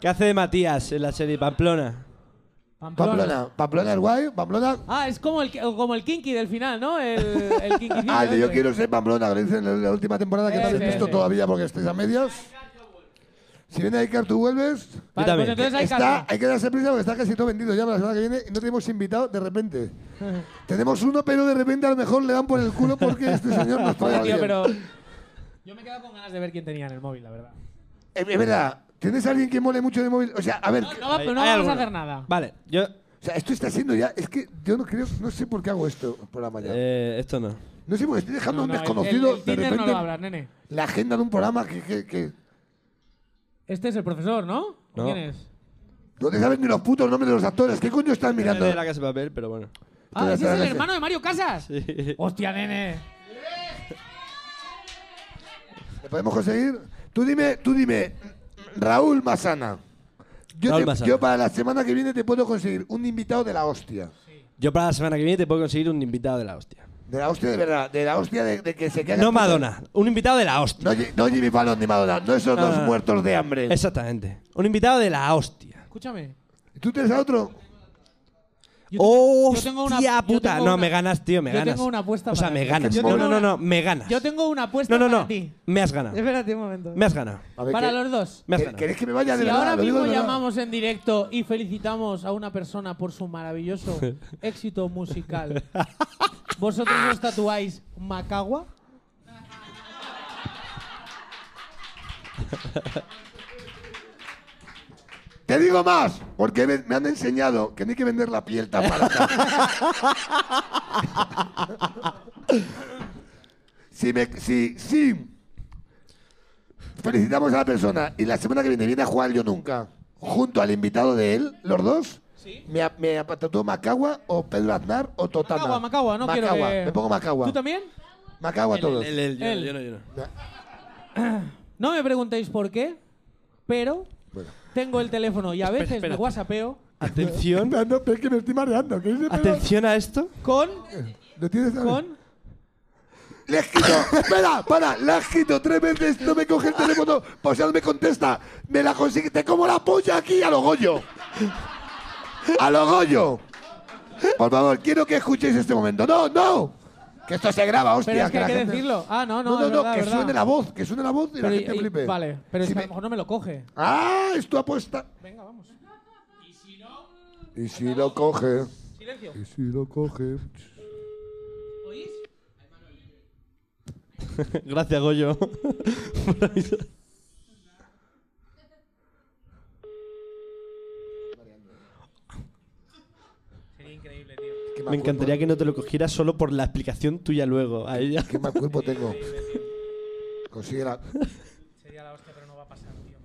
S7: ¿Qué hace de Matías en la serie Pamplona?
S2: Pamplona. Pamplona el guay. Pamplona.
S4: Ah, es como el, como el kinky del final, ¿no? El, el kinky.
S2: [laughs] Ah, el de yo quiero ser Pamplona, que lo dicen en la última temporada que no
S4: Ese,
S2: habéis visto
S4: ese.
S2: todavía porque estáis a medias.
S4: Pues
S2: Si viene Aikar, tú vuelves.
S4: Vale,
S7: también.
S4: pues entonces hay
S2: Está, hay que darse prisa porque está casi todo vendido ya para la semana que viene y no tenemos invitado de
S4: [laughs]
S2: repente. tenemos uno, pero de repente a lo mejor le dan por el culo porque este señor nos paga
S4: [laughs] tío,
S2: bien.
S4: pero. Yo me he quedado con ganas de ver quién tenía en el móvil, la verdad.
S2: Eh, Es verdad. ¿Tienes a alguien que mole mucho de móvil? O sea, a ver,
S4: No, no, va-
S7: Hay-
S4: no
S7: hay
S4: vamos
S7: alguno.
S4: a hacer nada.
S7: Vale, yo.
S2: o sea, esto está siendo ya. Es que yo no creo, no sé por qué hago esto por la mañana.
S7: Eh, esto no.
S2: no sé, porque estoy dejando a un
S4: No, no, el-
S2: desconocido
S4: el, el Tinder
S2: de
S4: no
S2: repente
S4: lo va a hablar, nene.
S2: la agenda de un programa que, que, que-
S4: Este es el profesor, ¿no? ¿O
S7: No.
S4: ¿Quién es?
S2: no te sabes ni los putos nombres de los actores. ¿Qué coño estás mirando?
S7: De la casa de papel, pero bueno.
S2: Espera,
S4: Ah, ese es el
S2: espera,
S4: hermano de Mario Casas. Hostia, nene.
S2: ¿Le podemos conseguir? Tú dime, tú dime, Raúl Masana. Yo,
S7: Raúl
S2: te-
S7: Masana.
S2: yo para la semana que viene te puedo conseguir un invitado de la hostia.
S7: Yo para la semana que viene te puedo conseguir un invitado de la hostia.
S2: De la hostia de verdad, de la hostia de, de que se quede.
S7: No Madonna, un invitado de la hostia.
S2: No, Ji- no Jimmy Fallon ni Madonna, no esos
S7: No,
S2: dos
S4: Ah.
S7: no, no.
S2: muertos de hambre.
S4: Eh.
S7: Exactamente. Un invitado de la hostia.
S4: Escúchame.
S2: ¿Tú tienes a otro?
S4: Yo
S7: ¡Oh,
S4: yo tengo una- yo
S7: puta!
S4: tengo
S7: No,
S4: una-
S7: me ganas, tío, me
S4: yo
S7: ganas.
S4: tengo una apuesta
S7: O sea,
S4: para
S7: me
S4: ti.
S7: ganas.
S4: Yo
S7: No,
S4: tengo
S7: no, no,
S4: una-
S7: no, me ganas.
S4: Yo tengo una apuesta
S7: No, no,
S4: para
S7: no.
S4: ti.
S7: Me has ganado.
S4: Espérate un momento.
S7: Me has ganado.
S2: Ah. A ver,
S4: Para
S2: ¿qué-
S4: los dos.
S7: Me has
S2: ¿qué-
S7: ganado.
S2: ¿Queréis que me vaya de
S4: Si
S2: verdad?
S4: ahora
S2: Lo digo
S4: mismo
S2: de verdad.
S4: llamamos en directo y felicitamos a una persona por su
S2: [laughs]
S4: maravilloso éxito musical, ¿vosotros os tatuáis Macagua?
S2: Te digo más, porque me, me han enseñado que no hay que vender la piel tan [laughs] barata. si, me, si, si felicitamos a la persona y la semana que viene viene a jugar yo nunca, junto al invitado de él, los dos, me, ap- me ap- tatúo Macagua o Pedro Aznar o Totana.
S4: Macagua, Macagua, no quiero
S2: Macagua,
S4: que-
S2: me pongo Macagua.
S4: ¿Tú también?
S2: Macagua
S4: Él,
S2: todos.
S4: él, él, yo no, Él. yo no, No me preguntéis por qué, pero tengo el teléfono y a veces me whatsappeo
S7: Atención.
S2: no, es que me estoy mareando.
S7: Atención a esto.
S4: con...
S2: ¿Lo tienes
S4: con...
S2: Le has quitado, espera, para, le has quitado tres veces, no me coge el teléfono, o sea, no me contesta. Me la consigue, te como la polla aquí a lo Goyo. A lo Goyo. Por favor, quiero que escuchéis este momento. No, no. Que esto se graba, hostia.
S4: Pero es que hay
S2: la
S4: que
S2: gente-
S4: decirlo. Ah, no, no,
S2: No, no,
S4: es
S2: no,
S4: verdad,
S2: que
S4: verdad.
S2: suene la voz, que suene la voz y la
S4: Pero y-
S2: gente
S4: y-
S2: flipe.
S4: Vale, pero es
S2: Si
S4: que a
S2: me-
S4: lo mejor no me lo coge.
S2: Ah, es tu apuesta.
S4: Venga, vamos.
S2: Y si lo coge.
S4: Silencio.
S2: Y si lo coge.
S4: ¿Oís?
S7: Gracias, Goyo. Me encantaría que no te lo cogieras solo por la explicación tuya luego a ella.
S2: Qué mal cuerpo
S4: [laughs]
S2: tengo. Consigue la...
S4: Sería la hostia, pero no va a pasar, tío.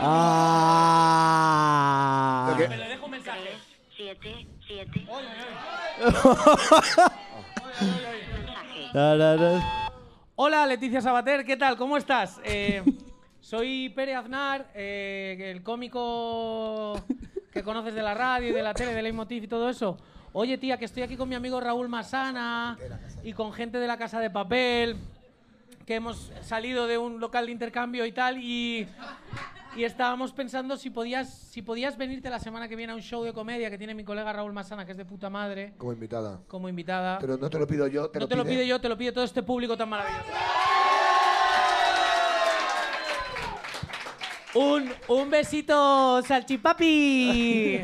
S7: Ah.
S4: Me lo dejo un mensaje. Siete, siete. Oye,
S7: Da, da, da.
S4: Hola, Leticia Sabater, ¿qué tal? ¿Cómo estás? Eh, soy Pere Aznar, eh, el cómico que conoces de la radio y de la tele, de Leitmotiv y todo eso. Oye, tía, que estoy aquí con mi amigo Raúl Masana y con gente de la Casa de Papel, que hemos salido de un local de intercambio y tal, y, y estábamos pensando si podías, si podías venirte la semana que viene a un show de comedia que tiene mi colega Raúl Masana, que es de puta madre,
S2: Como invitada.
S4: como invitada.
S2: Pero no te lo pido yo, te
S4: no
S2: lo
S4: te lo
S2: pide-
S4: pido yo, te lo pide todo este público tan maravilloso. Un, un besito, salchipapi.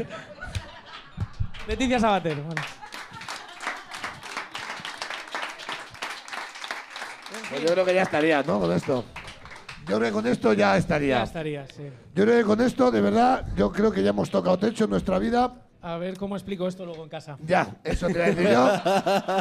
S4: [laughs] Leticia Sabater. bueno.
S2: Pues yo creo que ya estaría, ¿no? Con esto. Yo creo que con esto ya estaría.
S4: Ya estaría, sí.
S2: Yo creo que con esto, de verdad, yo creo que ya hemos tocado techo en nuestra vida.
S4: A ver cómo explico esto luego en casa.
S2: Ya, eso te voy a decir
S4: [laughs]
S2: yo.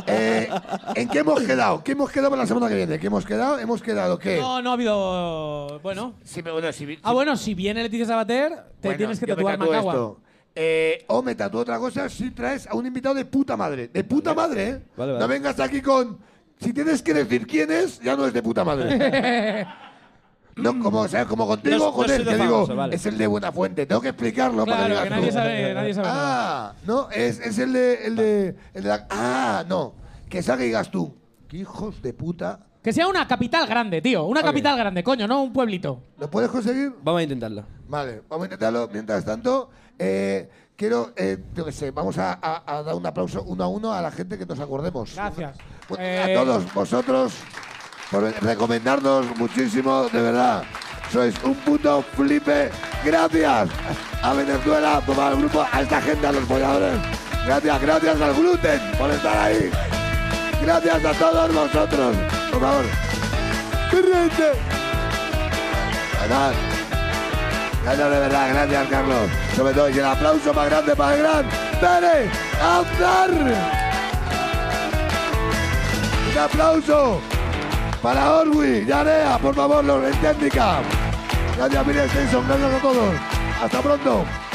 S2: Eh, ¿En qué hemos quedado? ¿Qué hemos quedado para la semana que viene? ¿Qué hemos quedado? ¿Hemos quedado qué?
S4: No, no ha habido. Bueno.
S5: Sí, pero bueno, si, vi-
S4: Ah, bueno, si viene Leticia Sabater, te
S2: Bueno,
S4: tienes que
S2: yo me
S4: tatuar
S2: tatúo
S4: Macagua.
S2: esto. Eh, o me tatúo otra cosa si traes a un invitado de puta madre. De puta madre, ¿eh?
S7: Vale, vale.
S2: No vengas aquí con... Si tienes que decir quién es, ya no es de puta madre.
S7: [laughs]
S2: No, como, o sea, como contigo,
S7: No es-
S2: con
S7: no
S2: él,
S7: soy
S2: que
S7: de
S2: digo,
S7: famoso, vale.
S2: es el de Buena Fuente. Tengo que explicarlo para
S4: Claro,
S2: digas
S4: que
S2: tú.
S4: nadie sabe, nadie sabe
S2: Ah, no, es, es el de, el de, el de la- Ah, no. Que salga y digas tú, qué hijos de puta.
S4: Que sea una capital grande, tío. Una
S2: Ok.
S4: capital grande, coño, no un pueblito.
S2: ¿Lo puedes conseguir?
S7: Vamos a intentarlo.
S2: Vale, vamos a intentarlo. Mientras tanto, eh, quiero, eh, yo qué sé, vamos a, a- a dar un aplauso uno a uno a la gente que nos acordemos.
S4: Gracias.
S2: Pues,
S4: Eh,
S2: A todos vosotros por recomendarnos muchísimo, de verdad. Sois un puto flipe. Gracias a Venezuela, por al grupo, a esta gente, a los apoyadores. Gracias, gracias al gluten por estar ahí. Gracias a todos vosotros. Por favor. ¡Corriente! Verdad. Gracias de verdad, gracias Carlos. Sobre todo, y el aplauso más grande para el gran Pérez Aznar. Un aplauso para Orwi, Yarea, por favor, los en técnica. Gracias, Miriam Stenson, gracias a todos. Hasta pronto.